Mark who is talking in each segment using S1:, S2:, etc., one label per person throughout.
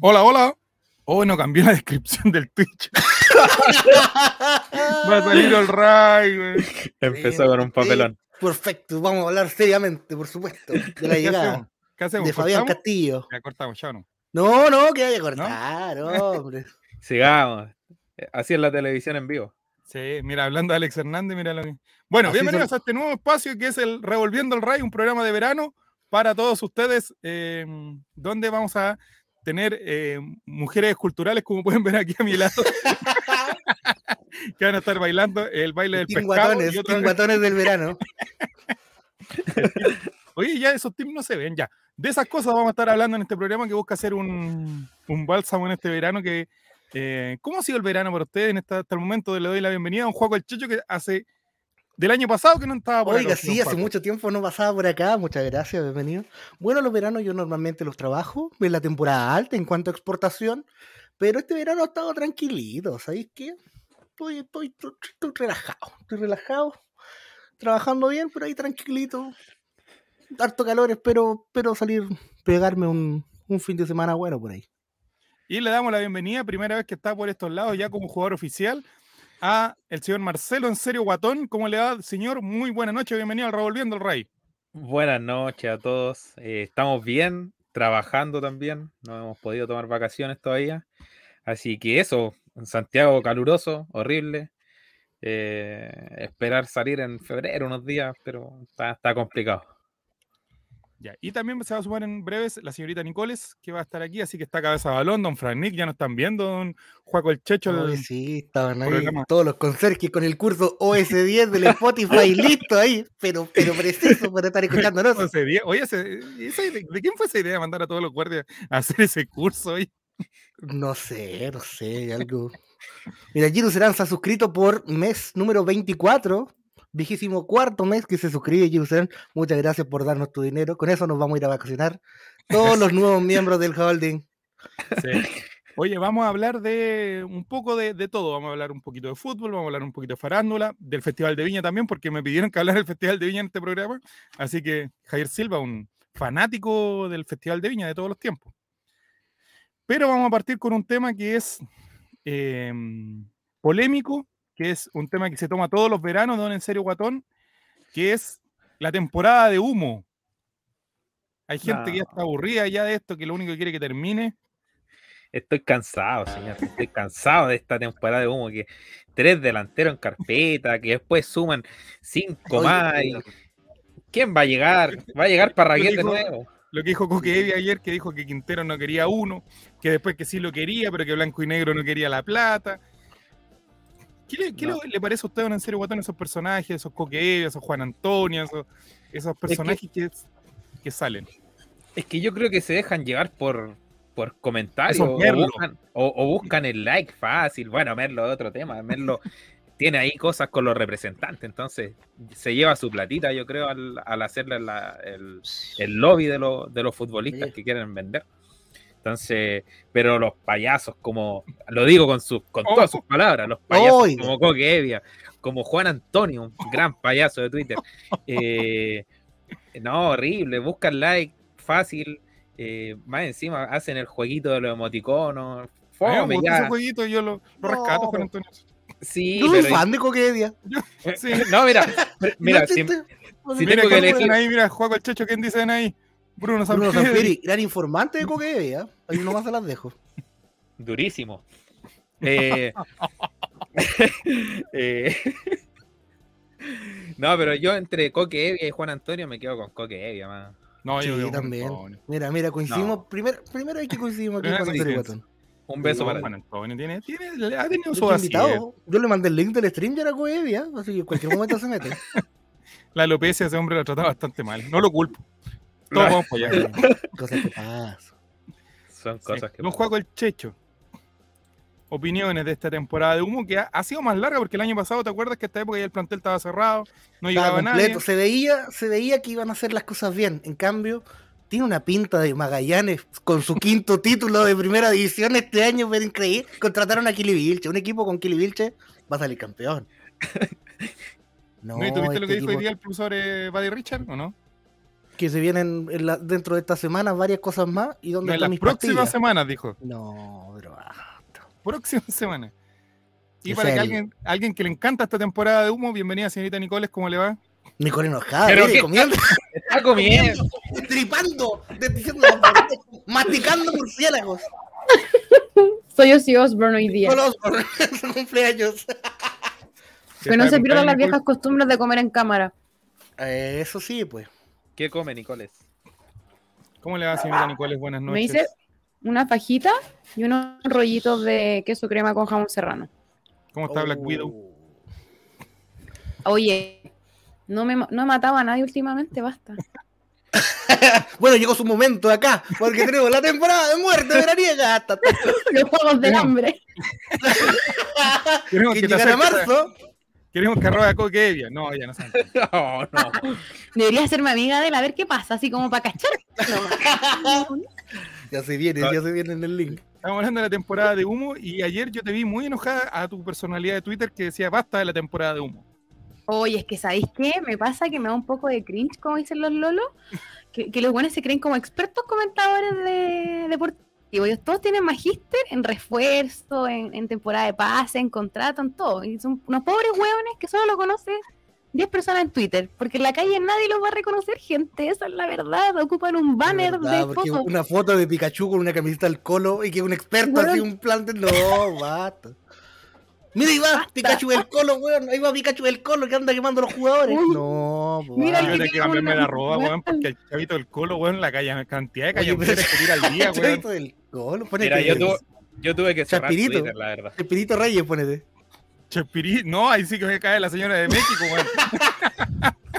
S1: Hola, hola. Oh, no cambié la descripción del Twitch. Va
S2: Ah.
S1: a salir el Ray, güey.
S3: Empezó con un papelón.
S2: Perfecto, vamos a hablar seriamente, por supuesto, de la
S1: ¿Qué
S2: llegada
S1: hacemos? ¿Qué hacemos?
S2: de Fabián
S1: ¿Cortamos?
S2: Castillo.
S1: Ya cortamos, chao, no.
S2: No, no, que vaya a cortar, hombre.
S3: Sigamos. Eh, Así es la televisión en vivo.
S1: Sí, mira, hablando de Alex Hernández, mira lo que. Bueno,
S2: Así
S1: bienvenidos
S2: son-
S1: a este nuevo espacio que es el Revolviendo el Ray, un programa de verano para todos ustedes, eh, donde vamos a tener eh, mujeres culturales, como pueden ver aquí a mi lado, que van a estar bailando el baile del pescado.
S2: Tinguatones,
S1: y otro-
S2: tinguatones del verano.
S1: Oye, ya esos tips no se ven, ya. De esas cosas vamos a estar hablando en este programa que busca hacer un, un bálsamo en este verano. Que, eh, ¿Cómo ha sido el verano para ustedes? En esta- hasta el momento le doy la bienvenida a un Juaco el Checho que hace del año pasado que no estaba por acá,
S2: Oiga,
S1: sino
S2: sí, hace
S1: Juaco.
S2: mucho tiempo no pasaba por acá, muchas gracias, bienvenido. Bueno, los veranos yo normalmente los trabajo en la temporada alta en cuanto a exportación, pero este verano ha estado tranquilito, ¿sabéis qué? Estoy, estoy, estoy- estoy relajado, estoy relajado, trabajando bien, pero ahí tranquilito, harto calor, espero, espero salir, pegarme un, un fin de semana bueno por ahí.
S1: Y le damos la bienvenida, primera vez que está por estos lados ya como jugador oficial, a el señor Marcelo En Serio Guatón. ¿Cómo le va, señor? Muy buena noche, bienvenido al Revolviendo el Rey.
S3: Buenas noches a todos. eh, estamos bien, trabajando también. No hemos podido tomar vacaciones todavía. Así que eso, en Santiago caluroso, horrible. eh, esperar salir en febrero unos días, pero está, está complicado.
S1: Ya, Y también se va a sumar en breves la señorita Nicoles, que va a estar aquí, así que está cabeza de balón, don Fran Nick, ya nos están viendo, don Juaco el Checho.
S2: Ay,
S1: el-
S2: sí, estaban ahí
S1: programa.
S2: todos los conserjes con el curso OS10 del Spotify listo ahí, pero, pero preciso para estar escuchándonos.
S1: No sé, die- Oye, ese- esa ide- ¿de quién fue esa idea de mandar a todos los guardias a hacer ese curso? hoy?
S2: No sé, no sé, algo. Mira, Giro Serán se ha suscrito por mes número 24, vigésimo cuarto mes que se suscribe Giro Serán. Muchas gracias por darnos tu dinero. Con eso nos vamos a ir a vacacionar. Todos los nuevos miembros del holding.
S1: Oye, vamos a hablar de un poco de, de todo. Vamos a hablar un poquito de fútbol, vamos a hablar un poquito de farándula, del Festival de Viña también, porque me pidieron que hablar del Festival de Viña en este programa. Así que Javier Silva, un fanático del Festival de Viña de todos los tiempos. Pero vamos a partir con un tema que es em, polémico, que es un tema que se toma todos los veranos, don En serio Guatón, que es la temporada de humo. Hay gente que ya está aburrida ya de esto, que lo único que quiere que termine.
S3: Estoy cansado, señor. Estoy cansado de esta temporada de humo. Que tres delanteros en carpeta, que después suman cinco
S2: Oye,
S3: más. y- ¿Quién va a llegar? ¿Va a llegar Parragués de
S1: digo-
S3: nuevo?
S1: Lo que dijo Coque Evi ayer, que dijo que Quintero no quería uno, que después que sí lo quería, pero que Blanco y Negro no quería la plata. ¿Qué le, qué
S3: No.
S1: le- le parece a usted, don en serio, guatón, esos personajes, esos Coque Evi, esos Juan Antonio, esos, esos personajes que, que salen?
S3: Es que yo creo que se dejan llevar por, por comentarios
S1: Esos
S3: o
S1: Merlo.
S3: buscan, o- o buscan el like fácil. Bueno, Merlo es otro tema. Merlo tiene ahí cosas con los representantes, entonces se lleva su platita, yo creo, al, al hacerle la- el, el lobby de, los- de los futbolistas
S2: Oye.
S3: que quieren vender. Entonces, pero los payasos, como lo digo con, sus, con todas sus palabras, los payasos
S2: Oiga.
S3: como Coque Evia, como Juan Antonio, un gran payaso de Twitter. Eh, no, horrible, buscan like fácil, eh, más encima hacen el jueguito de los emoticonos.
S1: A mí me
S3: Fome,
S1: gusta
S3: ya.
S1: ese jueguito, yo lo, lo rescato, Juan
S2: No.
S1: Antonio.
S3: Sí,
S2: Yo soy
S3: pero-
S2: fan de Coquedia.
S1: Sí.
S3: no, mira, mira, si- Eh,
S2: Pues
S3: si
S1: Mira,
S3: tengo que
S1: ¿cómo
S3: elegir-
S1: dicen ahí, mira, Juaco el Checho, ¿quién dicen ahí? Bruno
S2: Bruno
S1: Sampieri.
S2: Sampieri, gran informante de Coquedia. Ahí nomás se las dejo.
S3: Durísimo. Eh, eh, no, pero yo entre Coque Evia y Juan Antonio me quedo con Coque Evia, más.
S1: No, yo
S2: Sí,
S1: digo Juan
S2: también.
S1: Antonio.
S2: Mira, mira, coincidimos. Primero, primero hay que coincidimos aquí
S3: Ah,
S1: Primera
S2: con Antonio
S1: coincidencia.
S2: Guatón.
S3: Un
S1: Yo,
S3: beso para
S1: Juan
S3: ti.
S1: Antonio tiene, tiene- ha tenido
S2: Yo
S1: su acierto.
S2: estoy
S3: eh.
S2: invitado. Yo le mandé el link del stream ya era Coevia, así que en cualquier momento se mete.
S1: La alopecia ese hombre lo trata bastante mal. No lo culpo. Todos vamos para allá. güey.
S2: Cosas que pasan.
S3: Son
S1: Sí.
S3: cosas que.
S1: Don Juaco el Checho. Opiniones de esta temporada de humo que ha, ha sido más larga porque el año pasado, ¿te acuerdas que esta época ya el plantel estaba cerrado? No
S2: Estaba
S1: llegaba nadie.
S2: completo. Se veía, se veía que iban a hacer las cosas bien. En cambio, tiene una pinta de Magallanes con su quinto título de primera división este año, pero increíble. Contrataron a Kili Vilche. Un equipo con Kili Vilche va a salir campeón. No,
S1: ¿No? ¿Y tuviste lo que
S2: este
S1: dijo hoy
S2: equipo-
S1: día el profesor eh, Buddy Richard o no?
S2: que se vienen en la- dentro de esta semana varias cosas más. ¿Y dónde
S1: No, en
S2: están
S1: las
S2: mis
S1: próximas
S2: pastillas?
S1: semanas, dijo.
S2: No, pero. ah,
S1: Próximas semanas. Y
S2: Es
S1: para que
S2: el-
S1: alguien, alguien que le encanta esta temporada de humo, bienvenida, señorita Nicoles, ¿cómo le va?
S2: Nicole enojada,
S3: Pero
S2: mire,
S3: qué-
S2: comiendo,
S3: Está comiendo.
S2: tripando, diciendo las barbaridades, masticando murciélagos.
S4: Soy Ozzy Osbourne hoy día.
S2: Solo por su cumpleaños.
S4: Que no
S1: Está
S4: se
S1: de
S4: pierdan las
S1: cumpleaños,
S4: viejas costumbres de comer en cámara.
S2: Eh, Eso sí, pues.
S3: ¿Qué come, Nicoles?
S1: Nicoles. ¿Cómo le va, señorita Nicoles? Buenas noches.
S4: Me hice una fajita y unos rollitos de queso crema con jamón serrano.
S1: ¿Cómo está Black
S2: Oh.
S1: Widow?
S4: Oye, no me no he matado a nadie últimamente, basta.
S2: Bueno, llegó su momento acá, porque tenemos la temporada de muerte veraniega hasta,
S4: Los juegos del hambre.
S2: hasta
S1: Queremos
S2: que
S1: que, te
S2: llegara
S1: acerques a-
S2: marzo.
S1: queremos que arroba coque Evia. No, ya no sé.
S3: No, no.
S4: Debería hacerme amiga de él a ver qué pasa, así como para cachar.
S2: Ya se viene,
S1: Ah.
S2: ya se viene en el link.
S1: Estamos hablando de la temporada de humo y ayer yo te vi muy enojada a tu personalidad de Twitter que decía basta de la temporada de humo.
S4: Oye, es que ¿sabéis qué? Me pasa que me da un poco de cringe, como dicen los lolos, que, que los buenos se creen como expertos comentadores de deportivos. Ellos todos tienen magíster en refuerzo, en, en temporada de pase, en contrato, en todo. Y son unos pobres hueones que solo lo conocen 10 personas en Twitter, porque en la calle nadie los va a reconocer, gente, esa es la verdad. Ocupan un banner
S2: verdad,
S4: de
S2: Ah, porque
S4: fotos.
S2: Una foto de Pikachu con una camiseta al colo y que un experto
S4: Weón.
S2: así, un plan de. No, basta. Mira, ahí va Pikachu del colo, weón. Ahí va Pikachu del colo que anda quemando a los jugadores.
S4: Uy.
S2: No,
S4: Mira
S1: Yo
S4: el
S2: basta.
S1: tengo que cambiarme de arroba,
S4: Weón.
S1: weón, porque el chavito del colo, weón, la calla- cantidad de
S2: Oye, pero-
S1: callamperes que tira al día, weón.
S2: Picachito del colo.
S3: Mira,
S2: Ponete.
S3: yo tuve, yo tuve que cerrar
S2: Chapirito.
S3: Twitter, la verdad.
S2: Espirito Reyes, ponete.
S1: Chespirito, no, ahí sí que me cae la señora de México, weón.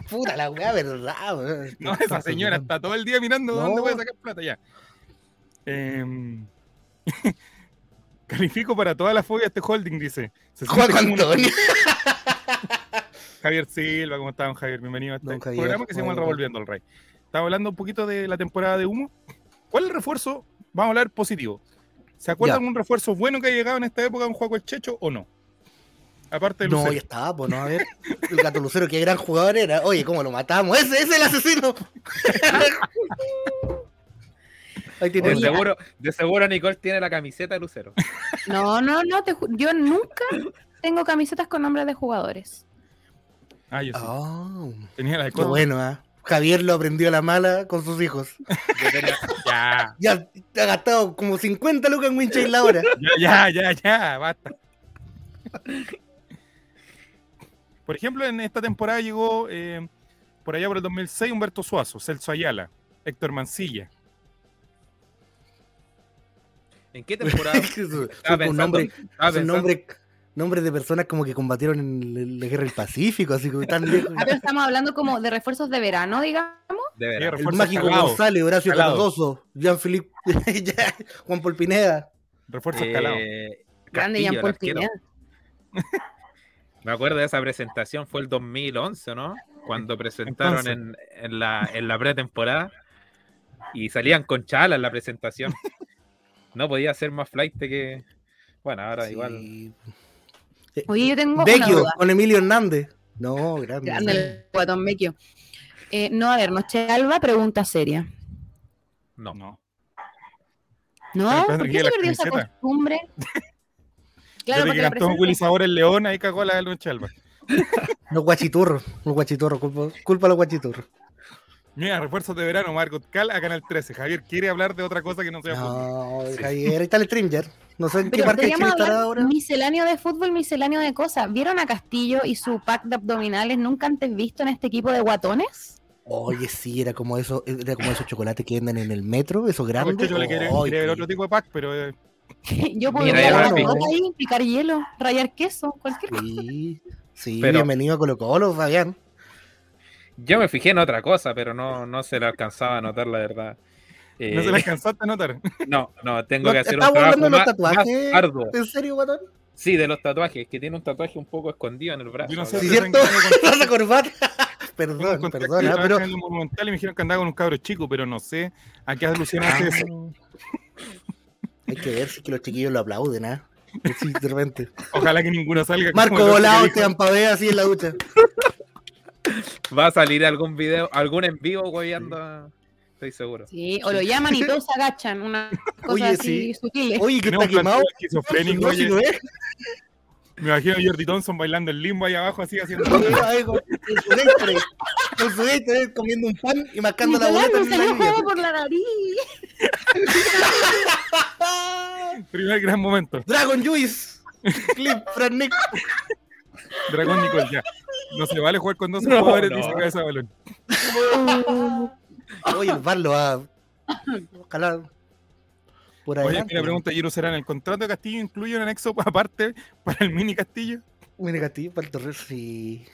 S2: Puta la weá, verdad, weón.
S1: No, esa señora está todo el día mirando
S2: No.
S1: dónde puede sacar plata ya. Em, califico para toda la fobia este holding, dice. Se siente
S2: Juan
S1: como un-
S2: Antonio.
S1: Javier Silva, ¿cómo están, Javier? Bienvenido a este
S2: Don Javier,
S1: programa que se llama
S2: bueno.
S1: Revolviendo al Rey. Estaba hablando un poquito de la temporada de humo. ¿Cuál es el refuerzo? Vamos a hablar positivo. ¿Se acuerdan
S2: Ya.
S1: de un refuerzo bueno que ha llegado en esta época un juego el Checho o no? Aparte de
S2: No,
S1: Lucero.
S2: ya estaba, pues no, a ver. El gato Lucero, qué gran jugador era. Oye, ¿cómo lo matamos? Ese ese es el asesino. Ahí tiene
S3: De
S4: Oye.
S3: seguro,
S1: ah.
S3: de seguro Nicole tiene la camiseta de Lucero.
S4: No, no, no, te ju- yo nunca tengo camisetas con nombres de jugadores.
S1: Ah, yo sí.
S2: Oh,
S1: Tenía la de
S2: qué bueno, ¿ah? Javier lo aprendió a la mala con sus hijos.
S3: Yo tenía-
S1: Ya,
S2: Ya ha gastado como 50 lucas en Winchell la hora.
S1: ya, ya, ya, ya, basta. Por ejemplo, en esta temporada llegó eh, por allá por el 2006 Humberto Suazo, Celso Ayala, Héctor Mancilla.
S3: ¿En qué temporada?
S2: Son con
S3: Estaba pensando,
S2: nombre,
S3: estaba
S2: son
S3: pensando-
S2: nombre- nombres de personas como que combatieron en la guerra del Pacífico, así que tan lejos.
S4: Ah, pero estamos hablando como de refuerzos de verano, digamos.
S3: de verdad.
S1: Qué
S2: El
S1: refuerzo
S2: mágico
S1: escalado,
S2: González, Horacio
S1: Calado.
S2: Cardoso, Jean Philippe, ya, Juan Paul Pineda.
S1: Refuerzo escalado.
S3: Eh,
S4: Grande
S3: Castillo,
S4: Jean
S3: el
S4: Paul
S3: arquero.
S4: Pineda.
S3: Me acuerdo de esa presentación, fue el 2011, ¿no? Cuando presentaron en, en la, en la pretemporada y salían con chala en la presentación. No podía ser más flight que. Bueno, ahora igual.
S2: Sí. Eh,
S4: Oye, yo tengo una
S2: Vecchio
S4: duda.
S2: con Emilio Hernández. No, grande.
S4: Grande el guatón Vecchio. Eh, no, a ver, Noche Alba, pregunta seria.
S3: No.
S1: No.
S4: ¿No?
S1: Pero
S4: ¿Por
S1: cuando
S4: qué
S1: quiera
S4: se
S1: la
S4: perdió esa
S1: camiseta.
S4: costumbre?
S1: Desde
S4: Claro,
S1: que
S4: porque la
S1: cantó
S4: presenta-
S1: Willy Sabor el León, ahí cagó la noche alba.
S2: Los guachiturros. Los guachiturros. Culpa, culpa a los guachiturros.
S1: Mira, refuerzos de verano, Margot Cal a Canal 13. Javier quiere hablar de otra cosa que no sea fútbol.
S2: No,
S1: Sí.
S2: Javier, ahí está el Stringer. No sé en qué
S4: Pero
S2: parte de Chile
S4: deberíamos
S2: estará
S4: hablar
S2: ahora.
S4: misceláneo de fútbol, misceláneo de cosas. ¿Vieron a Castillo y su pack de abdominales nunca antes visto en este equipo de guatones?
S2: Oye, sí, era como eso, era como esos chocolates que venden en el metro, esos
S1: No,
S2: grandes.
S1: Checho le quiere,
S2: Ay,
S1: quiere ver
S2: oh, qué-
S1: otro tipo de pack, pero eh,
S4: Yo
S3: Mira,
S4: podría
S3: ya
S4: dar
S3: lo
S4: una
S3: vi.
S4: pelota ahí, picar hielo, rayar queso, cualquier cosa.
S2: Sí, sí,
S3: Pero-
S2: bienvenido a Colo Colo, Fabián.
S3: Yo me fijé en otra cosa, pero no, no se le alcanzaba a notar, la verdad. Eh,
S1: no se le alcanzaste a notar.
S3: no, no, tengo
S2: No,
S3: que hacer un
S2: ¿estábamos
S3: trabajo
S2: hablando de los
S3: más,
S2: tatuajes?
S3: más arduo.
S2: ¿En serio, guatón?
S3: Sí, de los tatuajes, que tiene un tatuaje un poco escondido en el brazo.
S1: Yo no sé
S3: la
S2: Sí,
S1: si
S3: verdad.
S2: cierto. La corbata.
S1: Tengo
S2: Perdón,
S1: contacto
S2: perdón,
S1: yo
S2: ah,
S1: trabajé
S2: pero
S1: en el Monumental y me dijeron que andaba con un cabro chico, pero no sé a qué alusión hace
S2: Ah.
S1: eso.
S2: hay que ver si es que los chiquillos lo aplauden, ¿ah? Sí, de repente.
S1: Ojalá que ninguno salga. como
S2: Marco este
S1: el otro que
S2: Volado,
S1: dijo.
S2: te ampavea así en la ducha.
S3: Va a salir algún video, algún en vivo, hueveando. a- Estoy seguro.
S4: Sí, o lo llaman y todos se agachan, una cosa
S2: Oye, sí.
S4: así sutiles.
S2: Oye, que
S1: Tenemos
S2: está quemado.
S1: planteles esquizofrénicos,
S2: No,
S1: oye.
S2: si no es.
S1: Me imagino a Jordi Thompson bailando el limbo ahí abajo, así haciendo.
S2: Ahí Con con su dente, con su dente, comiendo un pan y marcando la
S4: Nicolás,
S2: boleta.
S4: me
S2: en la
S4: salió
S2: línea.
S4: juego por la nariz.
S1: Primer gran momento.
S2: Dragon Juice. Clip, Fran Nick.
S1: Dragón Nicole, ya. No se vale jugar con dos
S3: No,
S1: jugadores,
S3: no.
S1: dice cabeza de balón.
S2: Uh, Oye, el VAR lo va. Ojalá. Por ahí.
S1: Oye, mira, pregunta Giro Serán, ¿el contrato de Castillo incluye un anexo aparte para el mini Castillo?
S2: Mira, Castillo, para el Torres, sí.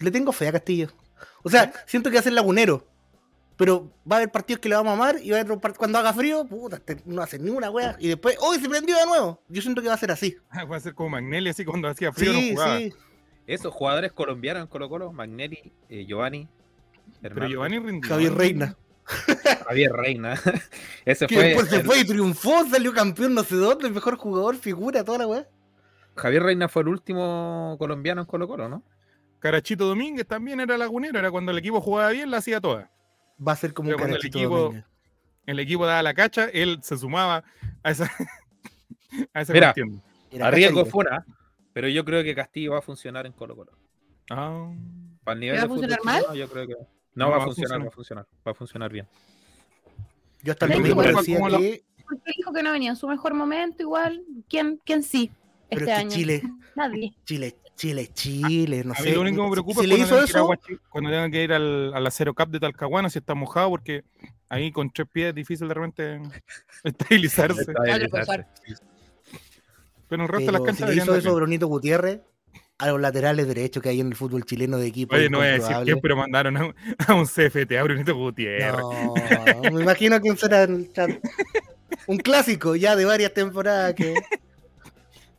S2: Le tengo fe a Castillo. O sea, siento que va a ser lagunero. Pero va a haber partidos que le vamos a amar y va a haber part- cuando haga frío, puta, este no hace ni una wea. Y después, ¡oh, se prendió de nuevo! Yo siento que va a ser así.
S1: Va a Ah, ser como Magnelli, así cuando hacía frío no
S2: Sí,
S1: jugaba.
S2: sí.
S3: Esos jugadores colombianos en Colo Colo, Magnelli, eh, Giovanni.
S1: Pero
S3: Hernández,
S1: Giovanni rindió.
S2: Javier Reina.
S3: Javier Reina. Ese
S2: Que
S3: fue,
S2: después se
S3: el-
S2: fue y triunfó, salió campeón no sé dónde, el mejor jugador, figura, toda la wea.
S3: Javier Reina fue el último colombiano en Colo Colo, ¿no?
S1: Carachito Domínguez también era lagunero, era cuando el equipo jugaba bien, la hacía toda.
S2: Va a ser como
S1: Pero
S2: un
S1: cuando el
S2: carachito
S1: equipo-
S2: Domínguez.
S1: El equipo daba la cacha, él se sumaba a esa, a esa
S3: Mira.
S1: cuestión.
S2: Era
S3: A riesgo
S2: cachai,
S3: fuera, pero yo creo que Castillo va a funcionar en Colo Colo.
S1: Ah.
S3: Para el nivel
S4: ¿Va a
S3: de fútbol
S4: funcionar
S3: chileno, yo creo que no, va, a
S1: funcionar.
S3: funcionar, va a funcionar, va a funcionar bien.
S2: Yo hasta el
S4: Pero
S2: domingo
S1: igual,
S2: decía
S1: como la-
S2: que,
S4: Porque dijo que no venía en su mejor momento, igual. ¿Quién, quién sí?
S2: pero
S4: Este
S2: es que
S4: año.
S2: Chile,
S4: Nadie.
S2: Chile, Chile, Chile, no
S1: A
S2: sé.
S1: mí lo único que me preocupa
S2: si
S1: es
S2: le
S1: cuando tengan,
S2: hizo
S1: que ir a
S2: eso,
S1: Huachi- cuando tengan que ir al, al acero cap de Talcahuano si está mojado, porque ahí con tres pies es difícil de repente estabilizarse.
S4: pues,
S1: Pero el resto de las
S2: pero
S1: canchas
S2: si le
S1: deberían
S2: hizo
S1: de-
S2: eso Brunito Gutiérrez a los laterales derechos que hay en el fútbol chileno de equipo.
S1: Oye, no voy a decir
S2: incomprobable.
S1: quién, pero mandaron a un, a un CFT, a Brunito Gutiérrez.
S2: No, me imagino que será el chat. un clásico ya de varias temporadas que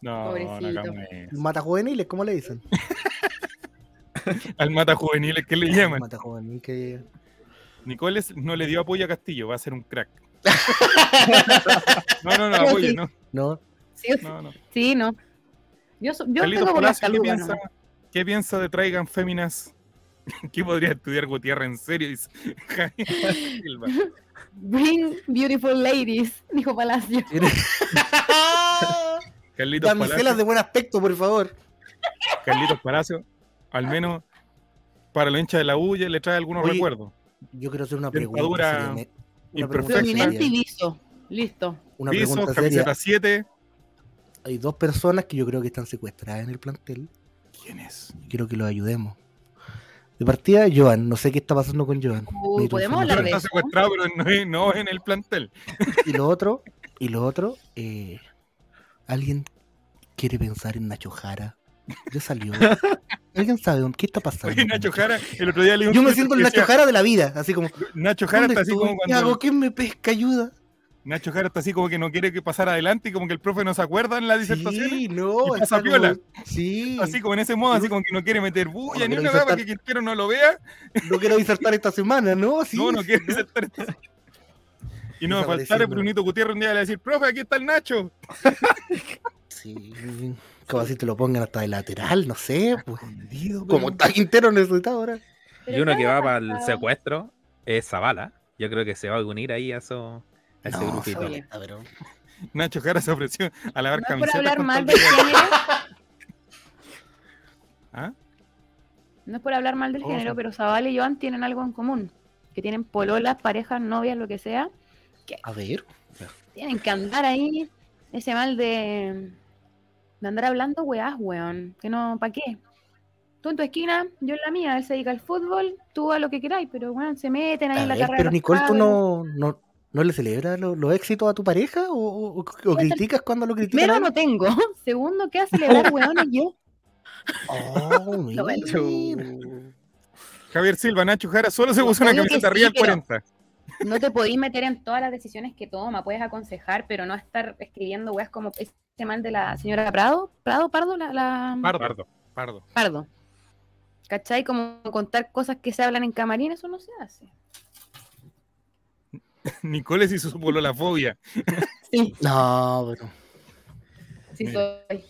S1: No, no,
S4: Pobrecito.
S1: hagamos eso.
S2: mata juveniles, ¿cómo le dicen?
S1: Al mata juveniles, ¿qué le llaman?
S2: Mata juvenil que
S1: Nicoles no le dio apoyo a Castillo, va a ser un crack. No, no, no, apoye, no,
S2: no.
S4: Sí,
S1: no, no.
S4: sí, no. Yo, so- yo
S1: Carlitos
S4: tengo por las
S1: Palacio, ¿qué
S4: calugas,
S1: piensa, ¿qué piensa de traigan féminas? ¿Qué podría estudiar Gutiérrez en serio? Dice Javier Silva.
S4: ¿no? Bring beautiful ladies, dijo Palacio.
S1: Carlitos Palacio,
S2: Damiselas de buen aspecto, por favor.
S1: Carlitos Palacio, al menos para la hincha de la Ulla le trae algunos
S2: Oye,
S1: recuerdos.
S2: Yo quiero hacer una
S1: Dentadura
S2: pregunta. seria, me- Una
S1: imperfecta.
S2: pregunta
S4: Prominente y
S2: seria.
S4: liso. Listo.
S2: Una
S1: Piso,
S2: pregunta seria.
S1: camiseta 7.
S2: Hay dos personas que yo creo que están secuestradas en el plantel.
S1: ¿Quién es?
S2: y Quiero que los ayudemos. De partida, Joan. No sé qué está pasando con Joan.
S4: Uy,
S2: Necesito
S4: Uh, ¿podemos
S2: información.
S4: hablar
S1: Pero
S4: de
S1: está
S4: eso?
S1: secuestrado, pero no, es- no es en el plantel.
S2: Y lo otro, y lo otro, eh, alguien quiere pensar en Nacho Jara. Ya salió. ¿Alguien sabe dónde- qué está pasando?
S1: Oye,
S2: con
S1: Nacho Jara, el otro día leí un
S2: Yo me
S1: tweet
S2: siento el
S1: que
S2: Nacho
S1: decía,
S2: Jara de la vida, así como.
S1: Nacho Jara
S2: ¿Dónde
S1: está así
S2: estuve?
S1: como
S2: ¿Qué
S1: cuando
S2: hago? ¿Quién me pesca? Ayuda.
S1: Nacho Jara está así como que no quiere que pasara adelante y como que el profe no se acuerda en la disertación.
S2: Sí, no,
S1: Y pasa
S2: está como-
S1: piola.
S2: Sí.
S1: Así como en ese modo, así como que no quiere meter bulla
S2: No
S1: ni
S2: quiero
S1: una weá para
S2: insertar.
S1: que Quintero no lo vea.
S2: No quiero disertar esta semana, ¿no? Sí.
S1: no, no quiere insertar esta- Y no me faltara
S2: Desaparecido.
S1: Brunito Gutiérrez un día le va a decir, profe, aquí está el Nacho.
S2: Sí. Como si te lo pongan hasta de lateral, no sé. pues. Como está Quintero necesitado ahora.
S3: Y uno que va para el
S4: pasado.
S3: secuestro es Zavala. Yo creo que se va a unir ahí a, eso, a ese
S2: No,
S3: grupito.
S4: Zavala.
S2: Zabaleta, pero-
S1: Nacho Jara se ofreció a lavar
S4: No es por
S1: camisetas.
S4: hablar
S1: con tal
S4: mal del género,
S1: ¿Ah?
S4: no es por hablar mal del
S1: Oh,
S4: género,
S1: sí.
S4: pero Zavala y Joan tienen algo en común, que tienen pololas, parejas, novias, lo que sea,
S2: A ver.
S4: tienen que andar ahí ese mal de, de andar hablando weás, weón, que no, ¿para qué? Tú en tu esquina, yo en la mía, él se dedica al fútbol, tú a lo que queráis, pero weón, se meten ahí
S2: A
S4: en la
S2: ver,
S4: carrera. de
S2: pero
S4: los
S2: Nicole, ¿tú
S4: cabros.
S2: no, no, no le celebras lo- los éxitos a tu pareja? ¿O, o- o
S4: hasta el-
S2: criticas cuando lo critican? a
S4: Primero
S2: él?
S4: no tengo, segundo, ¿qué va a celebrar weones yo?
S2: Oh,
S4: Lo
S2: mira.
S1: Javier Silva, Nacho Jara solo se
S4: No,
S1: puso una
S4: obvio que
S1: camiseta
S4: sí,
S1: arriba del
S4: pero-
S1: 40.
S4: No te podís meter en todas las decisiones que toma, puedes aconsejar, pero no estar escribiendo weas como ese mal de la señora Prado, Prado, Pardo, la, la-
S1: Pardo. Pardo.
S3: Pardo.
S4: Pardo. ¿Cachai? Como contar cosas que se hablan en camarín, eso no se hace.
S1: Nicoles y su pololafobia.
S4: Sí,
S2: No, pero
S4: sí
S1: Mira.
S4: soy.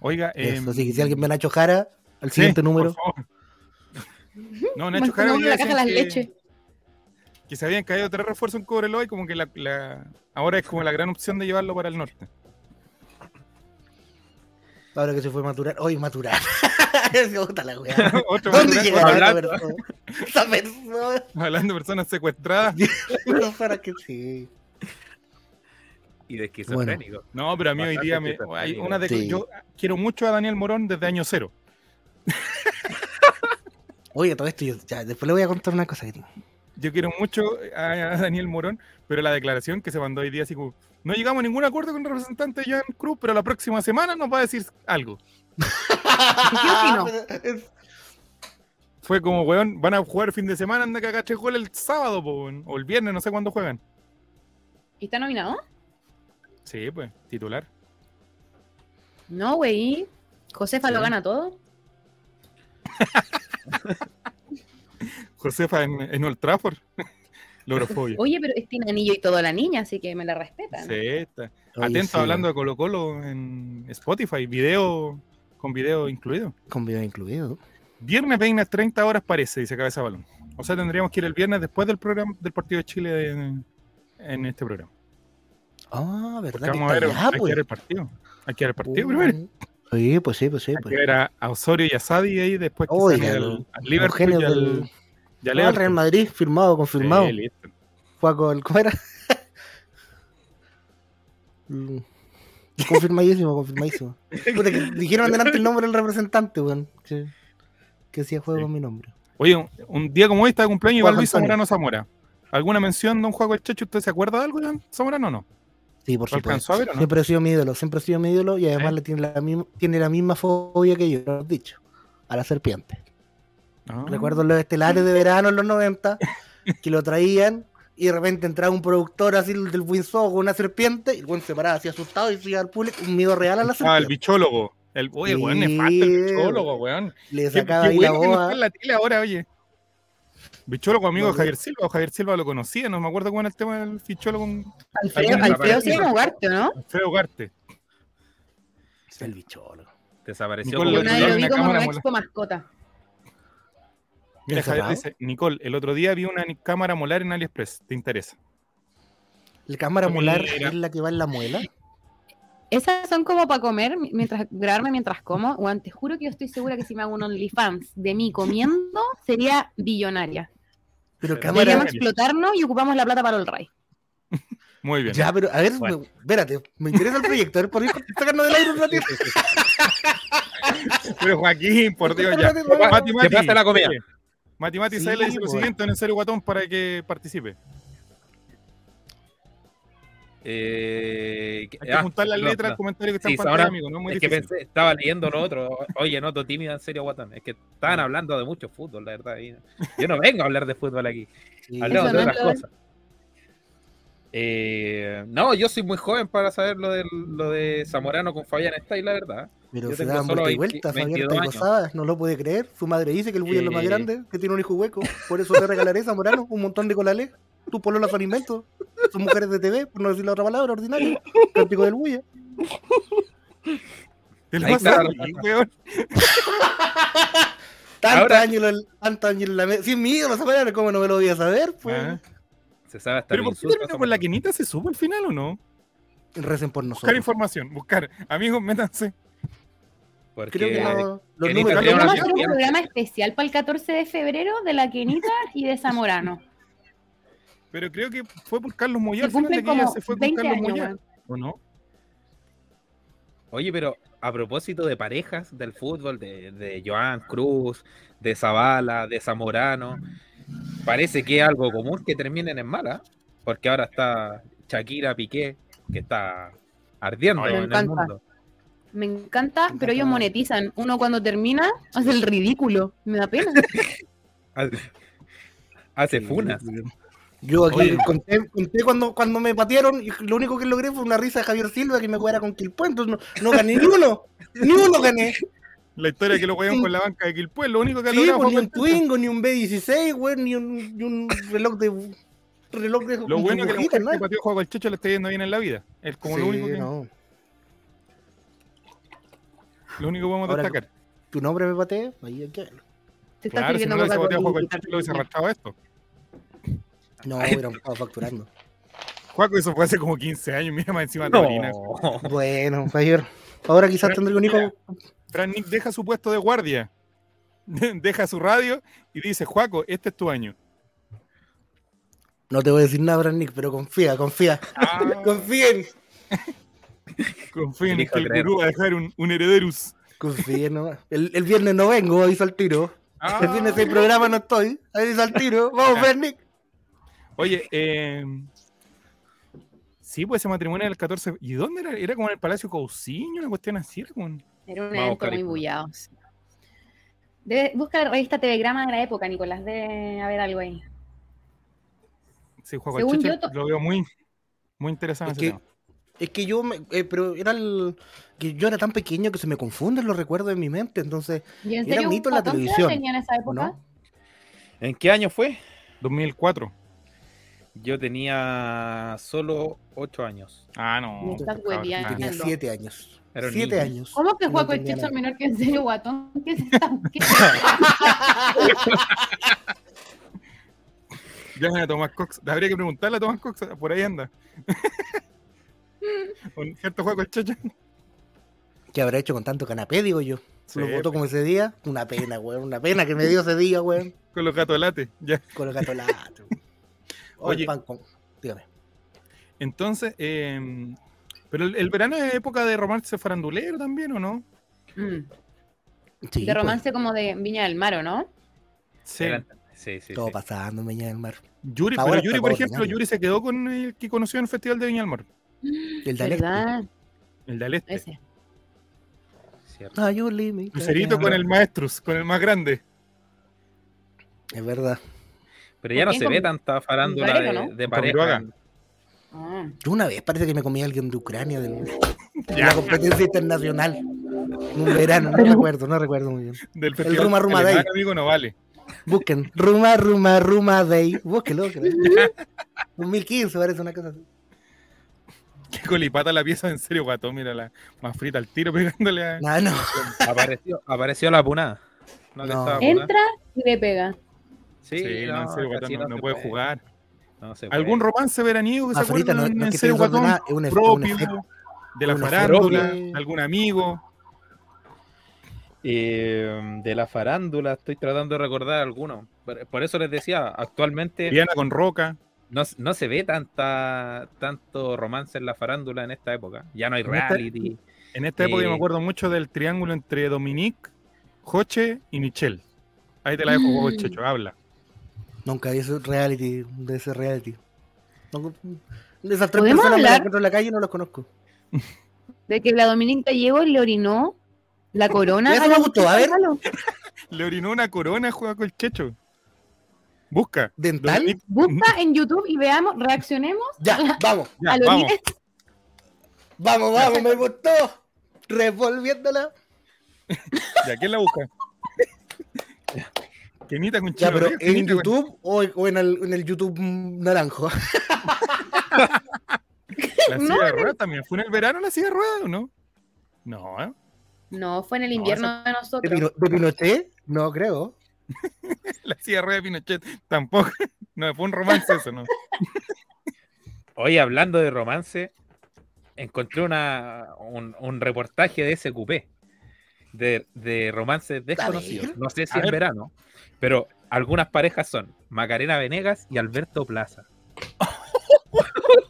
S1: Oiga,
S2: eso,
S1: em,
S2: así que si alguien me la chojara, ¿eh? al
S1: sí,
S2: siguiente
S1: por
S2: número.
S1: favor. No,
S4: Más
S1: Nacho Jara hoy
S4: común
S1: día
S4: la caja de las
S1: decían que-
S4: leches.
S1: Que se habían caído tres refuerzos en Cobreloa y como que la, la- ahora es como la gran opción de llevarlo para el norte.
S2: Ahora que se fue Maturana. Oye, Maturana. Es puta la weá.
S1: Otro
S2: ¿Dónde
S1: Maturana,
S2: llegará esta
S3: hablando.
S2: persona? Esta persona.
S1: Hablando de personas secuestradas.
S2: No, para que sí.
S3: Y de esquizofrénico.
S1: No, pero a mí hoy
S3: Bastante
S1: día me,
S3: esquizofrénico.
S1: hay una de,
S2: Sí.
S1: yo quiero mucho a Daniel Morón desde año cero.
S2: Oye, todo esto yo. Ya, después le voy a contar una cosa que tengo.
S1: Yo quiero mucho a, a Daniel Morón, pero la declaración que se mandó hoy día así como no llegamos a ningún acuerdo con el representante de Joan Cruz, pero la próxima semana nos va a decir algo. Ah,
S4: opinó?
S2: Ah,
S1: pues.
S2: Es-
S1: Fue como, weón, van a jugar fin de semana, anda que agache gol el sábado, po, weón, o el viernes, no sé cuándo juegan.
S4: ¿Y está nominado?
S1: Sí, pues, titular.
S4: No, güey. Josefa lo
S1: Sí.
S4: gana todo.
S1: Josefa en, en Old Trafford. Lorofobia.
S4: Oye, pero es tiene anillo y todo la niña, así que me la respetan.
S1: Sí, está.
S2: Oye,
S1: Atento
S2: sí,
S1: hablando de Colo Colo en Spotify, video con video incluido.
S2: Con video incluido.
S1: Viernes 20 30 horas parece, dice Cabeza Balón. O sea, tendríamos que ir el viernes después del programa del partido de Chile de- en, este programa.
S2: Ah,
S1: Porque
S2: ¿verdad? que
S1: vamos a
S2: está
S1: ver,
S2: allá,
S1: hay que
S2: pues.
S1: ver el partido. Hay que ver el partido
S2: Uh,
S1: primero.
S2: Sí, pues sí, pues sí.
S1: Hay
S2: Pues.
S1: que ver a, a Osorio y a Sadi ahí después que
S2: Oye,
S1: sale al,
S2: el-
S1: al
S2: Los
S1: Liverpool
S2: genios
S1: y al,
S2: del.
S1: y al
S2: No, al
S1: Everton.
S2: Real Madrid, firmado,
S1: Sí,
S2: confirmado.
S1: listo.
S2: Juaco, el- ¿cómo era? Mm. confirmadísimo, confirmadísimo. Puta, que dijeron delante el nombre del representante, weón. Que, que hacía juego
S1: Sí.
S2: con mi nombre.
S1: Oye, un, un día como hoy está de cumpleaños
S2: Juan
S1: Iván Luis Zamorano
S2: Antonio.
S1: Zamora. ¿Alguna mención, don Juan el Checho? ¿Usted se acuerda de algo, Iván Zamorano o no?
S2: Sí, por
S1: ¿Lo alcanzó
S2: supuesto.
S1: a ver o no? ¿Eh?
S2: Siempre ha sido mi ídolo, siempre ha sido mi ídolo y además
S1: Sí.
S2: le tiene, la misma, tiene la misma fobia que yo, lo he dicho, a la serpiente.
S1: Ah.
S2: Recuerdo los estelares de verano en los 90 que lo traían y de repente entraba un productor así del Winsor con una serpiente y el weón se paraba así asustado y decía al público un miedo real a la
S1: Ah, el
S2: serpiente.
S1: bichólogo. El, oye, weón,
S2: Sí,
S1: nefasto el bichólogo, weón.
S2: Le
S1: Qué,
S2: sacaba
S1: qué
S2: ahí la
S1: bueno que no
S2: boa.
S1: está en la tele ahora, oye. Bichólogo amigo de
S2: Bueno.
S1: Javier Silva, o Javier Silva lo conocía, no me acuerdo cómo era el tema del bichólogo con
S4: Alfredo,
S1: Alguna
S4: Alfredo sí
S1: rapera.
S4: es como Ugarte, ¿o ¿no?
S1: Alfredo Ugarte.
S2: El bicholo.
S3: Desapareció
S1: Nicole
S4: Yo
S1: Bueno,
S3: como
S4: una
S1: ya
S4: vez
S1: en
S4: lo
S1: la
S4: vi como en
S1: cámara
S4: una
S1: mola.
S4: expo mascota.
S1: Mira,
S2: ¿Está
S1: Javier dice,
S2: cerrado?
S1: Nicole, el otro día vi una ni- cámara molar en AliExpress, ¿te interesa?
S2: La cámara molar
S1: Mira.
S2: es la que va en la muela.
S4: Esas son como para comer, mi- mientras grabarme mientras como. Weón, te juro que yo estoy segura que si me hago un OnlyFans de mí comiendo, sería billonaria.
S2: Pero
S3: Pero
S2: cámara.
S4: Deberíamos
S1: Billonaria.
S4: explotarnos y ocupamos la plata para el rey.
S1: Muy bien.
S2: Ya, pero a ver,
S3: Bueno.
S2: me- espérate, me interesa el proyecto. A ver, por ahí sacarnos del aire un ratito.
S1: Pero Joaquín, por Dios, ya.
S2: Espérate, espérate.
S1: Mati,
S3: Que
S1: Mati.
S3: pase la comida.
S1: Mati Mati
S2: Sí,
S1: Saela dice lo
S2: pues.
S1: siguiente en el serio guatón para que participe.
S3: Eh,
S1: Hay que
S3: ah,
S1: juntar las
S3: no,
S1: letras
S3: no.
S1: al comentario que está
S3: Sí,
S1: en pantalla,
S3: ahora
S1: amigo, no es muy
S3: Es que
S1: difícil.
S3: pensé, estaba leyendo lo otro. Oye, no, tímida, en serio, Guatán. Es que estaban hablando de mucho fútbol, la verdad. y Yo no vengo a hablar de fútbol aquí.
S2: Sí.
S3: Hablamos de
S4: Eso no
S3: otras
S4: lo-
S3: cosas. Eh, no, yo soy muy joven para saber lo de, lo de Zamorano con Fabián Stay, la verdad.
S2: Pero
S3: yo
S2: se
S3: tengo
S2: daban
S3: solo
S2: vueltas y
S3: 20
S2: vueltas, abiertas
S3: 22
S2: y
S3: años.
S2: gozadas, no lo puede creer. Su madre dice que el bullying es lo más
S3: Eh.
S2: grande, que tiene un hijo hueco. Por eso te regalaré, Zamorano, un montón de colales. Tus pololas son inventos. Son mujeres de TV, por no decir la otra palabra, ordinario. Cántico del bulla.
S1: Te lo
S3: Ahí
S1: vas
S3: está
S1: a
S3: la
S1: reír,
S3: respuesta.
S1: weón.
S2: Tanto
S3: Ahora-
S2: año, lo- tanto año en la mesa. Sin mí, no palabra, ¿cómo no me lo voy a saber? Pues.
S1: Ah.
S3: Se sabe hasta
S1: Pero
S3: el
S1: ¿por qué
S3: insulto
S1: termina
S3: a
S1: con la
S3: Zamorano.
S1: quinita? ¿Se sube al final o no?
S2: Recen por
S1: Buscar
S2: nosotros.
S1: información, buscar. Amigos, métanse.
S3: Porque
S2: Creo que no- los
S3: Kenita
S2: números.
S3: tenía una
S4: Vamos a
S3: tía-
S4: hacer un programa especial para el 14 de febrero de la Quenita y de Zamorano.
S1: Pero creo que fue por Carlos Moyá.
S4: Se
S1: al final de
S4: cumplen
S1: que ella
S4: como
S1: se fue con
S4: 20
S1: Carlos
S4: años.
S1: Moyá.
S4: weón.
S1: ¿O no?
S3: Oye, pero a propósito de parejas del fútbol, de, de Joan Cruz, de Zavala, de Zamorano, parece que es algo común que terminen en mala, porque ahora está Shakira Piqué, que está ardiendo
S4: Ay, me
S3: en el
S4: encanta.
S3: mundo.
S4: Me encanta,
S2: Me
S4: pero
S2: encanta.
S4: ellos monetizan. Uno cuando termina hace el ridículo. Me da pena.
S3: Hace- Hace funas.
S2: Yo aquí
S1: Oye.
S2: conté, conté cuando, cuando me patearon y lo único que logré fue una risa de Javier Silva que me jugara con Quilpue, entonces no, no gané ni uno, ni uno gané.
S1: La historia que lo weón con la banca de Quilpue, lo único que ha
S2: Sí,
S1: logrado
S2: pues,
S1: fue
S2: ni un
S1: contar.
S2: Twingo, ni un B16, güey, ni un, ni un reloj de reloj de
S1: Lo
S2: con
S1: bueno es que la
S2: burbujitas,
S1: mujer que pateó juego al Checho le está yendo bien en la vida. Es como lo
S2: Sí,
S1: único que
S2: no.
S1: lo único que podemos
S2: Ahora-
S1: destacar.
S2: Tu nombre me pateé, ahí hay que verlo.
S4: Te estás
S1: Claro, si no
S4: sirviendo
S1: lo hubiese
S4: Coca-Cola
S1: boteado Juaco
S4: y
S1: el
S4: quitar
S1: Chile, lo hubiese
S4: tu
S1: arrastrado esto.
S2: No,
S3: Ay.
S2: hubieran estado facturando.
S1: Juaco, eso fue hace como 15 años, mira más encima de
S3: No.
S1: Torina.
S2: Bueno, Javier. Ahora quizás
S1: Pero,
S2: tendré un hijo.
S1: mira. Fran Nick deja su puesto de guardia, deja su radio y dice, Juaco, este es tu año.
S2: No te voy a decir nada, Bran Nick, pero confía, confía.
S1: Ah.
S2: Ah. Confíen.
S1: Confíen en
S3: Elijo
S1: que el
S3: creer.
S1: gurú va a dejar un, un herederus.
S2: Confíen nomás. El, el viernes no vengo, aviso al tiro.
S1: Ah.
S2: El viernes el programa no estoy. Aviso al tiro. Vamos, Bran Nick.
S1: Oye, eh, sí, pues ese matrimonio era el 14. ¿Y dónde era? Era como en el Palacio Cousiño, una cuestión así. era como-
S4: Era un
S3: Vamos,
S4: evento muy
S3: Calígula.
S4: bullado. sí. Debe- busca la revista Telegrama de la época, Nicolás. Debe haber algo ahí.
S1: Sí, Juaco
S4: Según
S1: Cheche,
S4: yo, to-
S1: lo veo muy, muy interesante.
S2: Es
S1: ese
S2: que,
S1: tema.
S2: es que yo, me- eh, pero era el, que yo era tan pequeño que se me confunden los recuerdos en mi mente, entonces,
S4: Yo, en
S2: Era
S4: serio,
S2: mito en la
S4: ¿cuántos años
S2: televisión,
S4: tenía en esa
S2: ¿o
S4: época?
S2: no?
S3: ¿En qué año fue?
S1: 2004.
S3: Yo tenía solo 8 años.
S1: Ah, no.
S4: Me estás
S1: por favor,
S4: hueviando.
S1: nada.
S2: Tenía
S4: Entiendo.
S2: siete años.
S3: Era un
S2: siete
S3: niño.
S2: años.
S4: ¿Cómo que
S2: No
S4: Juaco el
S2: entendía
S4: Checho es
S2: nada.
S4: menor que en serio, guatón? ¿Qué es esta? ¿Qué
S1: Llamen a Tomás Cox. Habría que preguntarle a Tomás Cox. Por ahí anda. Un cierto juego el chacha.
S2: ¿Qué habrá hecho con tanto canapé, digo yo?
S1: Sí,
S2: lo votó como ese día. Una pena, weón. Una pena que me dio ese día, weón.
S1: Con los gatos late. Ya.
S2: Con el gato lato. O el
S1: Oye.
S2: pan con- Dígame.
S1: Entonces, eh, pero el, el verano es época de romance farandulero también, ¿o no?
S4: Mm,
S2: Sí,
S4: de
S2: pues,
S4: romance como de Viña del Mar, ¿o no?
S1: Sí.
S3: Era- sí, sí,
S2: todo
S3: sí.
S2: pasando en Viña del Mar.
S1: Yuri,
S2: Ahora
S1: pero
S2: está
S1: Yuri, por
S2: todo
S1: ejemplo,
S2: ordinario.
S1: Yuri se quedó con el que conoció en el Festival de Viña del Mar,
S2: El de Alexis.
S4: ¿Verdad?
S1: el del Este.
S4: Ese.
S3: Cierto.
S2: Ay, yo le- me-
S1: Lucerito con el maestrus, con el más grande.
S2: Es verdad.
S3: Pero ya no
S4: ¿Con
S3: se
S4: quién?
S3: ve
S4: ¿Con-
S3: tanta farándula
S4: Varela,
S3: de,
S4: no?
S3: de
S1: Con
S3: pareja.
S1: Quiroga.
S4: Ah.
S2: Yo una vez parece que me comí a alguien de Ucrania del- de
S1: Ya,
S2: la competencia internacional. En un verano, no
S4: Pero-
S2: recuerdo, no recuerdo muy bien.
S1: del Festival
S2: Ruma Ruma
S1: alemán,
S2: Day.
S1: amigo, no vale.
S2: Busquen. Ruma, Ruma, Ruma Day. Búsquelo, creo. 2015 parece una cosa así.
S1: Qué colipata la pieza, en serio, guato. Mira la más frita al tiro pegándole a.
S2: No, no.
S3: Apareció, apareció la punada. No, le
S2: No.
S3: estaba punada.
S4: Entra y le pega.
S3: Sí,
S1: Sí, no, en serio,
S3: acá
S1: guatón,
S3: sí
S1: no, no
S3: se
S1: puede jugar.
S3: No se
S1: ¿Algún
S3: puede.
S1: romance veraniego que se
S2: Afrita,
S1: acuerdan
S2: no,
S1: en
S2: no es que esté
S1: serio, guatón?
S2: desordenada, es un efe- un
S1: propio,
S2: efecto.
S1: de la
S2: un
S1: farándula,
S2: efecto.
S1: de algún amigo.
S3: Eh, de la farándula, estoy tratando de recordar alguno. Por, por eso les decía, actualmente
S1: Diana con Roca.
S3: no, s- no se ve tanta tanto romance en la farándula en esta época. Ya no hay
S1: En esta-
S3: reality.
S1: En esta época yo me
S3: Eh.
S1: acuerdo mucho del triángulo entre Dominique, Joche y Michelle. Ahí te la dejo,
S4: Mm.
S1: Juego Checho, habla.
S2: Nunca vi ese reality, de ese reality. No- de esas tres personas
S4: ¿Podemos
S2: me las
S4: hablar?
S2: encuentro en la calle y no los conozco.
S4: De que la Dominica llegó y le orinó la corona.
S2: Eso
S4: a
S2: me
S4: la
S2: gustó, a
S4: muchacha,
S2: ver.
S4: hermano.
S1: Le orinó una corona, juega con el Checho. Busca.
S2: ¿Dental?
S1: Dominique-
S4: Busca en YouTube y veamos, reaccionemos
S2: Ya, vamos,
S1: Ya,
S4: a lo
S1: vamos.
S4: Inés.
S2: vamos, vamos, me gustó. Revolviéndola.
S1: ¿Ya quién la busca? Kenita con
S2: Ya,
S1: Chino
S2: pero
S1: Ríos,
S2: en
S1: Kenita con-
S2: YouTube o, o en, el, en el YouTube naranjo.
S1: La
S4: No,
S1: silla de ruedas también. ¿Fue en el verano la silla de ruedas o no? No, ¿eh?
S4: No, fue en el
S1: No,
S4: invierno
S1: esa-
S4: de
S2: ¿De,
S4: nosotros.
S2: Pino- de Pinochet? No creo.
S1: la silla de ruedas de Pinochet tampoco. No, fue un romance eso, ¿no?
S3: Hoy hablando de romance, encontré una, un, un reportaje de SQP de, de romances desconocidos. No sé si
S1: A
S3: en
S1: ver.
S3: verano, pero algunas parejas son Macarena Venegas y Alberto Plaza.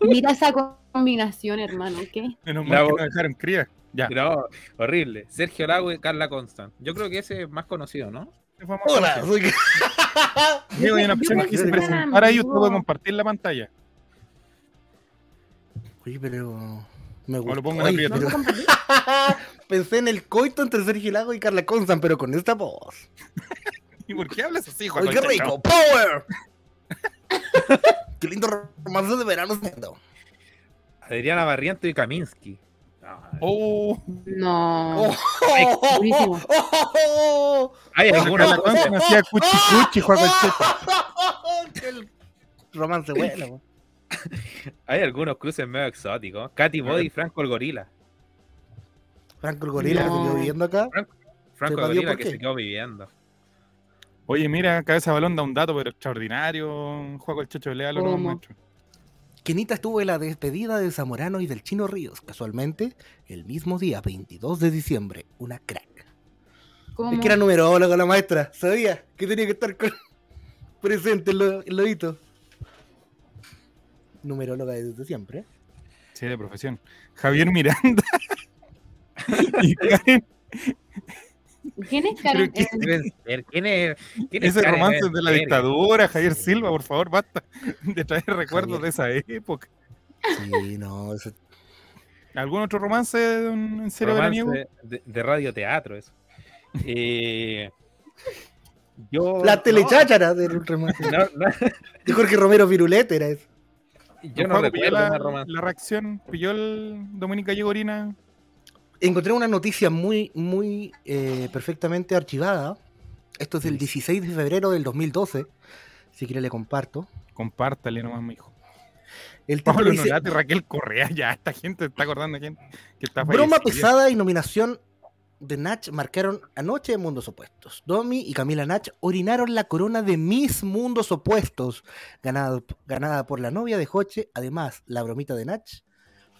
S4: Mira esa combinación, hermano. ¿Qué?
S1: Menos
S3: La
S1: mal que
S3: bo-
S1: nos dejaron cría. Ya.
S3: No, oh, horrible. Sergio Lago y Carla Constant. Yo creo que ese es más conocido, ¿no?
S1: Vamos a
S2: Hola,
S1: conocer.
S2: soy...
S1: Diego, hay
S4: Yo
S1: una
S4: me-
S1: persona
S4: yo
S1: que se
S4: pensaba,
S1: presenta. Ahora ahí usted
S4: amigo.
S1: puede compartir la pantalla.
S2: Oye, pero... Me
S1: lo
S2: gustó.
S1: pongo en
S2: Oye,
S1: aprieto.
S2: pero- Pensé en el coito entre Sergio Lago y Carla Consan, pero con esta voz.
S1: ¿Y por qué hablas así, Juan?
S2: ¡Ay, qué rico! ¡Power! ¡Qué lindo romance de verano! siendo.
S3: Adriana Barriento y Kaminsky. Ah,
S1: Oh,
S4: No.
S2: Oh,
S4: durísimo.
S2: oh,
S3: Hay alguna
S1: la
S3: cosa.
S1: concha hacía cuchi cuchi,
S2: Ah,
S1: Juan Concheto.
S2: ¡Qué romance bueno!
S3: Hay algunos cruces medio exóticos. Katy Body y Franco el Gorila.
S2: Franco el Gorila,
S4: No.
S2: que se quedó viviendo acá.
S3: Franco
S2: Sepa
S3: el
S2: Dios
S3: Gorila
S2: por
S3: que
S2: qué.
S3: se quedó viviendo.
S1: Oye, mira, Cabeza Balón da un dato pero extraordinario. Juego el Chocho, léalo, no,
S4: ¿Cómo?
S1: maestro.
S2: Kenita estuvo en la despedida de Zamorano y del Chino Ríos, casualmente, el mismo día, 22 de diciembre. Una crack.
S4: ¿Cómo?
S2: Es que era numeróloga la maestra, sabía que tenía que estar con- presente en lo- en los hitos. Numeróloga desde siempre.
S1: Sí, de profesión. Javier Miranda. y Karen,
S4: ¿Quién es Karen?
S1: Pero
S4: Eh,
S3: Deben ser. ¿Quién es? quién es
S1: ese
S3: Karen?
S1: romance
S3: Deben
S1: de la
S3: ser.
S1: dictadura, Javier
S2: Sí.
S1: Silva, por favor, basta de traer recuerdos de esa época.
S2: Sí, no, eso-
S1: ¿Algún otro romance don- en serio
S3: Romance
S1: veraniego?
S3: de, de radioteatro, eso. Eh, yo,
S2: La
S3: no,
S2: telechachara de, remate.
S3: no, no,
S2: de Jorge Romero Virulete era eso.
S3: yo
S1: Don
S3: no
S1: Juaco,
S3: recuerdo
S1: ¿pilló
S3: una
S1: la,
S3: romance.
S1: la reacción, pilló el Dominica Yegorina.
S2: Encontré una noticia muy, muy eh, perfectamente archivada. Esto es del 16 de febrero del 2012. Si quiere le comparto.
S1: Compártale nomás, mi hijo.
S2: El título
S1: Pablo
S2: dice,
S1: Nolate y Raquel Correa, ya esta gente está acordando de gente que está
S2: Broma
S1: fallecida.
S2: pesada y nominación de Nach marcaron anoche Mundos Opuestos. Domi y Camila Nach orinaron la corona de Mis Mundos Opuestos, ganado- ganada por la novia de Joche. Además, la bromita de Nach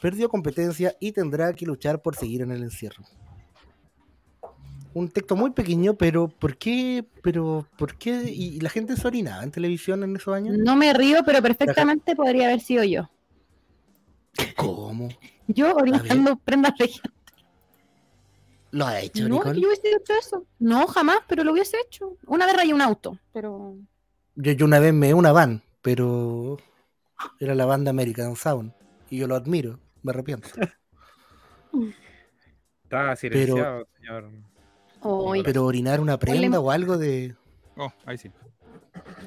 S2: perdió competencia y tendrá que luchar por seguir en el encierro. Un texto muy pequeño, pero ¿por qué? Pero ¿por qué? ¿Y y la gente se orinaba en televisión en esos años?
S4: No me río, pero perfectamente podría haber sido yo.
S2: ¿Cómo?
S4: Yo orientando prendas de
S2: ¿Lo ha hecho,
S4: No,
S2: Nicole?
S4: yo hubiese hecho eso. No, jamás, pero lo hubiese hecho. Una vez rayé un auto, pero.
S2: Yo, yo una vez me una van, pero era la banda American Sound. Y yo lo admiro, me arrepiento.
S3: Está silenciado, señor.
S4: Oy,
S2: Pero orinar una prenda o algo de.
S1: Oh, ahí sí.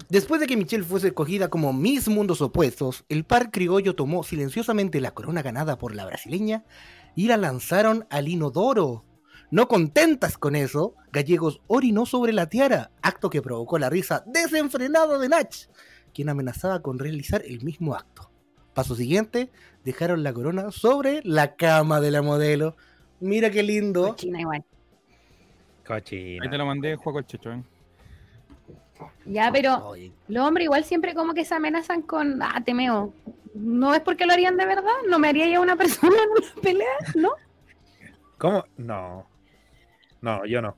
S2: Después de que Michelle fuese escogida como Miss Mundos Opuestos, el par criollo tomó silenciosamente la corona ganada por la brasileña y la lanzaron al inodoro. No contentas con eso, Gallegos orinó sobre la tiara, acto que provocó la risa desenfrenada de Nach, quien amenazaba con realizar el mismo acto. Paso siguiente, dejaron la corona sobre la cama de la modelo. Mira qué lindo.
S4: cochina igual.
S1: Ahí te
S3: Cochina.
S1: lo mandé, Juaco el Checho. ¿eh?
S4: Ya, Ah, pero
S2: Oye,
S4: los hombres igual siempre como que se amenazan con. Ah, te meo. ¿No es porque lo harían de verdad? ¿No me haría yo una persona en una pelea? ¿No?
S3: ¿Cómo? No. No, yo no.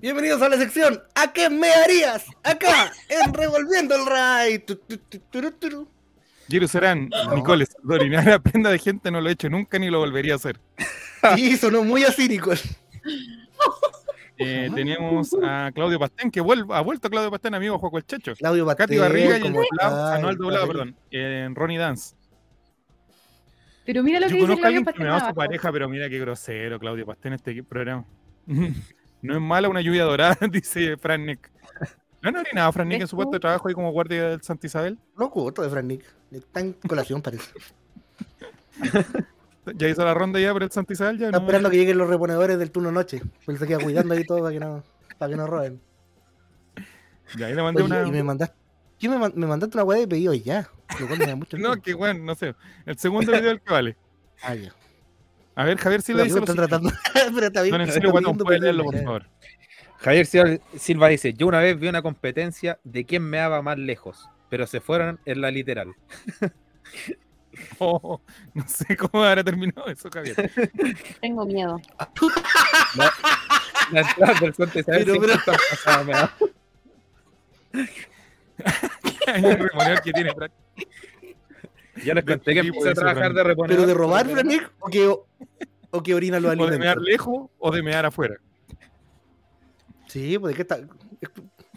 S2: Bienvenidos a la sección ¿A qué me harías? Acá, en Revolviendo el Ray. Tu, tu, tu, turu, turu.
S1: Giro Serán, Nicole, de orinar la prenda de gente no lo he hecho nunca ni lo volvería a hacer.
S2: Sí, sonó muy así, Nicole.
S1: Eh, teníamos a Claudio Pastén, que vuel- ha vuelto Claudio Pastén, amigo Juaco el Checho.
S2: Claudio Batel,
S1: Katy Barriga y el
S2: ¿cómo
S1: doblado,
S2: estás?
S1: ah, no el doblado,
S2: Barriga.
S1: perdón, en Ronnie Dance.
S4: Pero mira lo
S1: Yo
S4: que dice
S1: conozco a
S4: Claudio
S1: alguien que me
S4: Pastén
S1: va a su
S4: abajo.
S1: pareja, pero mira qué grosero Claudio Pastén este programa. No es mala una lluvia dorada, dice Fran Nick. No, no nada, Fran Nick
S4: ¿Ves
S1: en su puesto
S4: tú?
S1: de trabajo ahí como guardia del Santa Isabel.
S2: Loco, otro de Frank Nick. Está en colación, parece.
S1: Ya hizo la ronda ya por el Santa Isabel. Ya
S2: Está
S1: no.
S2: esperando que lleguen los reponedores del turno noche. Él se queda cuidando ahí todo para que no, para que no roben.
S1: Ya, ahí le mandé
S2: Oye,
S1: una.
S2: y me mandaste, ¿qué me, man- me mandaste una weá de pedido ya. Lo cual me da mucho
S1: No,
S2: miedo.
S1: que bueno, no sé. El segundo video del que vale.
S2: Ah, ya.
S1: A ver, Javier
S2: Sí,
S1: Silva dice. lo
S2: están
S1: siguiente.
S2: tratando. Pero está bien.
S1: Don
S2: están
S1: Encilio Guatón,
S2: pidiendo
S1: puedes
S2: pedido
S1: leerlo, por
S2: ya.
S1: favor.
S3: Javier Sil- Silva dice: Yo una vez vi una competencia de quién me daba más lejos, pero se fueron en la literal.
S1: Oh, no sé cómo habrá terminado eso, Javier.
S4: Tengo miedo.
S3: Las entradas del Santa Isabel
S2: Pero, pero-
S3: 50 pasadas me da.
S1: Hay un remoneo que tiene. Fran.
S3: Yo les
S1: De
S3: conté que
S1: tipo
S3: empecé a
S1: eso,
S3: trabajar
S1: Fran.
S3: de reponer.
S2: Pero de robar, Frank Nick, o que, o que orina los
S1: O de mear
S2: alimentos.
S1: lejos o de mear afuera.
S2: Sí, pues que está.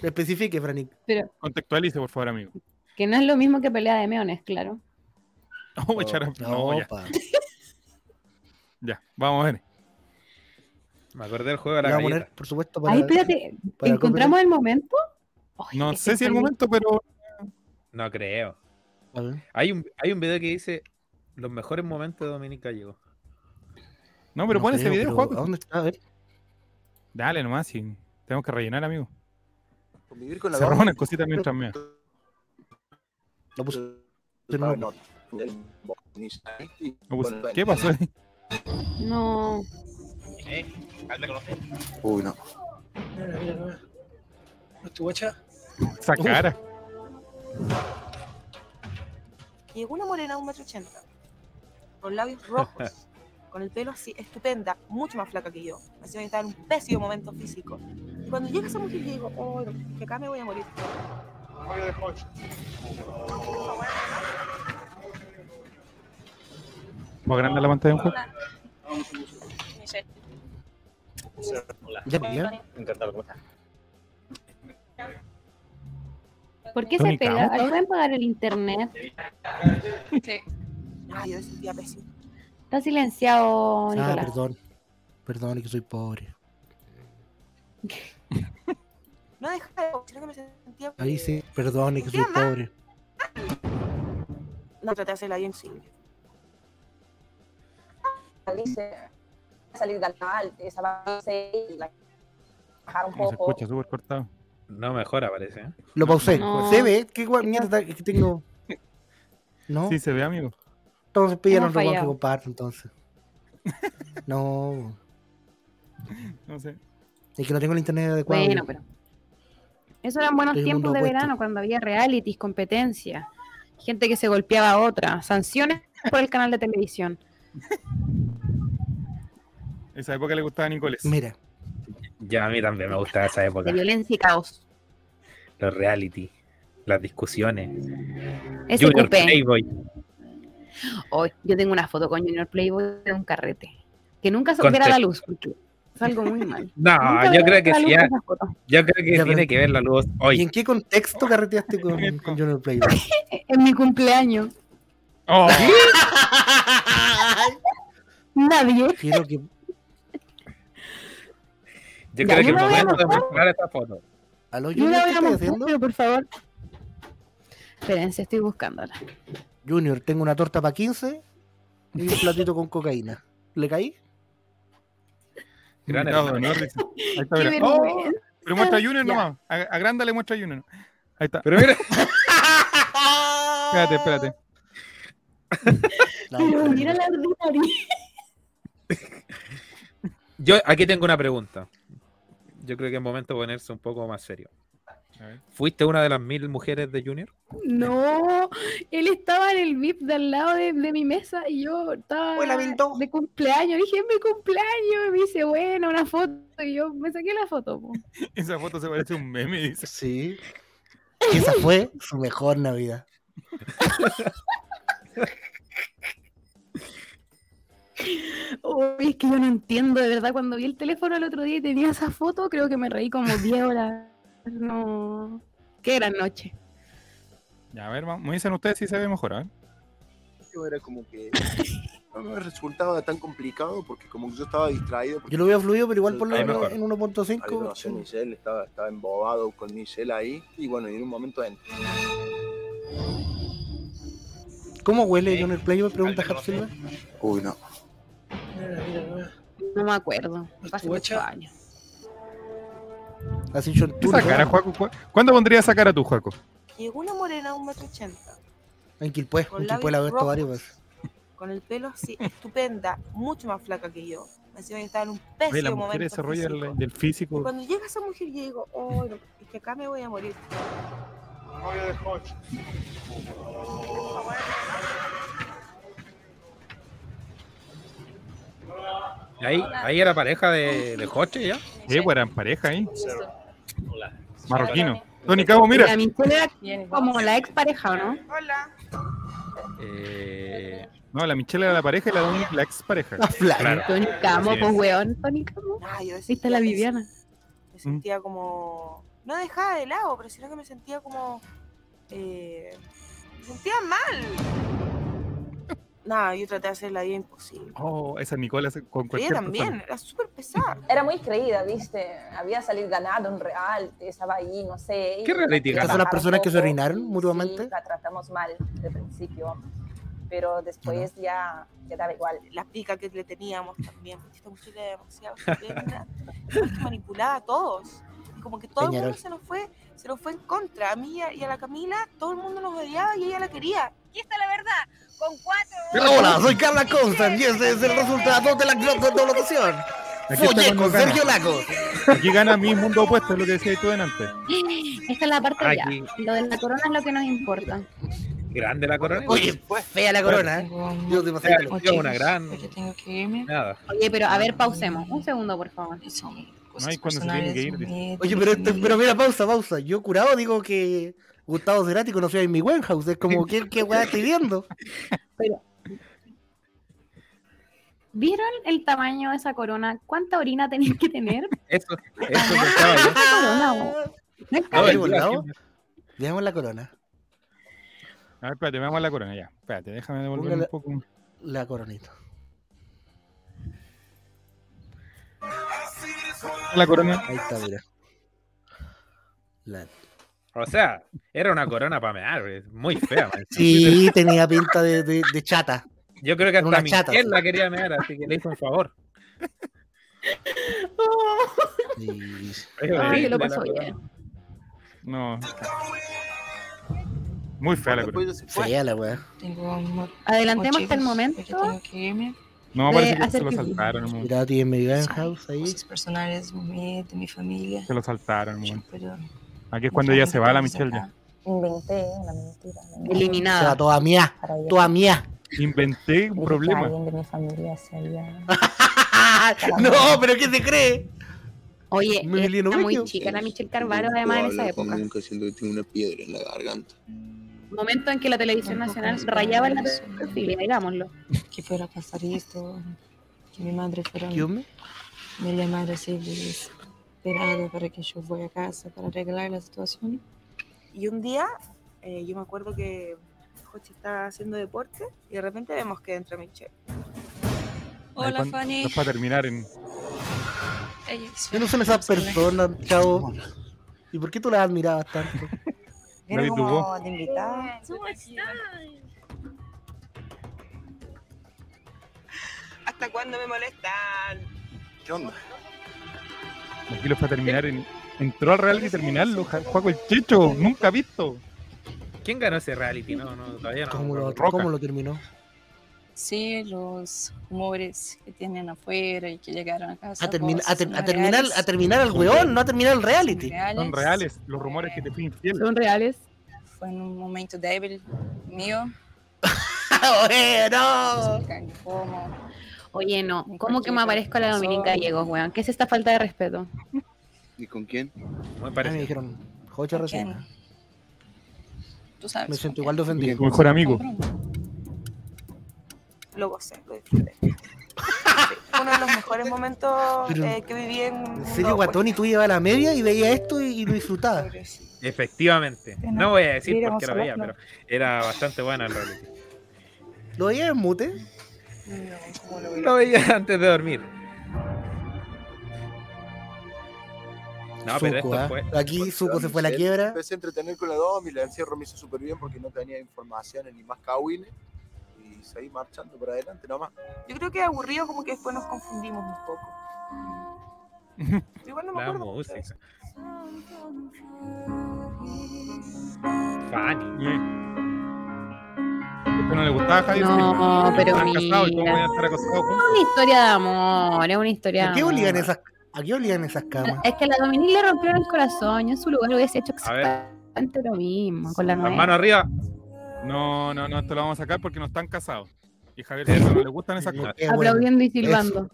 S2: Especifique, Franic.
S4: Pero
S1: Contextualice, por favor, amigo.
S4: que no es lo mismo que pelea de meones, claro.
S1: No,
S2: Oh,
S1: echar a- no, ya,
S2: pa.
S1: ya. Vamos a ver.
S3: Me acordé del juego de
S2: Le
S3: la
S2: vamos a
S3: galleta.
S2: poner, por supuesto, para.
S4: Ay, espérate,
S2: para
S4: ¿encontramos el momento? Ay,
S1: No
S4: es
S1: sé
S4: que
S1: si el
S4: Fran Nick-
S1: momento, pero
S3: No creo.
S2: A ver.
S3: Hay un, hay un video que dice los mejores momentos de Dominica llegó.
S1: no, pero
S2: No
S1: pon ese
S2: creo,
S1: video,
S2: pero, ah. ¿A
S1: Juaco.
S2: dónde está? A ver.
S1: Dale nomás, sí. Tenemos que rellenar, amigo.
S5: Convivir con la
S1: Se roban
S5: verdad.
S1: unas cositas mientras mea.
S2: Lo puse.
S5: Ah, no. ¿eh?
S1: No puse- Ah, pues, ¿Qué pasó? ahí?
S4: No.
S5: Uy, no.
S6: ¿No es tu guacha?
S1: Esa cara.
S7: Llegó una morena de un metro ochenta, con labios rojos, con el pelo así, estupenda, mucho más flaca que yo. Así que estaba en un pésimo momento físico. Y cuando llega esa mujer, yo digo, oh, que acá me voy a morir.
S1: Más grande la pantalla de un juego.
S7: Michelle,
S2: Ya, Ah, mira.
S4: ¿Por qué
S1: Tony
S4: se pega?
S1: Camo.
S4: ¿Ahí pueden pagar el internet?
S7: ay, yo me sentía pésimo.
S4: Está silenciado,
S2: Ah,
S4: Nicolás.
S2: perdón. Perdón, que soy pobre.
S7: No dejaba de sino que me sentía.
S2: Ahí sí, perdón, que soy
S7: Ya, ma.
S2: pobre.
S7: No traté de hacerla bien simple.
S8: Alice, salir del mal, desabastecer y la bajar un
S1: No se
S8: poco.
S1: escucha súper cortado.
S3: No mejora, parece. ¿eh?
S2: Lo pausé.
S4: No.
S2: ¿Se ve? ¿Qué gua- mierda es que tengo? ¿No?
S1: Sí, se ve, amigo.
S2: Entonces pidieron
S4: Hemos
S2: ropa que
S4: fallado.
S2: comparto, entonces. No.
S1: No sé.
S2: Es que no tengo el internet adecuado.
S4: Bueno, pues. pero. Eso eran buenos
S2: Estoy en un
S4: tiempos de
S2: opuesto.
S4: verano, cuando había realities, competencia, gente que se golpeaba a otra, sanciones por el canal de televisión.
S1: Esa época le gustaba a Nicolás.
S2: Mira,
S3: Ya a mí también me gustaba esa
S4: de
S3: época.
S4: violencia y caos.
S3: Los reality, las discusiones.
S4: Ese
S3: Junior
S4: cupé.
S3: Playboy.
S4: Hoy, yo tengo una foto con Junior Playboy de un carrete. Que nunca se
S3: Con
S4: viera
S3: tres.
S4: la luz, porque es algo muy mal.
S3: No,
S4: Nunca
S3: yo
S4: verá
S3: creo que
S4: la
S3: sí.
S4: luz
S3: ya-
S4: esa foto.
S3: Yo creo que
S2: Ya, pero-
S3: tiene que ver la luz
S2: ¿y
S3: hoy.
S2: en qué contexto carreteaste con, con Junior Playboy?
S4: E- En mi cumpleaños,
S1: Oh,
S4: nadie.
S2: Quiero que.
S3: Yo
S4: Ya,
S3: creo que
S4: yo
S3: el
S4: me voy a
S3: momento de mostrar esta foto.
S2: ¿Aló,
S4: Yo la
S2: Junior? ¿Qué
S4: voy a
S2: estás
S4: mostrar,
S2: haciendo?
S4: pero por favor. Espérense, estoy buscándola.
S2: Junior, tengo una torta para 15 y un platito con cocaína. ¿Le caí?
S3: Gran
S1: invitado de
S3: hermano.
S1: honor, dice. Ahí está,
S4: Qué
S1: mira. Oh,
S4: vergüenza.
S1: pero muestra a Junior
S4: Ya.
S1: nomás. A- Agrándale, muestra a Junior. Ahí está.
S3: Pero mira,
S1: Espérate, espérate.
S2: No,
S4: Pero
S2: no.
S4: mira la ordinaria.
S3: yo aquí tengo una pregunta. Yo creo que es momento de ponerse un poco más serio.
S1: A ver.
S3: ¿Fuiste una de las mil mujeres de Junior?
S4: No, él estaba en el VIP de al lado de, de mi mesa y yo estaba
S7: Hola, Bento.
S4: de cumpleaños. Dije, es mi cumpleaños. Y me dice, bueno, una foto. Y yo me saqué la foto. po.
S1: Esa foto se parece a un meme, dice.
S2: Sí. Y Esa fue su mejor Navidad.
S4: Uy, es que yo no entiendo, de verdad, cuando vi el teléfono el otro día y tenía esa foto, creo que me reí como 10 horas. No. Qué gran noche.
S1: Ya, a ver, vamos. me dicen ustedes si se ve mejor, a ver.
S5: Yo era como que no me resultaba tan complicado porque como que yo estaba distraído. porque
S2: Yo lo veo fluido, pero igual por lo
S5: Ahí
S2: menos
S3: mejor.
S2: en
S5: Ahí conocí a
S2: 1.5.
S5: Michelle, estaba, estaba embobado con Michelle ahí. Y bueno, y en un momento en
S2: ¿Cómo huele Junior Playboy? Pregunta ¿eh? Hap Silva.
S5: Uy, no.
S6: Mira, mira, mira.
S4: No me acuerdo.
S3: Pues
S4: fue Hace muchos
S6: Guacha.
S4: años.
S2: Así yo en
S1: Esa
S2: turno,
S1: cara, Juaco. ¿cu- ¿Cuándo pondrías esa cara tú, Juaco?
S7: Llegó una morena de un metro ochenta,
S2: En Quilpué,
S7: Con
S2: en Quilpué la veo
S7: labios
S2: esto varias
S7: rojos.
S2: veces.
S7: con el pelo así, estupenda, mucho más flaca que yo. Así que estaba en un pésimo
S1: Oye, las
S7: momento
S1: mujeres desarrollan
S7: físico.
S1: el- del
S2: uh.
S7: Y
S1: físico.
S7: Cuando llega esa mujer, yo digo, oh, no, es que acá me voy a morir.
S3: Ahí, ahí era pareja de, de Joche ya.
S1: Eh, pues eran pareja ahí.
S9: Hola.
S1: Marroquino. Tony Cabo, mira.
S4: La Michelle era
S9: Bien,
S4: como la ex pareja, ¿o no?
S7: Hola.
S3: Eh,
S1: No, la Michelle era la pareja y la Doni la ex pareja.
S2: La flaca.
S3: Claro.
S4: Tony Camo,
S3: Así
S4: pues
S3: es.
S4: weón, Tony Camo.
S7: Ah, yo
S4: Sí, está la
S7: sentía-
S4: Viviana.
S7: Me
S1: Mm.
S7: sentía como. No dejaba de lado, pero sino que me sentía como. eh, me sentía mal. Nada, yo traté de hacer la vida imposible.
S1: Oh, esa Nicola se- con
S7: Pero
S1: cualquier
S7: ella
S1: persona.
S7: también, era súper pesada.
S8: Era muy creída, viste. Había salido ganado un reality, estaba ahí, no sé. y
S3: ¿Qué reality
S8: la
S3: ganó?
S8: tratamos
S2: ¿Estas son las personas que se
S8: poco,
S2: orinaron
S8: y
S2: mutuamente?
S8: Sí, la tratamos mal de principio, pero después ya, ya daba igual.
S7: La pica que le teníamos también. porque Esta mujer era demasiado estupenda. nos manipulaba a todos. Y como que todo el
S2: Peñarol.
S7: mundo se nos fue, se nos fue en contra. A mí y a- y a la Camila, todo el mundo nos odiaba y ella la quería.
S10: Aquí está la verdad. Con cuatro.
S2: Hola, soy Carla Constant y este es el resultado de la gran votación.
S1: Aquí está
S2: Follé
S1: cuando
S2: con
S1: gana.
S2: Sergio Lagos.
S1: Aquí gana mi mundo opuesto, es lo que decías tú delante.
S4: Esta es la parte de
S3: Aquí.
S4: ya. Lo de la corona es lo que nos importa.
S3: Grande la corona.
S2: Oye, fea la corona. ¿eh? Yo te pasé
S3: Fea.
S2: calor.
S3: Yo una gran-
S9: Porque tengo que irme.
S3: Nada.
S4: Oye, pero a ver, pausemos. Un segundo, por favor.
S9: Son cosas
S1: Ay, cuando se tiene que ir,
S9: personales, son
S2: Oye, pero, esto-
S9: miedos,
S2: pero mira, pausa, pausa. Yo curado digo que Gustavo Cerati conoció a mi Winehouse. Es como, ¿qué, qué weá estoy viendo?
S4: ¿Vieron el tamaño de esa corona? ¿Cuánta orina tenéis que tener?
S3: Eso, eso pensaba yo.
S4: Ah, No es
S3: A
S4: tan-
S3: ver,
S2: Veamos la-
S3: ¿quién-
S2: Veamos la corona.
S1: A ver, espérate, veamos la corona ya. Espérate, déjame devolver un
S2: Póngala-
S1: poco.
S2: La coronita.
S1: La corona.
S2: Ahí está, mira. La-
S3: O sea, era una corona para mear, güey, muy fea. man.
S2: Sí, tenía pinta de, de- de chata.
S3: Yo creo que
S2: Una
S3: hasta
S2: chata,
S3: Miquel la quería mear, así que le hizo un favor.
S2: Sí.
S3: Es
S4: Ay,
S3: horrible
S4: lo
S3: la
S4: pasó
S3: corona.
S4: bien.
S1: No. Muy fea la corona.
S5: Después se fue.
S2: Fea la weá.
S9: Tengo amor.
S4: Adelantemos hasta el
S9: Chicos,
S4: momento.
S9: porque tengo que irme.
S1: No,
S4: De
S1: parece que se
S4: hacer
S1: lo
S4: pipí.
S1: saltaron. mo.
S2: Cerati en mi
S9: Son
S2: Winehouse ahí.
S9: Cosas personales mi- de mi familia.
S1: Se lo saltaron.
S9: Yo,
S1: mo.
S9: pero
S1: Aquí es cuando ella se va la Michelle ya.
S9: acá.
S8: Inventé una mentira. ¿no?
S2: O sea,
S4: Eliminada.
S2: toda mía.
S8: Para llegar.
S2: Toda mía.
S1: Inventé
S8: Dije
S1: un
S8: que
S1: problema.
S8: Alguien de mi familia se había-
S2: no, pero ¿qué se cree?
S4: Oye,
S2: Emiliano
S4: era muy
S2: Vecchio.
S4: chica la Michelle Carvalho, además, en esa época.
S5: Nunca siento que tiene una piedra en la garganta.
S4: Momento en que la televisión
S9: Tampoco
S4: nacional
S9: es
S4: rayaba en la
S9: eso.
S4: pedofilia, digámoslo.
S9: Que fuera a pasar esto. Que mi madre fuera.
S2: ¿Qué hombre?
S9: me llamaron así desesperado para que yo voy a casa para arreglar la situación.
S7: Y un día, eh, yo me acuerdo que Jochi estaba haciendo deporte y de repente vemos que entra Michelle.
S1: Ahí
S9: Hola
S1: cuan-
S9: Fanny.
S1: Esto es para terminar en.
S9: Ella
S2: Yo no soy esa persona, chavo. ¿Y por qué tú la admirabas tanto?
S7: Viene
S1: David
S7: como
S1: Dubó.
S7: de invitada. ¿Hasta cuándo me molestan?
S5: ¿Qué onda?
S1: Aquí lo fue a terminar en. Entró al reality y terminarlo. Ja- Juaco el Checho, nunca visto.
S3: ¿Quién ganó ese reality? No, no, todavía no.
S2: ¿Cómo lo,
S1: Roca.
S2: cómo lo terminó?
S9: Sí, los rumores que tienen afuera y que llegaron a casa.
S2: A, termin-
S9: pues,
S2: a, ter-
S9: son
S2: a terminar,
S9: reales,
S2: a terminar
S3: Mm,
S2: el weón, no a terminar el
S9: son
S2: reality.
S1: Son reales los rumores que te fui infiel.
S4: Son reales.
S9: Fue en un momento débil mío.
S2: Oye, no.
S9: explican cómo.
S4: Oye, no.
S9: Con
S4: ¿Cómo que me
S9: cualquier
S4: aparezco a la
S9: razón.
S4: Dominica Gallegos, weón? ¿Qué es esta falta de respeto?
S5: ¿Y con quién?
S3: Muy
S2: A mí me
S3: parecido.
S2: dijeron, Jocho recién.
S9: Tú sabes.
S2: Me
S9: con
S2: siento igual de
S1: Mi
S2: ofendido.
S1: mejor amigo.
S7: Lo gocé, lo disfruté. Sí, fue uno de los mejores momentos
S2: Pero-
S7: eh, que viví en.
S2: En
S7: un
S2: serio,
S7: rock,
S2: guatón,
S9: pues.
S2: y tú llevabas la media y veías esto y, y lo disfrutabas.
S7: pobrecito.
S3: Efectivamente.
S9: Tenemos
S3: No voy a
S9: que
S3: decir
S9: ir a
S3: por qué lo veía,
S9: Gonzalo.
S3: pero era bastante buena el reality.
S2: ¿Lo veías en mute?
S9: No, ¿cómo lo
S3: Lo veía antes de dormir. No, pero
S2: Zuko, ¿ah?
S3: esto fue. Pues,
S2: Aquí Zuko se fue a la quiebra.
S5: Empecé a entretener con la Domi, la encierro me hizo súper bien porque no tenía información ni más cagüines. Y seguí marchando para adelante nomás.
S7: Yo creo que aburrido, como que después nos confundimos un poco. Yo Igual no me
S3: La
S7: acuerdo.
S3: música. Fanny.
S4: Eh.
S1: Esto no le gustaba a Javier.
S4: No,
S1: Silva.
S4: pero
S1: Están casados y ¿Cómo
S4: mira.
S1: voy a estar acosados juntos?
S4: Es una historia de amor, es una historia
S2: ¿A
S4: de
S2: qué
S4: amor.
S2: obligan esas, a qué obligan esas camas?
S4: Es que la Dominique le rompieron el corazón. Yo en su lugar hubiese hecho
S3: A ver.
S4: exactamente lo mismo con la
S3: Las
S4: nueva.
S3: manos arriba.
S1: No, no, no, esto lo vamos a sacar porque no están casados. Y Javier Silva no le gustan esas cosas.
S2: Qué bueno.
S4: Aplaudiendo y silbando.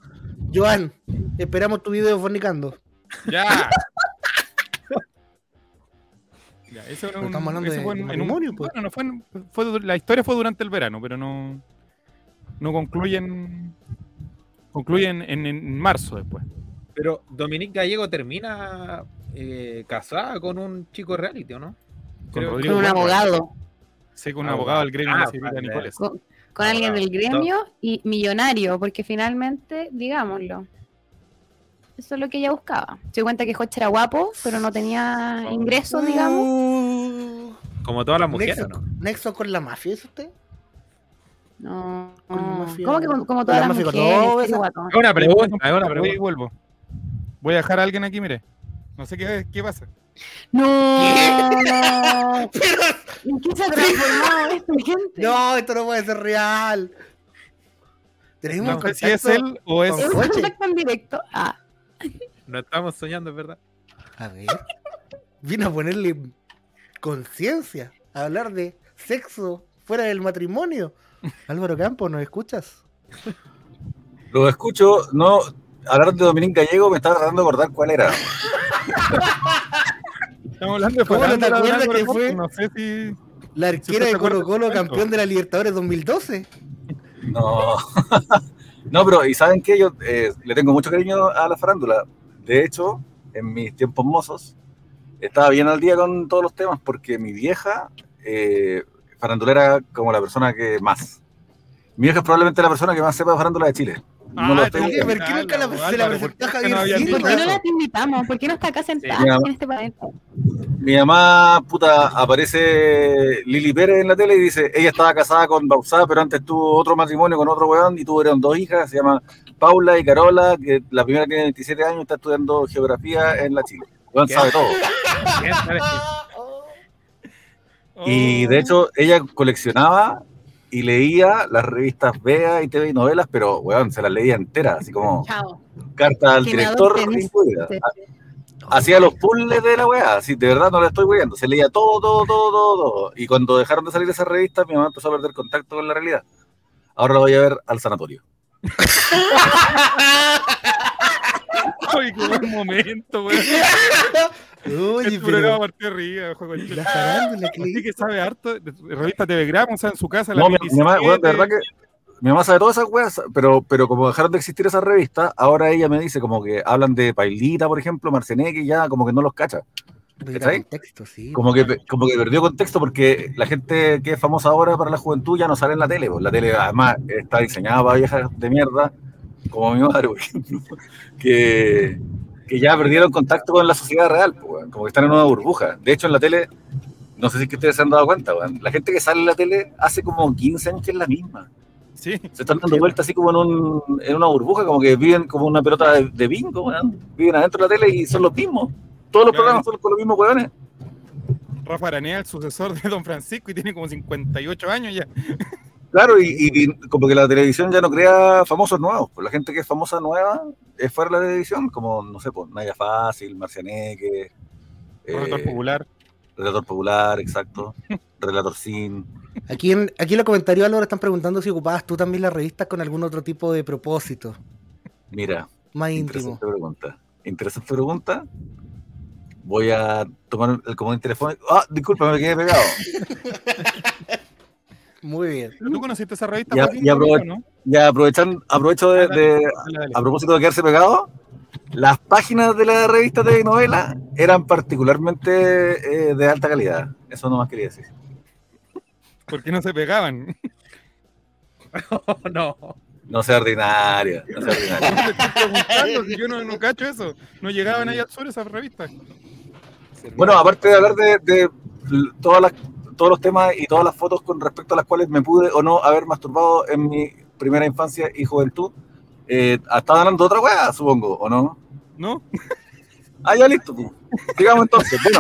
S2: Joan, esperamos tu video fornicando.
S1: ¡Ya! Ya, eso era
S2: Pero
S1: un-
S2: estamos hablando
S1: eso
S2: de-
S1: fue en-
S2: de
S1: en un-
S2: matrimonio, pues.
S1: Bueno, no fue, en- fue dur- la historia fue durante el verano, pero no, no concluyen. Concluyen en, en marzo después.
S3: Pero Dominique Gallego termina eh, casada con un chico reality, ¿o no?
S1: Con
S3: Creo-
S1: Rodrigo
S4: Con un
S1: Cuadra.
S4: abogado,
S1: Sí, con un abogado del gremio,
S3: Ah,
S1: la señorita
S3: vale.
S1: Nicoles.
S4: con, con alguien del gremio y millonario, porque finalmente, digámoslo, eso es lo que ella buscaba. Se dio cuenta que Joch era guapo, pero no tenía ingresos, digamos.
S2: Uh,
S3: Como todas las mujeres,
S2: nexo,
S3: ¿o ¿no?
S2: nexo con la mafia, ¿es usted?
S4: No,
S2: Con la mafia-
S4: como que con- como
S2: con
S4: todas
S2: la
S4: las
S2: mafia, con
S4: mujeres,
S2: todo
S4: sí,
S2: esa-
S4: guatón.
S3: Es una pregunta, es una
S1: Voy y
S3: pregunta.
S1: vuelvo. Voy a dejar a alguien aquí, mire. No sé qué, qué pasa.
S4: No, ¿en qué se ha transformado esta gente?
S2: No, esto no puede ser real. Tenemos
S1: No
S2: un
S1: sé si
S2: contacto
S1: es él o es.
S2: con
S4: Es un
S2: Joche.
S4: contacto en directo. Ah,
S3: No estamos soñando, es verdad.
S2: A ver. Vino a ponerle conciencia, a hablar de sexo fuera del matrimonio. Álvaro Campos, ¿nos escuchas?
S10: Lo escucho, no. Hablar de Dominic Gallego me estaba tratando de acordar cuál era.
S1: Estamos hablando de
S2: ¿Cómo no te
S1: farándula,
S2: acuerdas
S1: Álvaro
S2: que
S1: Costa,
S2: fue?
S1: No sé si.
S2: La arquera de
S1: te acuerdas
S2: Colo Colo,
S1: del momento.
S2: campeón de la Libertadores 2012.
S10: No. no, pero ¿y saben qué? Yo eh, le tengo mucho cariño a la farándula. De hecho, en mis tiempos mozos, estaba bien al día con todos los temas porque mi vieja, eh, farandulera como la persona que más. Mi vieja es probablemente la persona que más sepa de farándula de Chile. No lo estoy
S2: tenía que
S10: buscando.
S2: ver. ¿por qué nunca la-
S1: Álvaro,
S2: se la
S1: Álvaro,
S2: presentó
S1: ¿por
S2: a
S1: qué no
S2: Javier
S1: habían
S2: Silva?
S1: dicho
S4: ¿Por qué no
S1: eso?
S4: la invitamos? ¿Por qué no está acá sentada
S10: ya.
S4: en este panel?
S10: Mi mamá, puta, aparece Lili Pérez en la tele y dice, ella estaba casada con Bausá, pero antes tuvo otro matrimonio con otro weón y tuvieron dos hijas, se llama Paula y Carola, que la primera tiene 27 años, está estudiando geografía en la Chile. Weón
S3: ¿Qué?
S10: sabe todo.
S3: Bien, dale.
S10: Y de hecho, ella coleccionaba y leía las revistas Vea y TV y novelas, pero weón, se las leía entera, así como
S4: Chao.
S10: carta al
S4: Que me
S10: director
S4: adopten.
S10: incluida. hacía los puzzles de la weá, así, de verdad no la estoy weyando, se leía todo, todo, todo, todo, todo. Y cuando dejaron de salir esas revistas, mi mamá empezó a perder contacto con la realidad. Ahora la voy a ver al sanatorio.
S1: Ay, qué buen momento, weón.
S2: Uy,
S1: Este programa
S2: pero
S1: partió arriba, juego de
S2: la farándula que le-
S1: Así que sabe harto. Revista TV Gram, o sea, en su casa. la
S10: No, mi, mi mamá, weón, de
S1: 17,
S10: verdad que mi mamá sabe todas esas weas, pero, pero como dejaron de existir esas revistas, ahora ella me dice como que hablan de Pailita, por ejemplo, Marceneque, ya como que no los cacha.
S2: Mira,
S10: ¿cachai?
S2: contexto, sí.
S10: Como que, como que perdió contexto porque la gente que es famosa ahora para la juventud ya no sale en la tele. pues. La tele además está diseñada para viejas de mierda, como mi madre, por ejemplo, que, que ya perdieron contacto con la sociedad real, pues, weón. como que están en una burbuja. De hecho, en la tele, no sé si es que ustedes se han dado cuenta, weón, la gente que sale en la tele hace como 15 años que es la misma.
S1: Sí.
S10: Se están dando vueltas así como en, un- en una burbuja, como que viven como una pelota de, de bingo, weón. viven adentro de la tele y son los mismos. Todos los
S1: Claro.
S10: programas son con los mismos hueones.
S1: Rafa Aranea, el sucesor de Don Francisco, y tiene como 58 años ya.
S10: Eh, Claro, y, y- y como que la televisión ya no crea famosos nuevos. Pues la gente que es famosa nueva es fuera de la televisión, como, no sé, pues Naya Fácil, Marcianeque, eh,
S1: Relator popular.
S10: Relator Popular, exacto, Relator Sin.
S2: Aquí en, aquí en los comentarios, Álvaro, están preguntando si ocupabas tú también las revistas con algún otro tipo de propósito
S10: Mira,
S2: más íntimo.
S10: interesante pregunta. Interesante pregunta. Voy a tomar el comodín telefónico. Ah, disculpa, me quedé pegado.
S2: Muy bien.
S1: Pero ¿Tú conociste esa revista?
S10: Ya-
S1: Joaquín,
S10: ya
S1: también,
S10: probé.
S1: ¿no?
S10: Ya aprovechan, aprovecho de, de-
S1: Dale, dale.
S10: a propósito de quedarse pegado, las páginas de la revista de novela eran particularmente eh, de alta calidad. Eso nomás quería decir.
S1: ¿Por qué no se pegaban?
S3: no.
S10: No sea ordinario. No sea
S1: Te
S10: ordinario.
S1: Pues, estoy preguntando si yo no, no cacho eso. No llegaban ahí al sur esas revistas.
S10: Bueno, aparte de hablar de, de l- todas las, todos los temas y todas las fotos con respecto a las cuales me pude o no haber masturbado en mi primera infancia y juventud, eh, estaba hablando de otra weá, supongo, ¿o no?
S1: ¿No?
S10: Ah, ya listo. pues. Sigamos entonces. Bueno,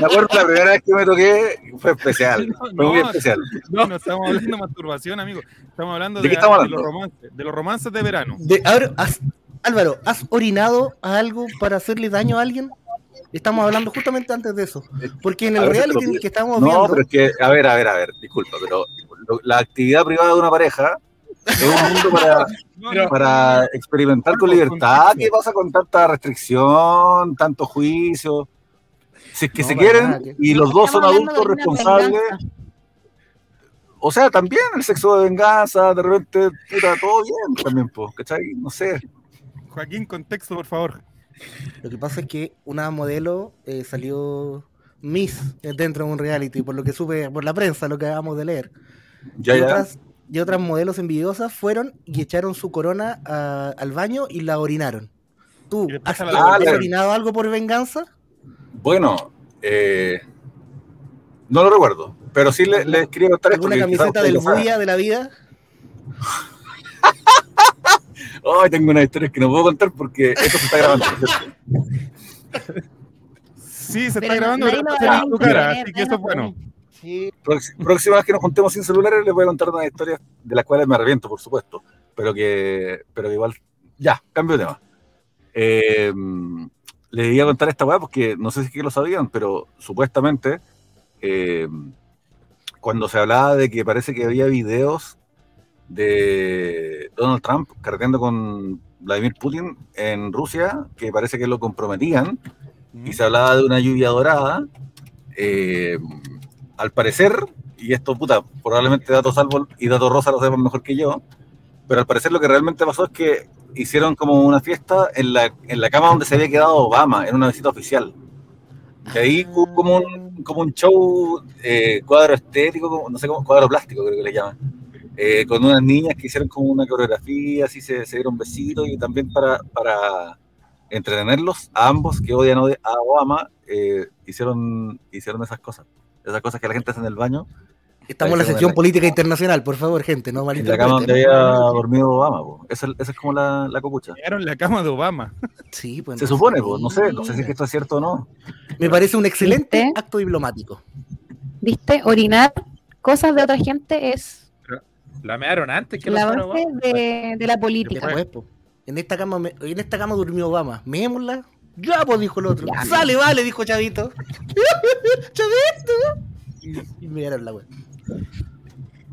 S10: me acuerdo que la primera vez que me toqué fue especial. Fue muy
S1: No,
S10: especial.
S1: No, estamos hablando de masturbación, amigo. Estamos hablando
S10: ¿De
S1: de,
S10: qué estamos
S1: de los romances, de los romances de verano.
S2: De- ahora, ¿has- Álvaro, ¿has orinado a algo para hacerle daño a alguien? Estamos hablando justamente antes de eso. Porque en
S10: Eh, A
S2: el
S10: ver si te lo
S2: reality
S10: pido.
S2: que estamos
S10: No,
S2: viendo,
S10: pero es que, a ver, a ver, a ver, disculpa, pero lo- la actividad privada de una pareja es un mundo para,
S1: No,
S3: Pero-
S1: no,
S10: para experimentar con libertad. ¿Qué pasa con tanta restricción, tanto juicio? Si es que
S2: No,
S10: se
S2: para
S10: quieren
S2: nada, que-
S10: y los dos son
S4: Estamos hablando
S10: adultos
S4: de una
S10: responsables.
S4: venganza.
S10: O sea, también el sexo de venganza, de repente, puta, todo bien también, po, ¿cachai? No sé.
S1: Joaquín, contexto, por favor.
S2: lo que pasa es que una modelo eh, salió Miss eh, dentro de un reality, por lo que supe por la prensa, lo que acabamos de leer.
S10: Ya,
S2: y,
S10: ya.
S2: Otras, y otras modelos envidiosas fueron y echaron su corona a- al baño y la orinaron. ¿Tú
S1: Y después
S2: has,
S1: se la
S2: has
S10: lavaron.
S2: orinado algo por venganza?
S10: Bueno, eh, no lo recuerdo, pero sí le- les quería contar esto.
S2: ¿Alguna
S10: que quizás
S2: camiseta
S10: ustedes
S2: del
S10: lo saben.
S2: Buya de la vida?
S10: Ay, tengo unas historias que no puedo contar porque esto se está grabando.
S1: Sí, se está
S4: Pero
S1: grabando,
S4: nadie
S1: pero
S4: lo
S1: se
S4: va
S1: ve
S4: a
S1: en tu cara,
S4: entender,
S1: así que
S4: nadie
S1: eso
S4: lo
S1: es bueno.
S2: Sí.
S10: Prox- Próxima vez que nos juntemos sin celulares, les voy a contar unas historias de las cuales me arrepiento, por supuesto. pero que, pero que igual. Ya, cambio de tema. Eh, les iba a contar esta weá porque no sé si es que lo sabían, pero supuestamente eh, cuando se hablaba de que parece que había videos de Donald Trump carreteando con Vladimir Putin en Rusia, que parece que lo comprometían, y se hablaba de una lluvia dorada, eh, al parecer, y esto puta, probablemente Dato Salvo y Dato Rosa lo sepan mejor que yo, pero al parecer lo que realmente pasó es que hicieron como una fiesta en la, en la cama donde se había quedado Obama, en una visita oficial. Y ahí hubo como un, como un show, eh, cuadro estético, como- no sé cómo, cuadro plástico creo que le llaman, eh, con unas niñas que hicieron como una coreografía, así se, se dieron besitos y también para, para entretenerlos a ambos que odian odi- a Obama, eh, hicieron, hicieron esas cosas, esas cosas que la gente hace en el baño.
S2: Estamos en la
S10: Hicieron
S2: sección política internacional, por favor, gente, no
S10: en la cama donde
S2: malinterpreten.
S10: había dormido Obama, po. Esa, es- esa es como la, la copucha.
S1: Llegaron la cama de Obama.
S2: Sí, pues.
S10: Se
S2: entonces-
S10: supone, po. no sé, no sé si es que esto es cierto o no.
S2: Me parece un excelente
S4: ¿Viste?
S2: acto diplomático.
S4: ¿Viste? Orinar cosas de otra gente es
S3: La mearon antes que
S4: la
S3: lanzara
S4: base
S3: Obama.
S4: de, de la política.
S2: Después, po. En esta cama, me- en esta cama durmió Obama. Mémosla. Ya, pues, dijo el otro.
S4: Ya,
S2: Sale, vale, dijo Chavito. Chavito. Y, y me dieron la wea.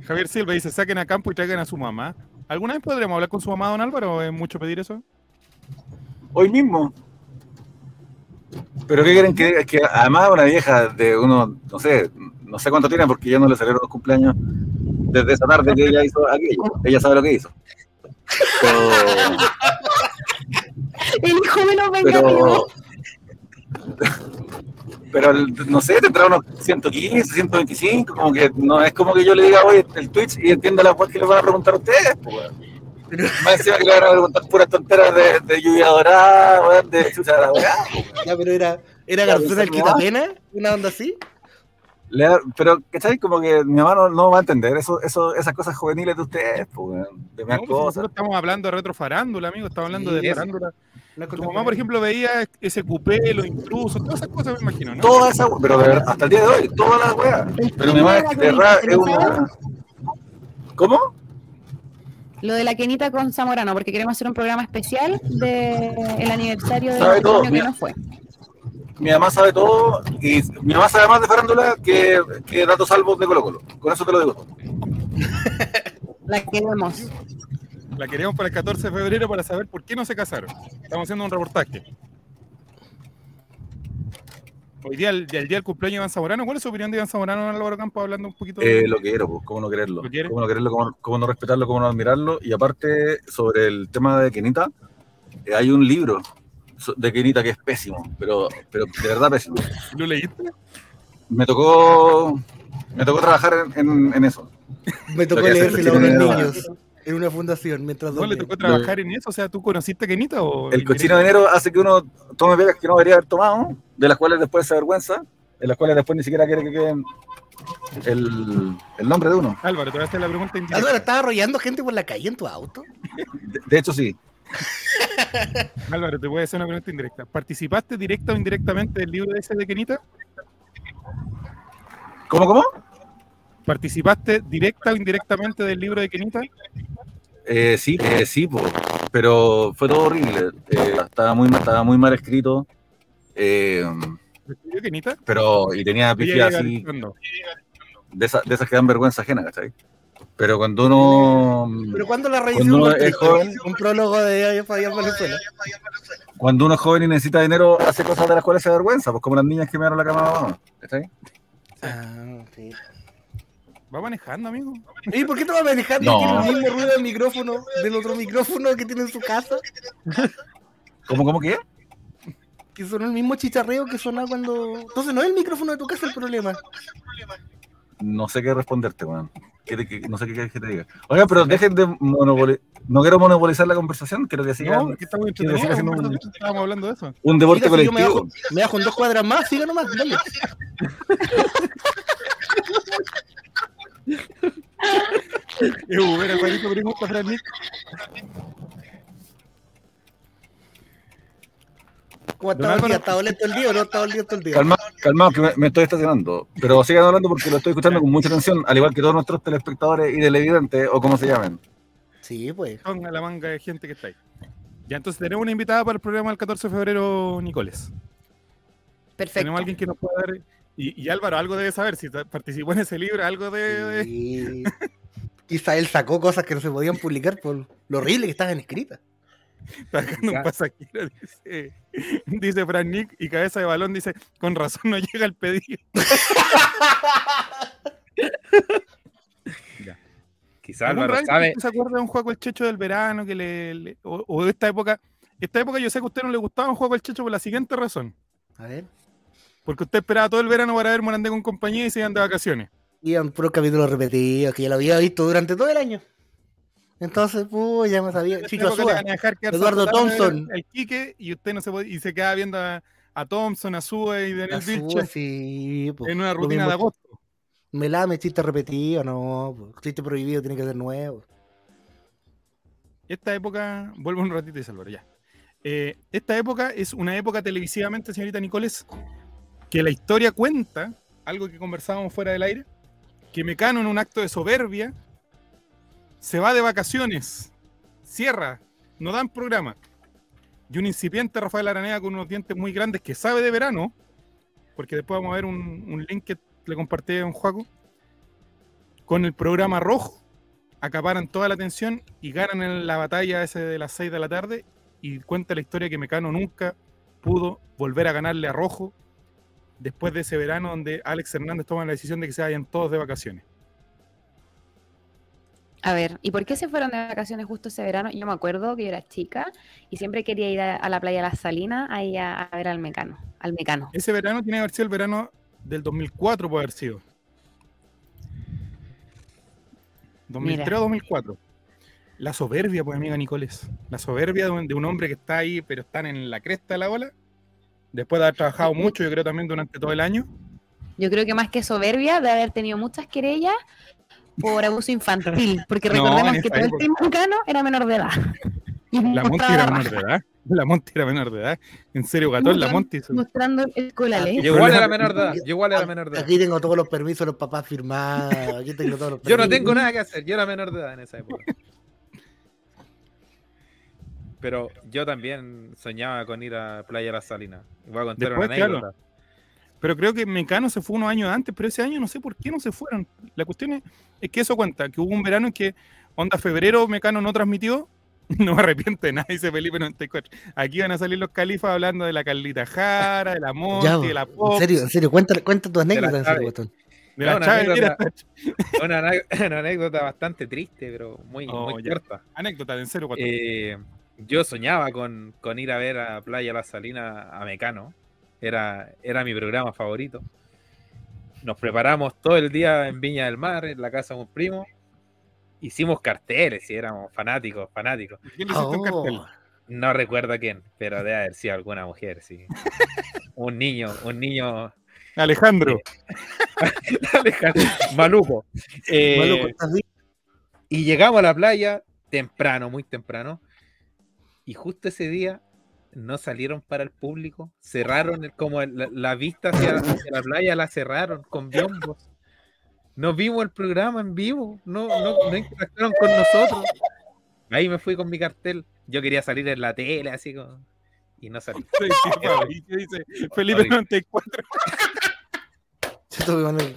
S1: Javier Silva dice, saquen a campo y traigan a su mamá. ¿Alguna vez podremos hablar con su mamá, don Álvaro? ¿Es mucho pedir eso?
S10: Hoy mismo. Pero qué quieren que, que además una vieja de uno, no sé, no sé cuánto tiene porque yo no le celebro los cumpleaños desde esa tarde que ella hizo aquello. Ella sabe lo que hizo. Pero-
S4: El hijo menos vengativo.
S10: pero pero el- no sé, tendrá unos 115, 125, como que no es como que yo le diga, oye, el Twitch y entienda las cosas que le van a preguntar a ustedes, po, weón. Más encima que le van a preguntar puras tonteras de, de lluvia dorada, weón, de chucha de la weá, po.
S2: Ya, pero era, era
S10: Ya,
S2: Garzón
S10: pensé
S2: el
S10: que no.
S2: quitapena, una onda así.
S10: Le da- Pero, ¿cachai? Como que mi mamá no, no va a entender eso, eso, esas cosas juveniles de ustedes, po, weón, de
S1: No,
S10: más
S1: pues si
S10: cosas.
S1: nosotros estamos hablando de retrofarándula, amigo. Estamos hablando
S3: Sí,
S1: de
S3: eso.
S1: farándula.
S2: Una
S1: Tu mamá, por ejemplo, veía ese cupé, los intrusos, todas esas cosas, me imagino, ¿no?
S10: Toda esa, pero de verdad, hasta el día de hoy, todas las weas. Pero mi mamá es, de verdad, es una. ¿Cómo?
S4: Lo de la Kenita con Zamorano, porque queremos hacer un programa especial del aniversario del
S10: Sabe
S4: matrimonio
S10: todo,
S4: que
S10: mira.
S4: no fue.
S10: mi mamá sabe todo y mi mamá sabe más de farándula que, que datos salvos de Colo Colo. Con eso te lo digo todo.
S4: La queremos.
S1: La queríamos para el 14 de febrero para saber por qué no se casaron. Estamos haciendo un reportaje. Hoy día, el, el día del cumpleaños de Iván Zamorano, ¿cuál es su opinión de Iván Zamorano, don Álvaro Campo, hablando un poquito de...
S10: Eh, lo quiero, pues, cómo no quererlo.
S1: ¿Lo quiere?
S10: Cómo no quererlo, cómo, cómo no respetarlo, cómo no admirarlo. Y aparte, sobre el tema de Kenita, eh, hay un libro so- de Kenita que es pésimo, pero, pero de verdad pésimo.
S1: ¿Lo leíste?
S10: Me tocó, me tocó trabajar en, en- en eso.
S2: Me tocó
S10: Lo que hace el
S2: leérselo a unos
S10: chileno de
S2: niños en una fundación mientras
S1: ¿No le
S2: dormía.
S1: tocó trabajar en eso? O sea, ¿tú conociste a Kenita o...?
S10: El cochino de enero hace que uno tome pegas que no debería haber tomado, de las cuales después se avergüenza, de las cuales después ni siquiera quiere que queden el, el nombre de uno.
S1: Álvaro, te voy a hacer la pregunta
S2: Ah,
S1: indirecta.
S2: no, estaba arrollando gente por la calle en tu auto.
S10: De, de hecho, sí.
S1: Álvaro, te voy a hacer una pregunta indirecta. ¿Participaste directa o indirectamente del libro ese de Kenita?
S10: ¿Cómo, cómo?
S1: ¿Participaste directa o indirectamente del libro de Kenita?
S10: Eh, sí, eh, sí, po. pero fue todo horrible. Eh, estaba, muy, mal- estaba muy mal escrito, eh,
S1: ¿Lo escribió Kenita?
S10: pero y tenía
S1: Ella
S10: pifias
S1: iba
S10: así,
S1: diciendo,
S10: de esas, de esas que dan vergüenza ajena, ¿cachai? Pero cuando uno,
S2: Pero cuando la
S10: Cuando
S2: reedición
S10: uno
S2: lo
S10: es joven-
S2: un prólogo de Fabián Valenzuela.
S10: cuando uno es joven y necesita dinero, hace cosas de las cuales se avergüenza, pues como las niñas que me dieron la cama abajo, ¿cachai?
S2: Ah, sí.
S1: Va manejando, amigo.
S2: ¿Y por qué te vas manejando
S10: No.
S2: y tiene el mismo ruido del micrófono del otro micrófono que tiene en su casa?
S10: ¿Cómo, cómo qué?
S2: Que sonó el mismo chicharreo que sonaba cuando. Entonces no es el micrófono de tu casa el problema.
S10: No sé qué responderte, weón. ¿Qué te- qué- no sé qué quieres que te diga. Oiga, pero dejen de monopolizar. No quiero monopolizar la conversación, quiero que sigan
S1: No, porque estamos
S10: que sigan
S1: entretenidos.
S10: haciendo un,
S1: conversación, Estábamos hablando de eso.
S10: un deporte
S2: Diga, si yo me
S10: colectivo.
S2: bajo, me bajo en dos cuadras más, siga nomás, dale.
S1: Es Uber, Alvarito, pregunta para Nick.
S2: Como
S1: Don Álvaro.
S2: estaba el día, estaba lento el día o no estaba lento el día.
S10: Calma, calma, que me, me estoy estacionando. Pero sigan hablando porque lo estoy escuchando con mucha atención, al igual que todos nuestros telespectadores y televidentes, o como se llamen.
S2: Sí, pues.
S1: Son a la manga de gente que está ahí. Ya, entonces tenemos una invitada para el programa del 14 de febrero, Nicoles.
S4: Perfecto.
S1: Tenemos alguien que nos pueda dar. Y, y Álvaro, algo debe saber. Si ta- participó en ese libro, algo de. de-
S2: Sí. Quizá él sacó cosas que no se podían publicar por lo horrible que estaban escritas.
S1: está dejando un pasaquero, dice, dice Fran Nick. Y cabeza de balón dice: Con razón no llega el pedido.
S3: Quizás
S1: ¿Algún
S3: Álvaro
S1: radio
S3: sabe.
S1: que ¿Se acuerda de un juego el checho del verano? que le, le- o, o de esta época. Esta época yo sé que a usted no le gustaba un juego el checho por la siguiente razón.
S2: A ver.
S1: Porque usted esperaba todo el verano para ver Morandé con compañía y se iban de vacaciones.
S2: Iban puros capítulos repetidos que ya lo había visto durante todo el año. Entonces, pues ya me sabía.
S1: Esta
S2: Chicho
S1: época le
S2: Azúa,
S1: van a dejar quedarse
S2: Eduardo
S1: hasta tarde
S2: Thompson.
S1: El Quique y usted no se podía, y se quedaba viendo a, a Thompson, a Sue y Daniel
S2: Azúa,
S1: Vilche
S2: sí, pues,
S1: en una
S2: lo
S1: rutina
S2: mismo.
S1: de agosto.
S2: Me la metiste repetido, no. pues, Chiste prohibido, tiene que ser nuevo.
S1: Esta época, vuelvo un ratito y Álvaro, ya. Eh, esta época es una época televisivamente, señorita Nicoles, que la historia cuenta, algo que conversábamos fuera del aire, que Mecano en un acto de soberbia se va de vacaciones, cierra, no dan programa. Y un incipiente Rafael Araneda con unos dientes muy grandes que sabe de verano, porque después vamos a ver un, un link que le compartí a un Juaco, con el programa rojo, acaparan toda la atención y ganan en la batalla ese de las 6 de la tarde y cuenta la historia que Mecano nunca pudo volver a ganarle a Rojo después de ese verano donde Alex Hernández toma la decisión de que se vayan todos de vacaciones.
S4: A ver, ¿y por qué se fueron de vacaciones justo ese verano? Yo me acuerdo que yo era chica y siempre quería ir a, a la playa La Salina ahí a, a ver al mecano, al mecano.
S1: Ese verano tiene que haber sido el verano del 2004, puede haber sido. 2003 o 2004. La soberbia, pues, amiga Nicoles. La soberbia de un, de un hombre que está ahí, pero están en la cresta de la ola. Después de haber trabajado mucho, yo creo también durante todo el año.
S4: Yo creo que más que soberbia de haber tenido muchas querellas por abuso infantil, porque
S1: No,
S4: recordemos
S1: en esa
S4: que todo el
S1: época.
S4: team mecano era menor de edad. Y
S1: La Monti
S4: mostraba
S1: era
S4: la
S1: menor de
S4: raja,
S1: edad. La Monti era menor de edad. En serio, Gatón, la Monti. se-
S4: mostrando el colale.
S3: Ah, Yo igual era menor de edad. Yo igual era menor de edad.
S2: Aquí tengo todos los permisos de los papás firmados. Aquí tengo todos los
S3: Yo
S2: permisos.
S3: no tengo nada que hacer. Yo era menor de edad en esa época. Pero yo también soñaba con ir a Playa La Salina. Y Voy a contar
S1: Después,
S3: una
S1: claro.
S3: anécdota.
S1: Pero creo que Mecano se fue unos años antes, pero ese año no sé por qué no se fueron. La cuestión es, es que eso cuenta, que hubo un verano en que onda febrero Mecano no transmitió. No me arrepiento de nada, dice Felipe 94. Aquí van a salir los califas hablando de la Carlita Jara, de la Monti,
S2: Ya,
S1: de la
S2: en
S1: Pop,
S2: serio, en serio, cuenta, cuenta tu
S3: la
S2: anécdota en serio,
S3: Chávez.
S2: Guatón.
S1: de
S3: Ya,
S1: la
S3: una
S1: Chávez. Mira,
S3: anécdota, una, ana- una anécdota bastante triste, pero muy,
S1: Oh,
S3: muy
S1: ya.
S3: corta.
S1: anécdota de en serio. cuatro.
S3: Eh, yo soñaba con, con ir a ver a Playa La Salina a Mecano. Era, era mi programa favorito. Nos preparamos todo el día en Viña del Mar, en la casa de un primo. Hicimos carteles y éramos fanáticos, fanáticos.
S1: ¿Quién le hiciste un
S2: Oh,
S1: cartel?
S3: No recuerdo quién, pero debe haber sido alguna mujer, sí. Un niño, un niño
S1: Alejandro.
S3: Alejandro, Maluco. Eh,
S2: Maluco, ¿estás bien?
S3: Y llegamos a la playa temprano, muy temprano. Y justo ese día no salieron para el público. Cerraron el- como el- la, la vista hacia, hacia la playa, la cerraron con biombos. No vimos el programa en vivo. No, no, no interactuaron con nosotros. Ahí me fui con mi cartel. Yo quería salir en la tele, así como. Y no salí.
S1: Sí, sí, Fabricio, dice Felipe
S3: Horrible.
S1: 94.
S2: Yo tuve con el-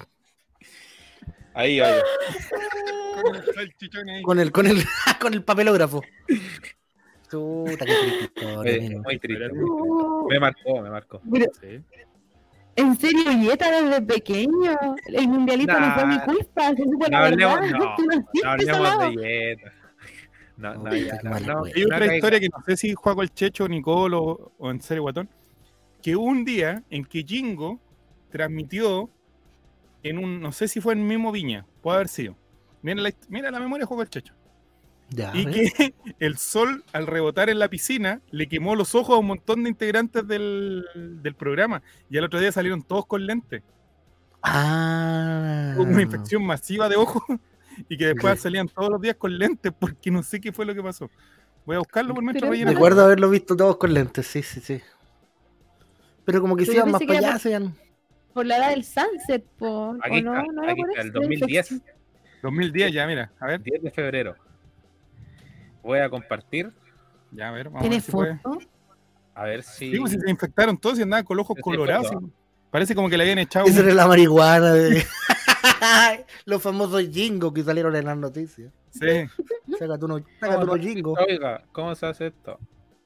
S3: Ahí, ahí.
S1: Con el salchichón ahí.
S2: Con el, con el, con el papelógrafo. Chuta, qué triste
S1: Eh,
S2: historia,
S3: Fue
S2: amigo.
S3: muy triste.
S4: Uh,
S3: Me marcó, me marcó.
S4: pero,
S1: Sí.
S4: en serio, Yeta, desde pequeño, el mundialito no fue mi
S3: Nah.
S4: culpa, se supo
S3: No
S4: la
S3: hablemos,
S4: verdad,
S3: no,
S4: tú no
S3: no
S4: hiciste esa
S3: hablemos
S4: nada.
S3: de dieta. No, no,
S2: No,
S3: ya,
S2: qué
S3: no,
S2: mala
S3: no,
S2: wea.
S1: Hay
S3: no
S1: otra
S3: caiga.
S1: historia que no sé si Juaco el Checho, Nicolo o, o en serio Guatón, que hubo un día en que Jingo transmitió en un, no sé si fue en mismo Viña, puede haber sido. Mira la, hist- mira la memoria de Juaco el Checho.
S2: Ya, ¿eh?
S1: Y
S2: ¿ves?
S1: que el sol al rebotar en la piscina le quemó los ojos a un montón de integrantes del, del programa. Y al otro día salieron todos con lentes.
S2: Ah.
S1: Hubo una infección masiva de ojos y que después
S2: Sí.
S1: salían todos los días con lentes porque no sé qué fue lo que pasó. Voy a buscarlo por nuestro
S4: Pero-
S1: relleno.
S2: Recuerdo haberlo visto todos con lentes, sí, sí, sí. Pero como que
S4: Pero
S2: se iban
S4: yo
S2: más
S4: pensé
S2: para
S4: que
S2: allá,
S4: era-
S2: se iban-
S4: Por la edad del sunset, po,
S3: Aquí
S4: ¿o Oh, no?
S3: está,
S4: ¿No era
S3: aquí
S4: por
S3: está, el
S4: eso?
S3: 2010,
S1: 2010 ya, mira. A ver.
S3: 10 de febrero. Voy a compartir.
S1: Ya, a ver, vamos a
S4: ¿Tiene
S1: ver si puede.
S4: foto?
S3: A ver si.
S1: Sí, pues, si se infectaron todos y andaban con los ojos
S3: Sí,
S1: colorados.
S3: foto.
S1: sí. pues. Parece como que le habían echado.
S2: Esa
S1: un-
S2: era la marihuana de... Los famosos jingos que salieron en las noticias.
S1: Sí.
S2: Sácate unos, sácate unos jingos.
S3: Oiga, ¿cómo se hace esto?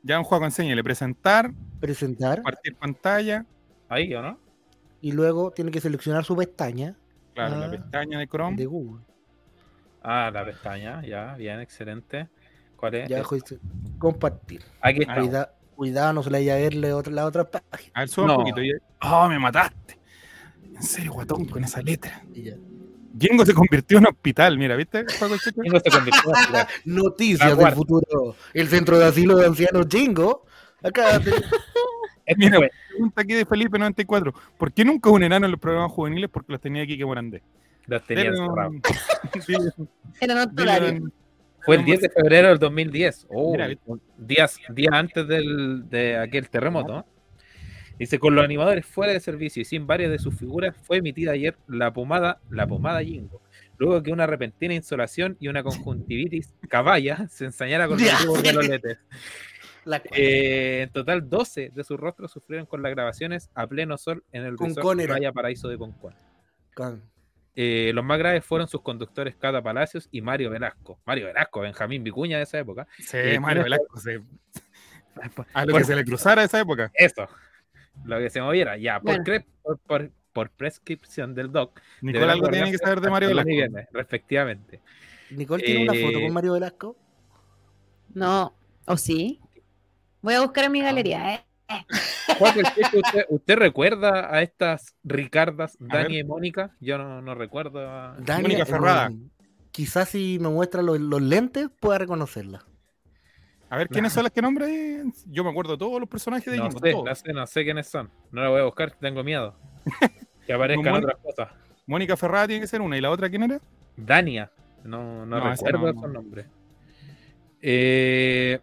S1: Ya un juego enséñale presentar,
S2: Ah. Presentar.
S1: compartir pantalla,
S3: Ahí, ¿o no?
S2: Y luego tiene que seleccionar su pestaña
S1: claro, la
S2: Ah.
S1: pestaña de Chrome.
S2: de Google.
S3: Ah, la pestaña, ya, bien, excelente. ¿Cuál es?
S2: Ya
S3: Eh, Ah,
S2: abajo dice compartir.
S3: Aquí está.
S2: Cuida- cuidado, no se le vaya a ver la otra, la otra página.
S1: A ver, suba
S3: No.
S1: un poquito. ya- Oh, me mataste. En serio, guatón, con esa letra.
S2: Y ya.
S1: Yengo se convirtió en hospital, mira, ¿viste? este Paco Checo?
S3: Jingo se convirtió en hospital. La
S2: Noticias del
S3: cuarta.
S2: futuro. El centro de asilo de ancianos Jingo. Acá te-
S3: Esto
S1: Mira,
S3: fue-
S1: Pregunta aquí de Felipe94. ¿Por qué nunca un enano en los programas juveniles? Porque los tenía aquí que morandé.
S3: los tenían cerrados.
S4: Era no horario.
S3: Fue el 10 de febrero del 2010. Oh,
S1: Mira, ¿viste?
S3: días, días antes del, de aquel terremoto. Dice, con los animadores fuera de servicio y sin varias de sus figuras, fue emitida ayer la pomada, la pomada Jingo. Luego que una repentina insolación y una conjuntivitis caballa se ensañara con los
S2: Ya.
S3: motivos de los letes.
S2: la-
S3: Eh, en total, 12 de sus rostros sufrieron con las grabaciones a pleno sol en el
S2: Concón
S3: resort
S2: era.
S3: Playa Paraíso de Concón.
S2: Can-
S3: Eh, los más graves fueron sus conductores Cata Palacios y Mario Velasco. Mario Velasco, Benjamín Vicuña de esa época.
S1: Sí,
S3: Eh,
S1: Mario
S3: ¿quién es?
S1: Velasco. se- A lo que se le cruzara esa época.
S3: Eso. Lo que se moviera. Ya, por,
S4: Bueno.
S3: cre- por, por- por prescripción del doc.
S1: Nicolás algo
S3: deberán
S1: tiene que
S3: guardarse
S1: saber de Mario
S3: hasta el
S1: Velasco.
S3: lunes y viernes, respectivamente.
S2: Nicole tiene una foto
S3: Eh,
S2: con Mario Velasco.
S4: No, o sí. Voy a buscar en
S3: Ah.
S4: mi galería, ¿eh?
S3: Juan del Chico, ¿usted, usted recuerda a estas Ricardas,
S1: A ver.
S3: Dani y Mónica? Yo no, no recuerdo. a-
S2: Dani-
S1: Mónica Ferrada.
S2: eh, Quizás si me muestra los, los lentes pueda reconocerla.
S1: A ver, ¿quiénes son las que nombra ahí? Yo me acuerdo de todos los personajes de
S3: No
S1: Jingo,
S3: sé,
S1: todos.
S3: no sé, no sé quiénes son. No la voy a buscar, tengo miedo. Que aparezcan
S1: Mónica-
S3: otras cosas.
S1: Mónica Ferrada tiene que ser una. ¿Y la otra quién era?
S3: Dania. No, no,
S1: No, esa
S3: recuerdo
S1: no.
S3: su nombre. Eh,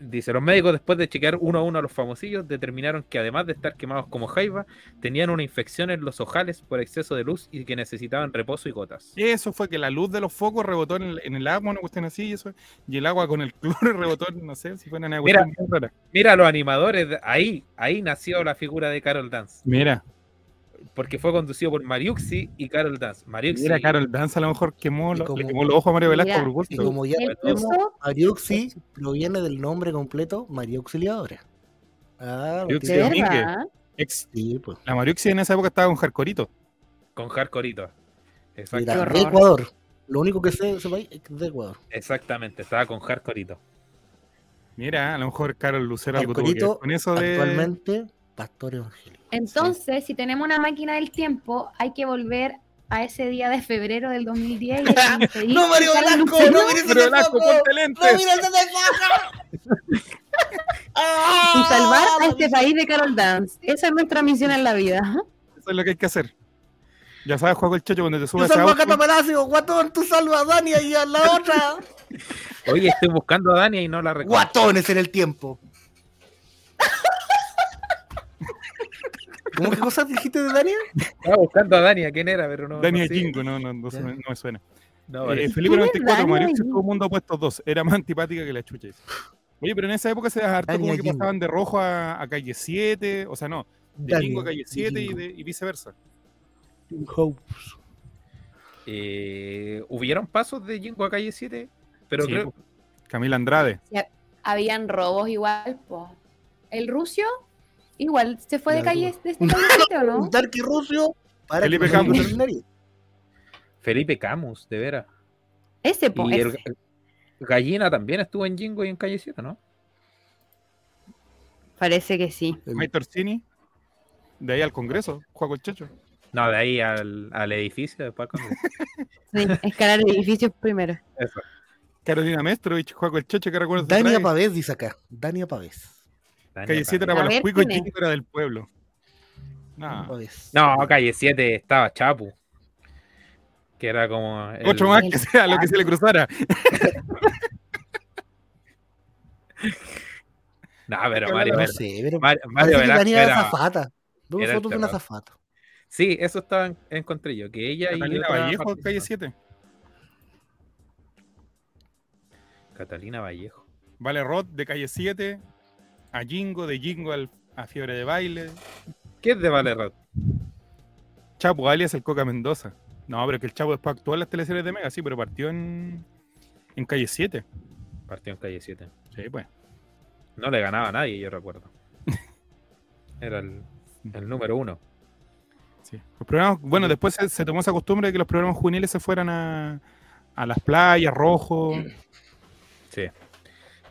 S3: dice, los médicos después de chequear uno a uno a los famosillos determinaron que además de estar quemados como jaiba, tenían una infección en los ojales por exceso de luz y que necesitaban reposo y gotas.
S1: Eso fue que la luz de los focos rebotó en el, en el agua, una cuestión así, y, eso, y el agua con el cloro rebotó, en, no sé, si fue una
S3: Mira.
S1: cuestión muy rara.
S3: Mira, los animadores, de- ahí, ahí nació la figura de Carol Dance,
S1: Mira,
S3: porque fue conducido por Mariuxi y Carol Dance. Mariuxi,
S1: mira, Carol Dance a lo mejor quemó,
S2: Y
S1: lo- le
S2: como-
S1: quemó los ojos a Mario Velasco
S4: Mira.
S1: por
S2: Y
S1: gusto.
S2: como ya
S3: pues,
S4: Él
S2: tenemos,
S4: puso
S2: María Auxi proviene del nombre completo María Auxiliadora. Ah,
S1: María Auxiliadora.
S2: lo
S4: de
S2: tiene-
S1: Domínguez.
S4: verdad.
S1: Ex-
S2: Sí, pues.
S1: la Mariuxi en esa época estaba con Jarcorito.
S3: con Hardcoreito.
S2: Mira,
S3: Exactamente,
S4: Qué
S2: de
S4: horror.
S2: Ecuador. Lo único que sé de ese país es que es de Ecuador.
S3: exactamente, estaba con Hardcoreito.
S1: Mira, a lo mejor Carol Lucero algo tuvo que ver
S2: Alcorito,
S1: con eso de...
S2: actualmente, pastor evangélico.
S4: Entonces, si tenemos una máquina del tiempo, hay que volver a ese día de febrero del 2010. y hay que impedir
S2: ¡No, Mario
S4: que Carlos
S2: Velasco!
S4: Lucero-
S2: ¡No mires
S1: Mario
S2: ese
S1: Velasco,
S2: foco!
S1: ponte
S2: ¡No
S1: lentes.
S2: mires ese foco! ¡Ah!
S4: y salvar a este país de Carol Dance. Esa es nuestra misión en la vida.
S1: Eso es lo que hay que hacer. Ya sabes, juego el chocho, cuando te
S2: Yo
S1: subes a
S2: salvo a
S1: auto,
S2: Cata Palacio, guatón, tú salvas a Dania y a la otra.
S3: Oye, estoy buscando a Dania y no la recuerdo.
S2: Guatones en el tiempo. ¿Cómo que cosas dijiste de Dania?
S3: Estaba buscando a Dania, ¿quién era? Pero no,
S1: Dani
S3: no
S1: de
S3: sé.
S1: Jingo, no, no, no, se me- no me suena.
S3: No,
S1: Eh,
S3: vale.
S1: Felipe
S4: ¿Quién es
S1: 94,
S4: Dani
S1: Mariuxi
S4: Allende?
S1: estuvo mundo puestos dos. Era más antipática que la chucha. dice. Oye, pero en esa época se daba harto
S2: Dani
S1: como que
S2: Allende.
S1: pasaban de rojo a, a calle 7. O sea, no, de
S2: Dania,
S1: Jingo a calle 7 y,
S2: Jingo.
S1: de- y viceversa.
S3: Eh, hubieron pasos de Jingo a calle 7, pero
S1: Sí, pues,
S3: creo.
S1: Camila Andrade.
S4: Habían robos igual, po. El rucio igual se fue de
S2: Claro.
S4: calle, de este calle siete, ¿o no?
S2: Preguntar que Rusio para
S1: Felipe
S2: que no
S1: Campos.
S2: nos nariz.
S3: Felipe Camus, de veras.
S4: Ese, po.
S3: Y el-
S4: ese.
S3: Gallina también estuvo en Jingo y en calle 7, ¿no?
S4: Parece que sí.
S1: May Torsini. De ahí al Congreso, Juaco el Checho.
S3: No, de ahí al, al edificio, después cuando.
S4: Sí, escalar edificios primero.
S3: Eso.
S1: Carolina Mestrovich, Juaco el Checho, que recuerdo.
S2: Dania Pavés dice acá. Dania Pavés.
S3: Dania
S1: Calle 7 era
S3: Pavés.
S1: para
S4: A
S1: los
S4: ver,
S1: cuicos,
S4: dime.
S1: Jingo era del pueblo.
S2: Dania
S1: Nah.
S2: Pavés.
S3: No, calle 7 estaba Chapu. Que era como. el-
S1: Otro más que sea lo que se le cruzara.
S3: No, pero
S1: No
S3: Mario,
S2: No
S3: Velasco-
S2: sé, pero
S3: Mario,
S2: parece
S3: Mario
S2: que
S3: Velasco
S2: Dania era
S3: era.
S2: azafata. Veo
S3: era el
S2: fotos de una
S3: terror.
S2: azafata.
S3: Sí, eso estaba en, encontré yo. Que ella y.
S1: Catalina
S3: otra
S1: Vallejo,
S3: participante.
S1: calle 7.
S3: Catalina Vallejo.
S1: Vale Roth de calle 7, a Jingo, de Jingo al- a Fiebre de Baile.
S3: ¿Qué es de Vale Roth?
S1: Chapo, alias el Coca Mendoza. No, pero es que el Chapo después actuó en las teleseries de Mega, sí, pero partió en, en calle 7.
S3: Partió en calle 7.
S1: Sí, pues.
S3: No le ganaba a nadie, yo recuerdo. Era el, el número uno.
S1: Los programas, bueno, después se, se tomó esa costumbre de que los programas juveniles se fueran a, a las playas, rojo.
S3: Sí.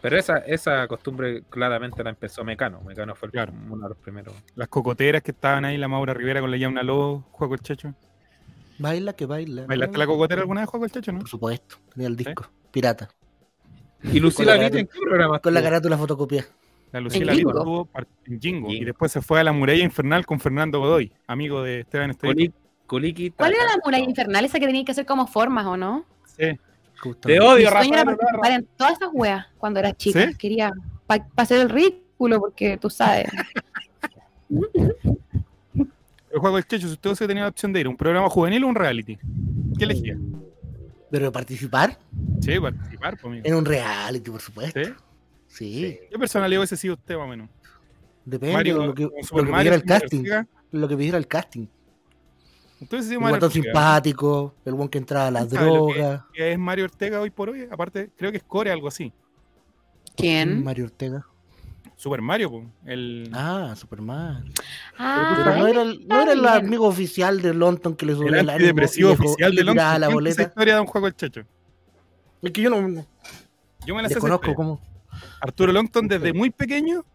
S3: Pero esa, esa costumbre claramente la empezó Mecano. Mecano fue el- uno de los primeros.
S1: Las cocoteras que estaban ahí, la Maura Rivera con la Yamna Ló, Juaco el Checho.
S2: Baila que baila.
S1: ¿Bailaste la cocotera alguna vez, Juaco el Checho, no? Por
S2: supuesto, tenía el disco, pirata.
S3: ¿Y Lucila Vito en qué programa?
S2: Con la
S1: estuvo?
S2: carátula fotocopia.
S1: La Lucila Vito estuvo par- en Jingo y después se fue a la muralla infernal con Fernando Godoy, amigo de Esteban Estevito.
S4: ¿Cuál era la muralla infernal esa que tenías que hacer como formas o no?
S1: Sí.
S3: Te odio,
S4: Mi sueño era
S3: Rafael.
S4: participar en todas esas weas cuando era chica.
S3: ¿Sí?
S4: Quería para hacer el ridículo porque tú sabes.
S1: El juego del Checho, si usted hubiese tenido la opción de ir a un programa juvenil o un reality, ¿qué elegía?
S2: ¿Pero participar?
S1: Sí, participar, pues, amigo.
S2: En un reality, por supuesto.
S1: ¿Sí?
S2: Sí.
S1: ¿Qué personalidad hubiese sido usted, más o menos?
S2: Depende
S1: Mario,
S2: de lo que,
S1: como
S2: lo
S1: Super
S2: que
S1: Mario,
S2: pidiera el
S1: Super
S2: casting.
S1: Ortega.
S2: Lo que pidiera el casting.
S1: Entonces, sí,
S2: El
S1: Mario
S2: guatón
S1: Ortega.
S2: simpático, el buen que entraba a las
S1: ¿Sabe lo que-
S2: drogas.
S1: que es Mario Ortega hoy por hoy? Aparte, creo que es Core, algo así.
S2: Mario Ortega.
S1: Super Mario, po, el...
S2: Ah, Super Mario. Pero no
S4: Ah,
S2: era, el- no era el amigo oficial de London que le subía
S1: el
S2: el ánimo
S1: antidepresivo
S2: y le-
S1: oficial
S2: y
S1: de
S2: le tiraba
S1: Londres. ¿Quién
S2: la
S1: hizo esa
S2: boleta.
S1: historia de un juego el Checho?
S2: Es que yo no.
S1: Yo me la sé esa
S2: Desconozco
S1: historia.
S2: cómo.
S1: Arturo Longton desde muy pequeño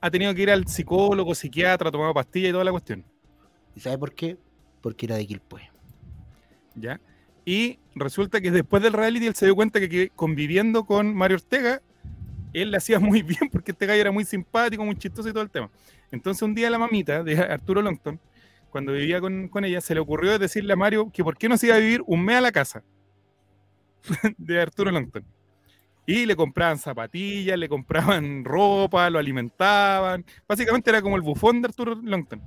S1: ha tenido que ir al psicólogo, psiquiatra, tomar pastillas y toda la cuestión.
S2: ¿Y sabe por qué? Porque era de Quilpue.
S1: ¿Ya? Y resulta que después del reality él se dio cuenta que, que conviviendo con Mario Ortega, él le hacía muy bien porque este gallo era muy simpático, muy chistoso y todo el tema. Entonces un día la mamita de Arturo Longton, cuando vivía con, con ella, se le ocurrió decirle a Mario que por qué no se iba a vivir un mes a la casa de Arturo Longton. Y le compraban zapatillas, le compraban ropa, lo alimentaban. Básicamente era como el bufón de Arturo Longton.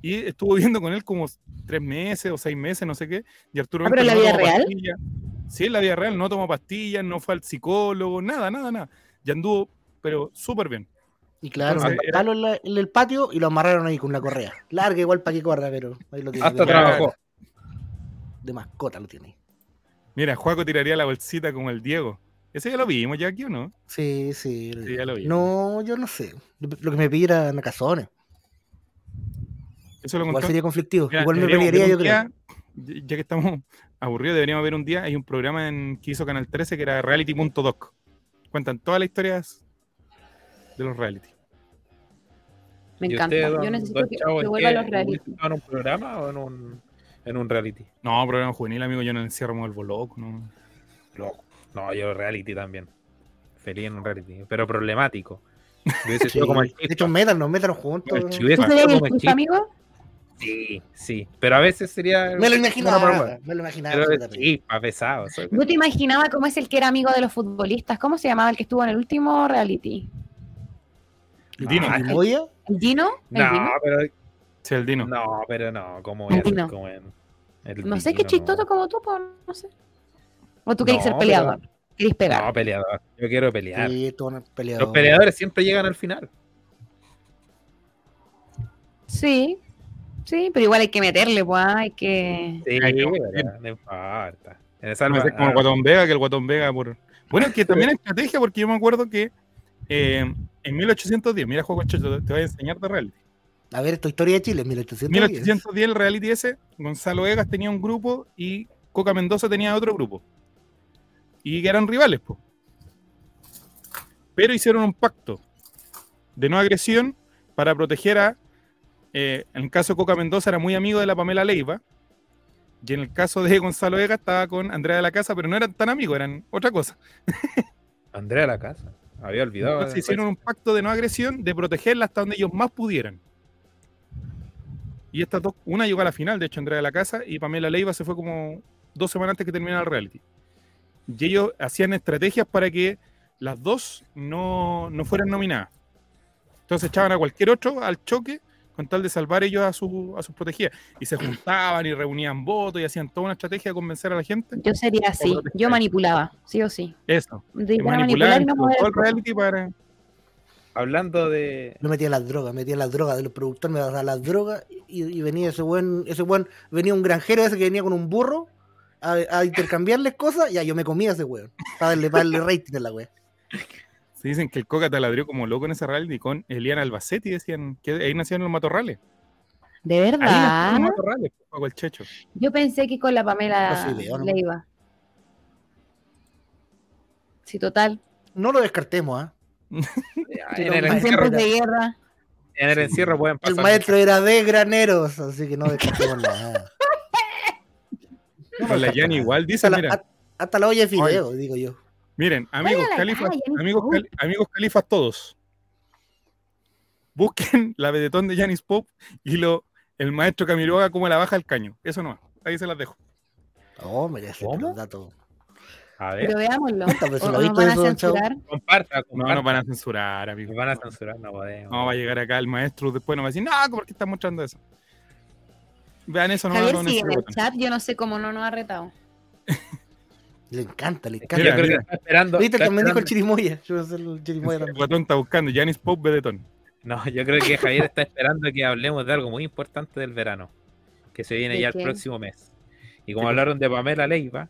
S1: Y estuvo viviendo con él como tres meses o seis meses, no sé qué. Y Arturo
S4: Ah, pero
S1: Longton
S4: en la
S1: no
S4: vida
S1: tomó
S4: real.
S1: pastillas. Sí, en la vida real, no tomó pastillas, no fue al psicólogo, nada, nada, nada. Y anduvo, pero súper bien.
S2: Y claro,
S1: Entonces,
S2: un palo en, la- en el patio y lo amarraron ahí con una correa. Larga igual para que corra, pero ahí lo tiene.
S3: Hasta
S2: de-
S3: trabajó.
S2: De mascota lo tiene.
S1: Mira, Juaco tiraría la bolsita como el Diego. Ese ya lo vimos, ya aquí o no?
S2: Sí, sí. lo
S1: ya lo vi.
S2: No, yo no sé. Lo que me pidiera Nacazones.
S1: Eso lo
S2: Igual
S1: encontré-
S2: sería conflictivo.
S1: Mira,
S2: Igual me
S1: deberíamos
S2: pelearía, yo
S1: ver
S2: creo.
S1: un día, Ya que estamos aburridos, deberíamos ver un día. Hay un programa en- que hizo Canal 13 que era reality.doc. Cuentan todas las historias de los reality.
S4: me
S3: ¿Y
S4: encanta.
S3: usted,
S4: Yo
S3: don-
S4: necesito
S3: don
S4: que,
S3: Chavo,
S4: que
S3: en
S4: vuelva a
S3: qué-
S4: los reality.
S3: ¿estaba ¿En un programa o en un, en un reality?
S1: No, programa juvenil, amigo. Yo no encierro me vuelvo loco. No.
S3: Loco. No, yo reality también. Feliz en un reality, pero problemático. Hubiese
S2: Sí.
S3: sido como el
S2: De hecho, métanos, métanos juntos.
S3: Como el Chivo. ¿Tú serías el Como el Chivo, Chivo. amigo? Sí, sí, pero a veces sería.
S2: Me lo imaginaba,
S3: una broma.
S2: me lo imaginaba,
S3: Pero
S2: yo también.
S3: sí, más pesado. soy-
S4: Yo te imaginaba cómo es el que era amigo de los futbolistas. ¿Cómo se llamaba el que estuvo en el último reality?
S1: ¿El Dino?
S3: Ah,
S2: ¿Moya?
S4: ¿El Dino? ¿El
S3: No,
S4: Dino?
S3: pero.
S1: Sí, el Dino.
S3: No, pero no, ¿cómo voy a
S4: El
S3: ser
S4: Dino.
S3: como en- el
S4: No sé qué
S3: Dino,
S4: chistoso como tú, po, no sé. O tú querés
S3: No,
S4: ser peleador.
S3: pero-
S4: Querés pegar.
S3: No, peleador. Yo quiero pelear.
S2: Sí, tú eres peleador.
S3: Los peleadores siempre llegan al final.
S4: Sí. Sí, pero igual hay que meterle, pues, ah, hay que.
S3: Sí,
S1: no,
S3: pero no importa. En esa
S1: Me
S3: alma- ah,
S1: hace como el Guatón Vega, que el Guatón Vega por... Bueno, es que también es estrategia, porque yo me acuerdo que eh, en 1810, mira, Juego Checho, te voy a enseñar de reality.
S2: A ver, esta historia de Chile, 1810.
S1: 1810, el reality ese, Gonzalo Egas tenía un grupo y Coca Mendoza tenía otro grupo. Y que eran rivales, po. Pero hicieron un pacto de no agresión para proteger a. eh, en el caso de Coca Mendoza era muy amigo de la Pamela Leiva. Y en el caso de Gonzalo Egas estaba con Andrea de la Casa, pero no eran tan amigos, eran otra cosa.
S3: Andrea de la casa. Había olvidado.
S1: Entonces hicieron un pacto de no agresión, de protegerla hasta donde ellos más pudieran. Y estas dos, una llegó a la final, de hecho, Andrea de la Casa y Pamela Leiva se fue como dos semanas antes que terminara el reality. Y ellos hacían estrategias para que las dos no, no fueran nominadas. Entonces echaban a cualquier otro al choque con tal de salvar ellos a, su, a sus protegidas. Y se juntaban y reunían votos y hacían toda una estrategia de convencer a la gente.
S4: Yo sería así, yo manipulaba, sí o sí.
S1: Eso.
S4: De-
S1: Y
S4: para
S1: manipular
S4: manipular y no mover el
S1: todo el
S4: cuerpo.
S1: reality para...
S3: Hablando de.
S2: Yo metía las drogas, metía las drogas, el productor me daba las drogas y, y venía ese buen, ese buen, venía un granjero ese que venía con un burro a, a intercambiarles cosas, ya yo me comía a ese weón, para darle, para darle rating a la wea.
S1: Se dicen que el Coca taladrió como loco en ese reality con Eliana Albacete y decían que ahí nacieron los matorrales.
S4: De
S1: Ahí nacieron
S4: verdad.
S1: los matorrales, pues, Paco el Checho.
S4: Yo pensé que con la Pamela
S1: No sé, Leo, no.
S4: le iba. Sí, total.
S2: No lo descartemos, ¿ah?
S3: En el,
S4: En tiempos de
S3: encierro,
S4: guerra.
S3: en el encierro pueden
S2: El
S3: pasar.
S2: maestro era de graneros, así que no descartemos nada.
S1: Con la Yanni igual, dice,
S2: Hasta la-
S1: mira.
S2: Hasta la olla de fideo, digo yo.
S1: Miren, amigos
S2: la
S1: califas,
S2: calle, Yanis
S1: amigos,
S2: Pope.
S1: cali- amigos califas todos. Busquen la vedetón de Janis Pop y lo, el maestro Camiloaga como la baja al caño. Eso no, ahí se las dejo.
S2: Oh, merece los datos.
S3: A ver.
S4: Pero veámoslo.
S2: Cuéntame,
S4: O-
S2: pues, se lo
S4: o
S2: vi
S4: nos
S2: todo
S4: van a
S2: eso, don Chau.
S4: censurar.
S3: Comparta,
S1: No nos van a censurar, amigos.
S3: Nos van a censurar, no podemos.
S1: No va a llegar acá el maestro después, no va a decir, no, ¿por qué están mostrando eso? Vean eso, no
S4: Javier
S1: no, no,
S4: sigue
S1: no,
S4: en el
S1: no.
S4: chat, yo no sé cómo no nos ha retado.
S2: Le encanta, le
S1: Mira,
S2: encanta.
S1: mira.
S3: Está esperando.
S2: Viste,
S3: está
S2: también dijo el
S3: esperando-
S2: chirimoya. Yo voy a hacer el chirimoya
S1: El
S2: también.
S1: guatón está buscando, Janis Pop vedetón.
S3: No, yo creo que Javier está esperando que hablemos de algo muy importante del verano, que se viene
S4: ¿De
S3: ya el
S4: qué?
S3: próximo mes. Y como hablaron de Pamela Leiva,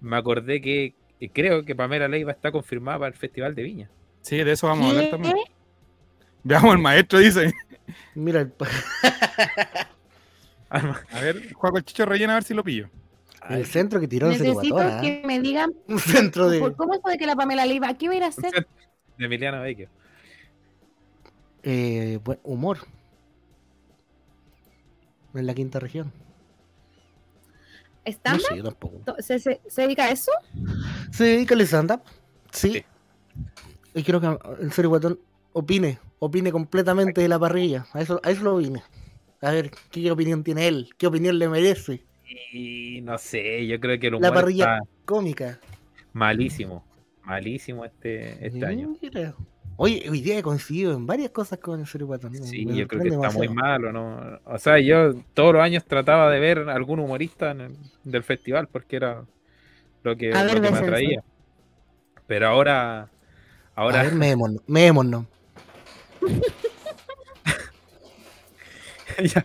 S3: me acordé que eh, creo que Pamela Leiva está confirmada para el Festival de Viña.
S1: Sí, de eso vamos a hablar también. Veamos, el maestro dice.
S2: Mira, el pa-
S3: Ah,
S1: A ver, Juaco el Chicho rellena a ver si lo pillo.
S2: el centro que tiró ese
S4: Necesito
S2: guatón. ¿ah?
S4: que me digan
S2: Un centro de.
S4: ¿por cómo es de que la Pamela le iba? ¿Qué iba a ir a hacer?
S3: De Emiliano Vecchio.
S2: eh, buen humor. En la quinta región. No
S4: ¿Estándar?
S2: sé, yo tampoco.
S4: ¿Se, se, se dedica a eso?
S2: ¿Se dedica al stand-up? Sí. Y quiero que el serio guatón opine. Opine completamente de la parrilla. A eso, a eso lo opine. A ver, ¿qué opinión tiene él? ¿Qué opinión le merece?
S3: Y no sé, yo creo que el humor
S2: La parrilla
S3: está
S2: cómica.
S3: malísimo, malísimo este, este año.
S2: Mira. Oye, hoy día he coincidido en varias cosas con el serio guatón.
S3: Sí,
S2: Me
S3: yo creo que
S2: sorprende
S3: está muy
S2: demasiado.
S3: malo, ¿no? O sea, yo todos los años trataba de ver algún humorista en el- del festival porque era lo que,
S2: A ver,
S3: lo que me
S2: Vincenzo.
S3: atraía. Pero ahora,
S2: A
S3: ahora
S2: ver, meémonos. meémonos.
S3: ya.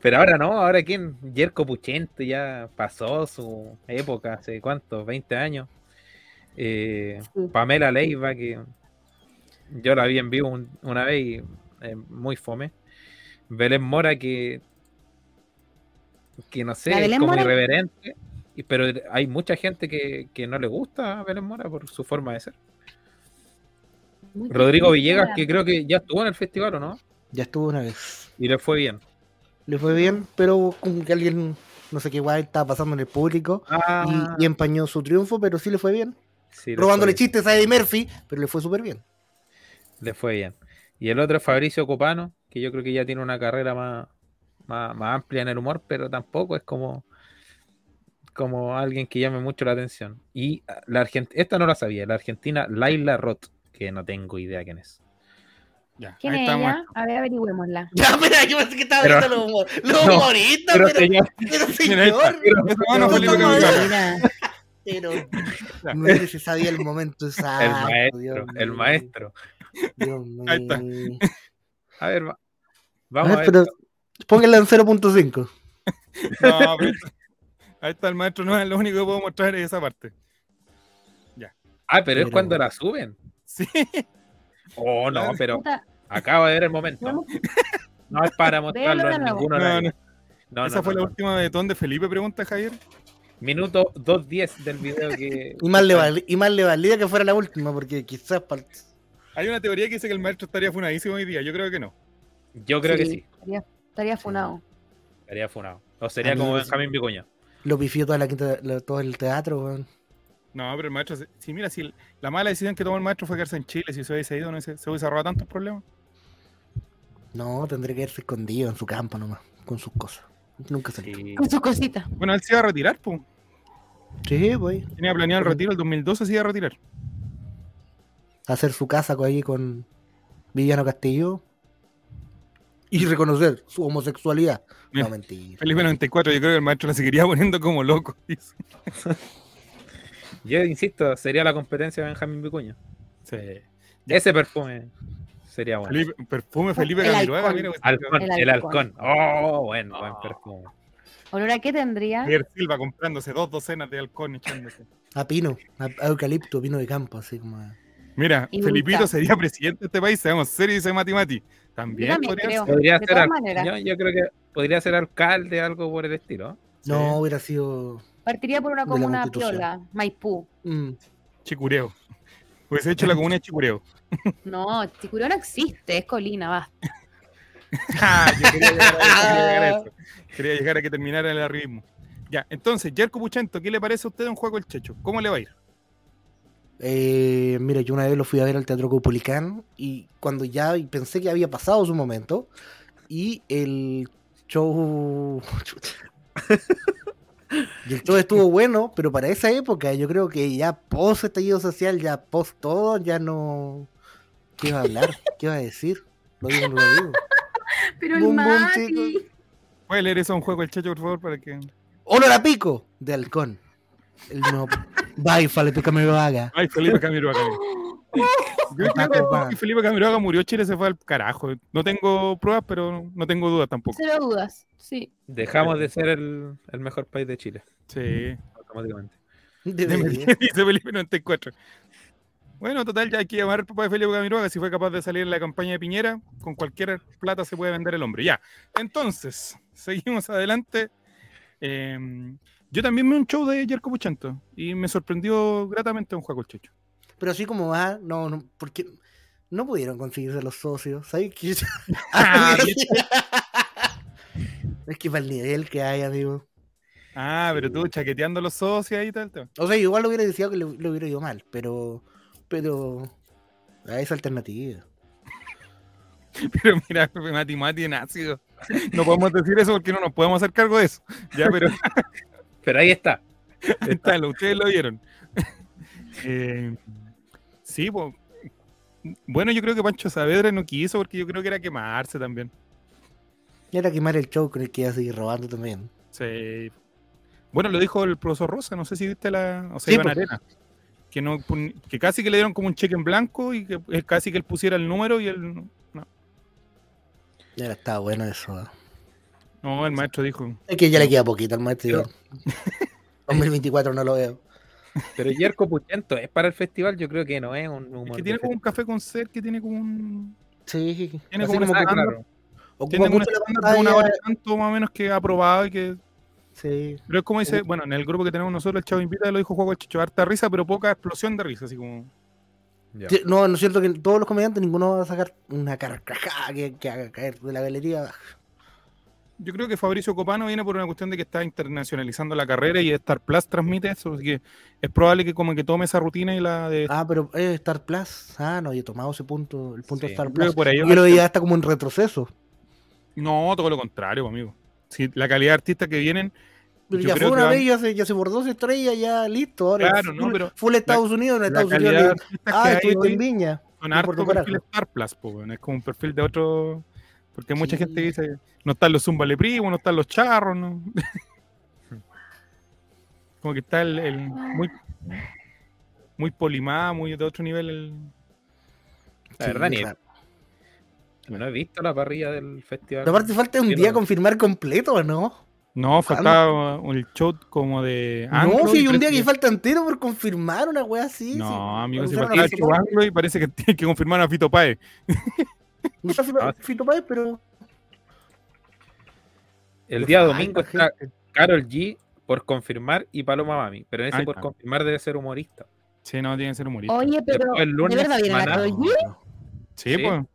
S3: Pero ahora no, ahora quién, Jerko Puchente ya pasó su época, hace cuántos, 20 años. Eh, Pamela Leiva, que yo la vi en vivo un- una vez y eh, muy fome. Belén Mora, que, que no sé,
S4: ¿La
S3: es
S4: Belén
S3: como
S4: Mora?
S3: irreverente, y- pero hay mucha gente que, que no le gusta a Belén Mora por su forma de ser. Rodrigo Villegas, que creo que ya estuvo en el festival, ¿o no?
S2: Ya estuvo una vez.
S3: Y le fue bien.
S2: Le fue bien, pero como que alguien, no sé qué guay estaba pasando en el público y-
S3: Ah.
S2: y, empañó su triunfo, pero sí le fue bien.
S3: Sí, le
S2: Robándole
S3: fue bien.
S2: chistes a Eddie Murphy, pero le fue súper bien.
S3: le fue bien. Y el otro es Fabricio Copano, que yo creo que ya tiene una carrera más, más, más amplia en el humor, pero tampoco es como, como alguien que llame mucho la atención. Y ah, la Argent- esta no la sabía, la argentina Laila Roth, que no tengo idea quién es.
S1: Ya,
S4: ¿Quién
S1: ahí
S4: es
S1: estamos.
S4: ella? A ver, averigüémosla.
S2: Ya, espera, yo pensé que estaba
S3: Pero-
S2: viendo los humor- los
S3: pero-
S2: humoristas,
S3: pero
S2: pero, Ah, pero,
S3: señor-
S1: Mira, ahí está.
S2: señor.
S1: Esa mano
S2: pero-
S1: Felipe
S2: pero-
S1: Camiloaga.
S2: Pero no es que se sabía el momento
S3: El
S2: exacto. Dios
S3: maestro, el
S2: mío,
S3: maestro.
S2: Dios mío.
S1: Ahí está.
S3: A ver, va-
S2: A
S3: vamos a
S2: ver, pero
S3: ver.
S2: pónganle en 0.5.
S1: No, pero esto- ahí está el maestro, no es lo único que puedo mostrar es esa parte.
S3: Ah, pero es
S2: pero-
S3: cuando la suben.
S1: Sí,
S3: Oh, no, pero
S4: Puta,
S3: acaba de ver el momento.
S4: vamos-
S3: No es para mostrarlo
S4: de
S3: en
S4: nuevo.
S3: ningún
S1: No,
S3: horario. No, no,
S1: esa fue
S3: no,
S1: la
S3: no.
S1: última de Ton de Felipe, pregunta Javier.
S3: Minuto 2.10 del video que.
S2: Y más, le val- y más le valía que fuera la última, porque quizás para
S1: Hay una teoría que dice que el maestro estaría funadísimo hoy día, yo creo que no.
S3: Yo creo que sí.
S4: Estaría, estaría funado.
S3: Estaría funado. O sería
S2: mí
S3: como
S2: me-
S3: Benjamín Vicuña.
S2: lo pifió toda la quinta- la- todo el teatro, weón.
S1: No, pero el maestro, se- sí, mira, si el- la mala decisión que tomó el maestro fue quedarse en Chile, si se hubiese ido, no se, se hubiese ahorrado tantos problemas.
S2: No, tendría que irse escondido en su campo nomás, con sus cosas. Nunca salió.
S3: Sí.
S4: Con sus cositas.
S1: Bueno, él se iba a retirar, pues.
S2: Sí, pues.
S1: Tenía planeado el retiro, el 2012 se iba a retirar.
S2: Hacer su casa co- ahí con Viviano Castillo. y reconocer su homosexualidad. No, mentira.
S1: Felipe 94, yo creo que el maestro la seguiría poniendo como loco. dice.
S3: Yo insisto, sería la competencia de Benjamín Vicuña. Eh, ese perfume sería bueno.
S1: Felipe- perfume Felipe
S4: El
S1: Camiroaga,
S4: halcón.
S1: mira,
S3: Halcón,
S4: El
S3: el halcón.
S4: halcón.
S3: Oh, bueno, buen perfume.
S4: ¿Olor a qué tendría?
S1: Javier Silva comprándose dos docenas de halcón echándose.
S2: A pino, a, a eucalipto, pino de campo, así como.
S1: Mira,
S4: Y
S1: Felipito
S4: multa.
S1: sería presidente de este país, seamos serios, dice Mati Mati. También,
S4: Yo también
S1: podría
S4: creo.
S1: ser.
S3: Podría
S4: De
S3: ser,
S4: todas
S3: al-
S4: maneras.
S3: yo, yo creo que podría ser alcalde, algo por el estilo.
S2: No, hubiera sido.
S4: Partiría por una
S2: De la
S4: comuna
S2: Constitución.
S4: piola, Maipú.
S2: mm,
S1: Chicureo. Hubiese hecho la comuna de Chicureo.
S4: No, Ticurón no existe, es colina, basta.
S1: Ah, yo quería llegar a eso, quería llegar a eso. Quería llegar a que terminara el arribismo. Ya, entonces, Jerko Puchento, ¿qué le parece a usted un juego el Checho? ¿Cómo le va a ir?
S2: Eh, mira, yo una vez lo fui a ver al Teatro Copulicán y cuando ya y pensé que había pasado su momento y el show... chuta. Y el show estuvo bueno, pero para esa época yo creo que ya post estallido social, ya post todo, ya no... ¿Qué iba a hablar? ¿Qué iba a decir? Lo digo, no lo digo.
S4: Pero
S2: el Bum, bum, Mati. chicos.
S1: ¿Puede leer eso a un juego el Checho, por favor, para que.
S2: Olor a pico de halcón. El no... Bye, Felipe Camiroaga.
S1: Ay, Felipe Camiroaga. Yo creo que después que Felipe Camiroaga murió, Chile se fue al carajo. No tengo pruebas, pero no tengo dudas tampoco.
S4: Cero dudas, sí.
S3: Dejamos de ser el, el mejor país de Chile,
S1: Sí.
S3: automáticamente.
S2: Debería.
S1: Dice Felipe 94. Bueno, total, ya hay que llamar al papá de Felipe Camiroaga si fue capaz de salir en la campaña de Piñera. Con cualquier plata se puede vender el hombre. Ya. Entonces, seguimos adelante. Eh, yo también vi un show de Jerko Puchento y me sorprendió gratamente un juego el Checho.
S2: Pero así como va, no, no, porque no pudieron conseguirse los socios. ¿Sabes qué? Ah, es que para el nivel que hay, amigo.
S1: Ah, pero tú chaqueteando a los socios ahí y tal. tal.
S2: O sea, igual lo hubiera deseado que lo, lo hubiera ido mal, pero. Pero. A esa alternativa.
S1: Pero mira, Mati Mati en ácido. No podemos decir eso porque no nos podemos hacer cargo de eso. Ya, pero
S3: Pero ahí está.
S1: Está, lo- ustedes lo vieron. Eh, sí, po. bueno, yo creo que Pancho Saavedra no quiso porque yo creo que era quemarse también.
S2: Y ahora quemar el show con el que iba a seguir robando también.
S1: Sí. Bueno, lo dijo el profesor Rosa, no sé si viste la. O sea,
S2: Sí,
S1: Iván
S2: po.
S1: Arena. Que, no, pun- que casi que le dieron como un cheque en blanco y que él casi que él pusiera el número y él. No,
S2: Y ahora estaba bueno eso. ¿eh?
S1: no el maestro dijo.
S2: Es que ya le queda poquito al maestro. yo- 2024 no lo veo.
S3: Pero Yerko Puchento es para el festival, yo creo que no es un humor.
S1: Es que
S3: de
S1: tiene como
S3: festival.
S1: un café con ser que tiene como un.
S2: Sí.
S1: Tiene
S2: así
S1: como un
S2: como que
S3: Ah,
S1: estándar.
S3: claro.
S2: ocupa
S1: Tiene como un
S2: mucho la
S1: estándar de una hora
S2: pantalla.
S1: y tanto más o menos que aprobado y que
S2: Sí.
S1: Pero es como dice, bueno, en el grupo que tenemos nosotros, el Chavo Invita lo dijo Juego el Chicho, harta risa, pero poca explosión de risa, así como.
S3: Ya.
S2: Sí, No, no es cierto que todos los comediantes, ninguno va a sacar una carcajada que, que haga caer de la galería.
S1: Yo creo que Fabricio Copano viene por una cuestión de que está internacionalizando la carrera y Star Plus transmite eso, así que es probable que como que tome esa rutina y la de.
S2: Ah, pero eh, Star Plus. Ah, no, yo he tomado ese punto, el punto
S3: Sí,
S2: Star
S1: creo
S2: Plus.
S1: que por ahí
S2: Yo
S1: va
S2: lo
S1: el
S2: veía hasta como en retroceso.
S1: No, todo lo contrario, amigo. Sí, la calidad de artistas que vienen.
S2: Pero
S1: yo
S2: ya
S1: creo
S2: fue
S1: que
S2: una
S1: van-
S2: vez, ya se, ya se bordó esa estrella, ya listo. Ahora
S1: Claro,
S2: full,
S1: no, pero
S2: full Estados Unidos, en
S1: la
S2: Estados
S1: calidad
S2: Unidos.
S1: de
S2: le-
S1: artistas que
S2: Ah,
S1: hay
S2: estuviste
S1: hoy
S2: en Viña.
S1: son
S2: de Puerto
S1: harto perfil
S2: Carajo.
S1: Star Plus, po, weón, es como un perfil de otro. Porque mucha gente
S2: Sí.
S1: dice, no están los Zumba Primo, no están los charros, no. como que está el, el muy, muy polimá, muy de otro nivel. el-
S3: La
S2: Sí,
S3: verdad, ni
S2: claro.
S3: no he visto la parrilla del festival.
S2: Pero aparte falta un
S3: Sí,
S2: día
S3: no.
S2: confirmar completo, ¿no?
S1: No, faltaba un show como de.
S2: Ah, no,
S1: anglo
S2: si
S1: y
S2: hay un día que
S1: parece
S2: falta entero por confirmar una wea así. sí.
S1: No, amigo, si
S2: Anunciaron
S1: faltaba
S2: a
S1: el
S2: Fito
S1: show
S2: Páez.
S1: anglo y parece que tiene que confirmar a Fito Páez.
S2: No está Fito-
S3: Ah.
S2: Fito Páez, pero.
S3: El día
S2: Ay,
S3: domingo
S2: la
S3: está
S2: gente.
S3: Carol G por confirmar y Paloma Mami. Pero en ese
S1: Ahí
S3: por
S1: está.
S3: confirmar debe ser humorista.
S1: Sí, no, tiene que ser humorista.
S4: Oye, pero
S3: Después el
S4: ¿de
S3: lunes,
S4: verdad viene la
S3: Maná.
S1: Ah,
S4: Carol G?
S1: sí,
S3: sí.
S1: pues.
S4: O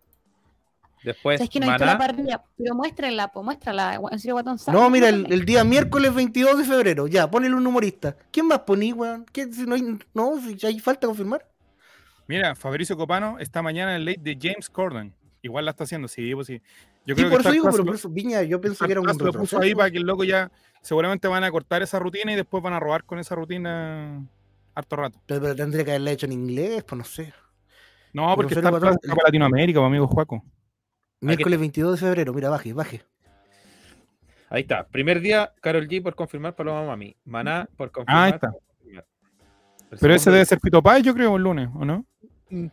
S3: Después,
S4: sea, es que no he visto la
S3: Maná,
S4: parrilla, pero muéstrenla, po, muéstrala. En serio, guatón, sabe,
S2: No, mira, el,
S4: muéstrala.
S2: el día miércoles 22 de febrero. Ya, ponele un humorista. ¿Quién más poní, weón? ¿Qué? Si no, hay, no, si ya hay falta confirmar.
S1: Mira, Fabricio Copano está mañana en el late de James Corden. Igual la está haciendo, sí, pues sí. Yo creo
S2: Sí,
S1: que
S2: por eso
S1: Star
S2: digo,
S1: Plus
S2: pero
S1: lo-
S2: por eso Viña, yo pensé
S1: Star
S2: que era un
S1: Plus lo puso
S2: retroceso.
S1: ahí para que el loco ya seguramente van a cortar esa rutina y después van a robar con esa rutina harto rato.
S2: Pero, pero tendría que haberla hecho en inglés, pues no sé.
S1: No, porque
S2: Pero
S1: Star
S2: solo
S1: Plus
S2: para-
S1: está para Latinoamérica, pues, amigo Juaco.
S2: Miércoles 22 de febrero, mira, baje, baje.
S3: Ahí está. Primer día, Carol G por confirmar Paloma Mami. Maná por confirmar.
S1: Ah, ahí está. Pero ese debe ser Pito Páez, yo creo, el lunes, ¿o no?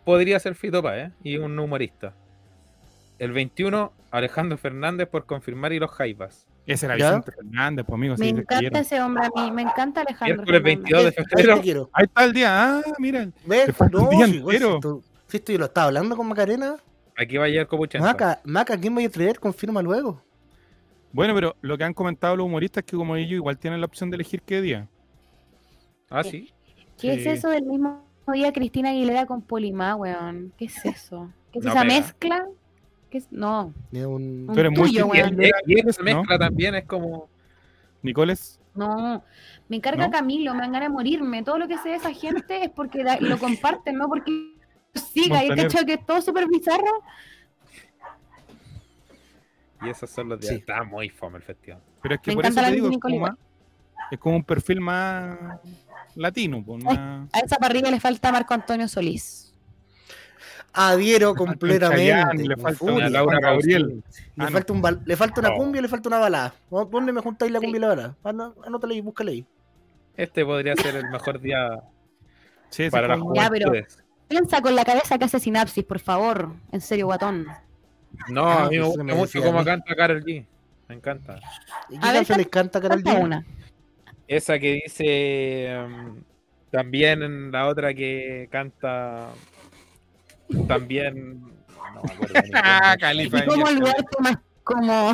S3: Podría ser Fito Páez, ¿eh? y un humorista. El 21, Alejandro Fernández por confirmar y los Jaivas.
S1: Ese era
S3: ¿Ya?
S1: Vicente Fernández, pues amigo.
S4: Me
S1: sí, te
S4: encanta
S1: quiero.
S4: ese hombre a mí, me encanta Alejandro.
S3: Miércoles
S4: Fernández.
S3: 22 de febrero.
S1: Ahí está el día. Ah, mira.
S2: ¿Ves?
S1: Te falta
S2: No,
S1: el día
S2: si, igual, si
S1: entero.
S2: esto- si esto yo lo estaba hablando con Macarena.
S3: Aquí va a llegar Copuchento.
S2: Maca, Maca, ¿quién voy a traer? Confirma luego.
S1: Bueno, pero lo que han comentado los humoristas es que como ellos igual tienen la opción de elegir qué día.
S3: Ah, sí.
S4: ¿Qué es
S1: Sí.
S4: eso del mismo día Cristina Aguilera con Polimá, weón? ¿Qué es eso? ¿Qué es
S3: No
S4: esa
S3: pega.
S4: mezcla? ¿Qué es? No.
S2: Es un-
S4: Tú eres muy Tuyo,
S3: Y,
S4: weón.
S3: y- y esa
S1: ¿No?
S3: mezcla también es como.
S1: Nicoles,
S4: No, me encarga
S1: ¿No?
S4: Camilo, me dan ganas de morirme. Todo lo que sé de esa gente es porque da- lo comparten, no porque lo siga. Y
S3: Montaner.
S4: cacho que es todo súper bizarro.
S3: Y esas son los días.
S1: Sí.
S3: Está muy fome el festival.
S1: pero es que
S4: Me
S1: por eso
S4: encanta
S1: te
S4: la
S1: digo, es
S4: Nicoles
S1: como, más- es como un perfil más latino. Pues, más-
S4: A esa parrilla le falta Marco Antonio Solís.
S2: Adhiero completamente.
S1: Chayanne, le
S2: con
S1: falta
S2: furia.
S1: una Laura Gabriel.
S2: Le,
S1: Ah, no.
S2: falta un bal- le falta una
S3: No.
S2: cumbia y le falta una balada. Vamos, ¿Dónde me juntáis la cumbia y la balada? Ana- Anótala ahí, búscala ahí.
S3: Este podría ser el mejor día
S1: Sí,
S3: para las
S1: como-
S4: Ya, pero-
S3: juventudes.
S4: Piensa con la cabeza que hace sinapsis, por favor. En serio, guatón.
S3: No,
S2: Ah,
S3: a mí me
S2: eso
S3: gusta
S2: me
S3: mucho
S2: decía
S3: cómo
S2: a mí.
S3: canta Carol G. Me encanta.
S2: ¿Y qué
S4: ver,
S2: canción
S4: canta-
S2: les canta Karol
S4: Falta
S2: G?
S4: una.
S3: Esa que dice em, también en la otra que canta también. No, me acuerdo ni
S1: Ah,
S3: cómo.
S1: Califa.
S4: ¿Y cómo olvidarte más como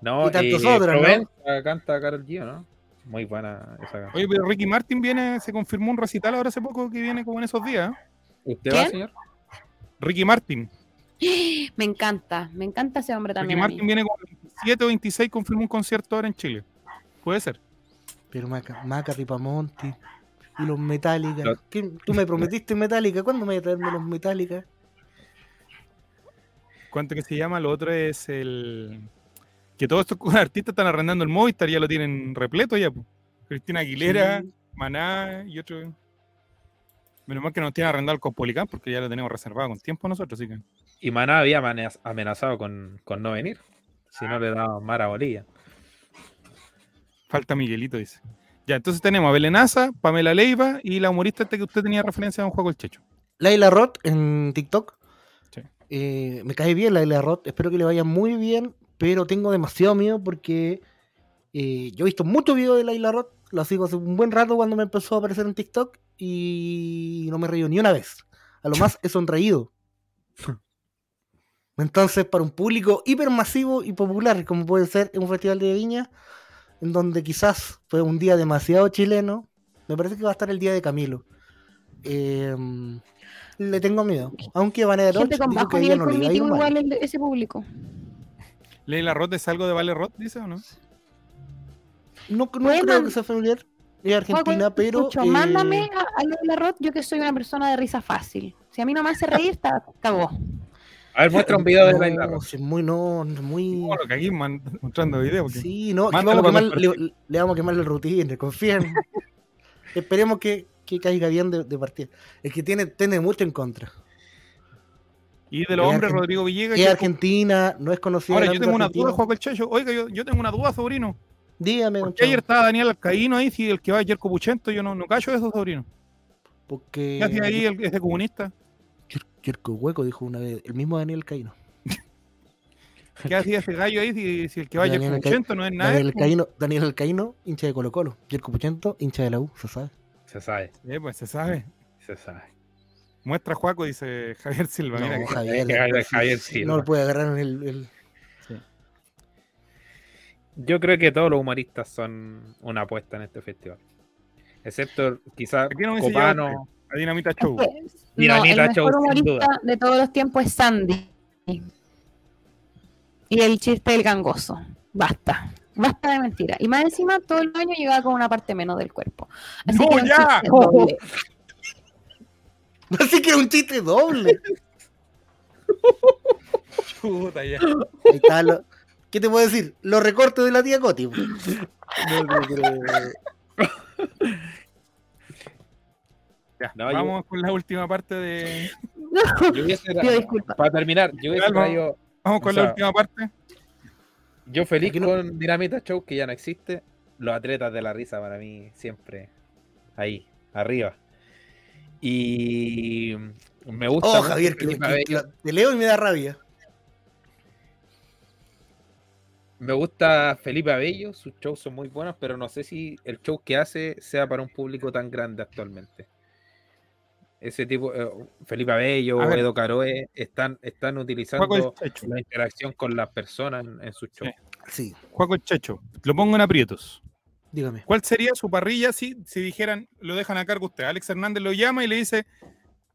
S3: No,
S2: Y tantas
S3: eh,
S2: otras, ¿no?
S3: Provenza canta Carol G, ¿o ¿no? Muy buena esa canción.
S1: Oye, pero Ricky Martin viene, se confirmó un recital ahora hace poco que viene como en esos días. ¿eh?
S3: ¿Usted
S4: ¿Quién?
S3: va, señor?
S1: Ricky Martin.
S4: Me encanta, me encanta ese hombre
S1: Ricky
S4: también. a mí.
S1: Martin viene como el 27 o 26, confirmó un concierto ahora en Chile. Puede ser.
S2: Pero Maca, Maca Ripamonti y los Metallica.
S3: Lo-
S2: ¿Qué- Tú me prometiste Metallica. ¿Cuándo me vas a traerme los Metallica?
S1: ¿Cuánto que se llama? Lo otro es el. Que todos estos artistas están arrendando el Movistar, ya lo tienen repleto ya. po. Cristina Aguilera, Maná y otro. Menos mal que nos tienen arrendado el Cospolicán porque ya lo tenemos reservado con tiempo nosotros, así que.
S3: Y Maná había amane- amenazado con, con no venir. Si no le daban mara bolilla.
S1: Falta Miguelito, dice. Ya, entonces tenemos a Belenaza, Pamela Leiva y la humorista esta que usted tenía referencia a un juego el Checho.
S2: Laila Roth en TikTok.
S1: Sí.
S2: Eh, me cae bien Laila Roth. Espero que le vaya muy bien. Pero tengo demasiado miedo porque eh, yo he visto muchos videos de Laila Roth. La sigo hace un buen rato cuando me empezó a aparecer en TikTok. Y no me he reído ni una vez. A lo más he sonreído. Entonces, para un público hipermasivo y popular, como puede ser en un festival de viña, en donde quizás fue un día demasiado chileno, me parece que va a estar el día de Camilo. Em, le tengo miedo. Aunque Vanessa Roth
S4: Gente con
S2: dijo
S4: bajo
S2: que a ella
S4: nivel
S2: no le iba a ir
S4: cognitivo
S2: mal.
S4: igual el- ese público.
S1: Leila Roth es algo de Vale Roth, dice o no?
S2: No, no
S4: Pueden
S2: creo
S4: mand-
S2: que sea familiar de Argentina,
S4: Juego,
S2: pero.
S4: escucho,
S2: eh,
S4: mándame a, a Lola Roth, yo que soy una persona de risa fácil. Si a mí no me hace reír, está cagó.
S3: A ver, muestra un video de
S2: no,
S3: Laila Roth.
S2: sí, Muy, no, no, muy.
S1: Bueno, que aquí man- mostrando video. porque-
S2: Sí, no, es que
S1: Mándalo
S2: vamos a
S1: para
S2: quemar- le, le vamos a quemar la rutina, confíen. Esperemos que, que caiga bien de, de partida. Es que tiene, tiene mucho en contra.
S1: Y de los
S2: Es
S1: hombres,
S2: argen-
S1: Rodrigo Villegas.
S2: Es
S1: que-
S2: Argentina, no es conocida. en
S1: Ahora,
S2: el
S1: yo tengo una
S2: ámbito
S1: duda,
S2: argentino.
S1: Juan el Checho. Oiga, yo, yo tengo una duda, sobrino.
S2: Dígame,
S1: ¿Por
S2: don
S1: qué ayer
S2: Chavo,
S1: estaba Daniel Alcaíno ahí? Si el que va ayer Copuchento, yo no, no callo eso, sobrino.
S2: Porque.
S1: ¿Qué hacía ahí el, ese comunista?
S2: Yer- Yerko Hueco dijo una vez, el mismo Daniel Caíno.
S1: ¿Qué hacía ese gallo ahí si, si el que va ayer
S2: Daniel Alca-
S1: Copuchento no es nada?
S2: Daniel Caíno, Daniel Alcaíno, hincha de Colo Colo. Yerko Puchento, hincha de la U, se sabe.
S3: Se sabe,
S1: Eh, pues se sabe.
S3: se sabe.
S1: Muestra Juaco, dice Javier Silva.
S2: No,
S1: Mira que-
S2: Javier,
S3: que Javier-
S2: no, sí,
S3: Javier
S2: sí,
S3: Silva.
S2: no lo puede agarrar en el. el-
S3: Yo creo que todos los humoristas son una apuesta en este festival. Excepto quizás
S1: ¿A quién no hubiese
S3: Copano.
S1: llevado a Dinamita Show.
S4: Es que,
S3: Uh, Mira,
S4: no, el
S3: Anita
S4: mejor
S3: Show, sin
S4: humorista
S3: duda.
S4: de todos los tiempos es Sandy. Y el chiste del gangoso. Basta. Basta de mentira. Y más encima, todo el año llegaba con una parte menos del cuerpo. Así
S1: ¡No,
S4: que era un
S1: ya!
S4: chiste doble.
S2: Así que era un chiste doble.
S1: Chuta, ya.
S2: Ahí está lo- ¿Qué te puedo decir? Los recortes de la tía Coti.
S1: Ya,
S3: No,
S1: Vamos con la última parte de.
S3: Yo hubiese tra-
S4: Pido disculpas.
S3: Para terminar, yo hubiese
S1: Calma.
S3: traído-
S1: Vamos
S3: o
S1: con la
S3: sea,
S1: última parte.
S3: Yo feliz con Dinamita Show, que ya no existe. Los atletas de la risa para mí siempre ahí, arriba. Y me gusta.
S2: Oh,
S3: mucho
S2: Javier, que,
S3: Felipe
S2: que- que
S3: Abello.
S2: la- te leo y me da rabia.
S3: Me gusta Felipe Abello, sus shows son muy buenos, pero no sé si el show que hace sea para un público tan grande actualmente. Ese tipo, eh, Felipe
S1: A
S3: Abello,
S1: ver.
S3: Edo Caroe, están, están
S1: Juego el
S3: utilizando
S1: Checho.
S3: la interacción con las personas en, en sus shows.
S2: Sí,
S1: Juaco el Checho, lo pongo en aprietos.
S2: dígame.
S1: ¿Cuál sería su parrilla si, si dijeran, lo dejan a cargo usted? Alex Hernández lo llama y le dice,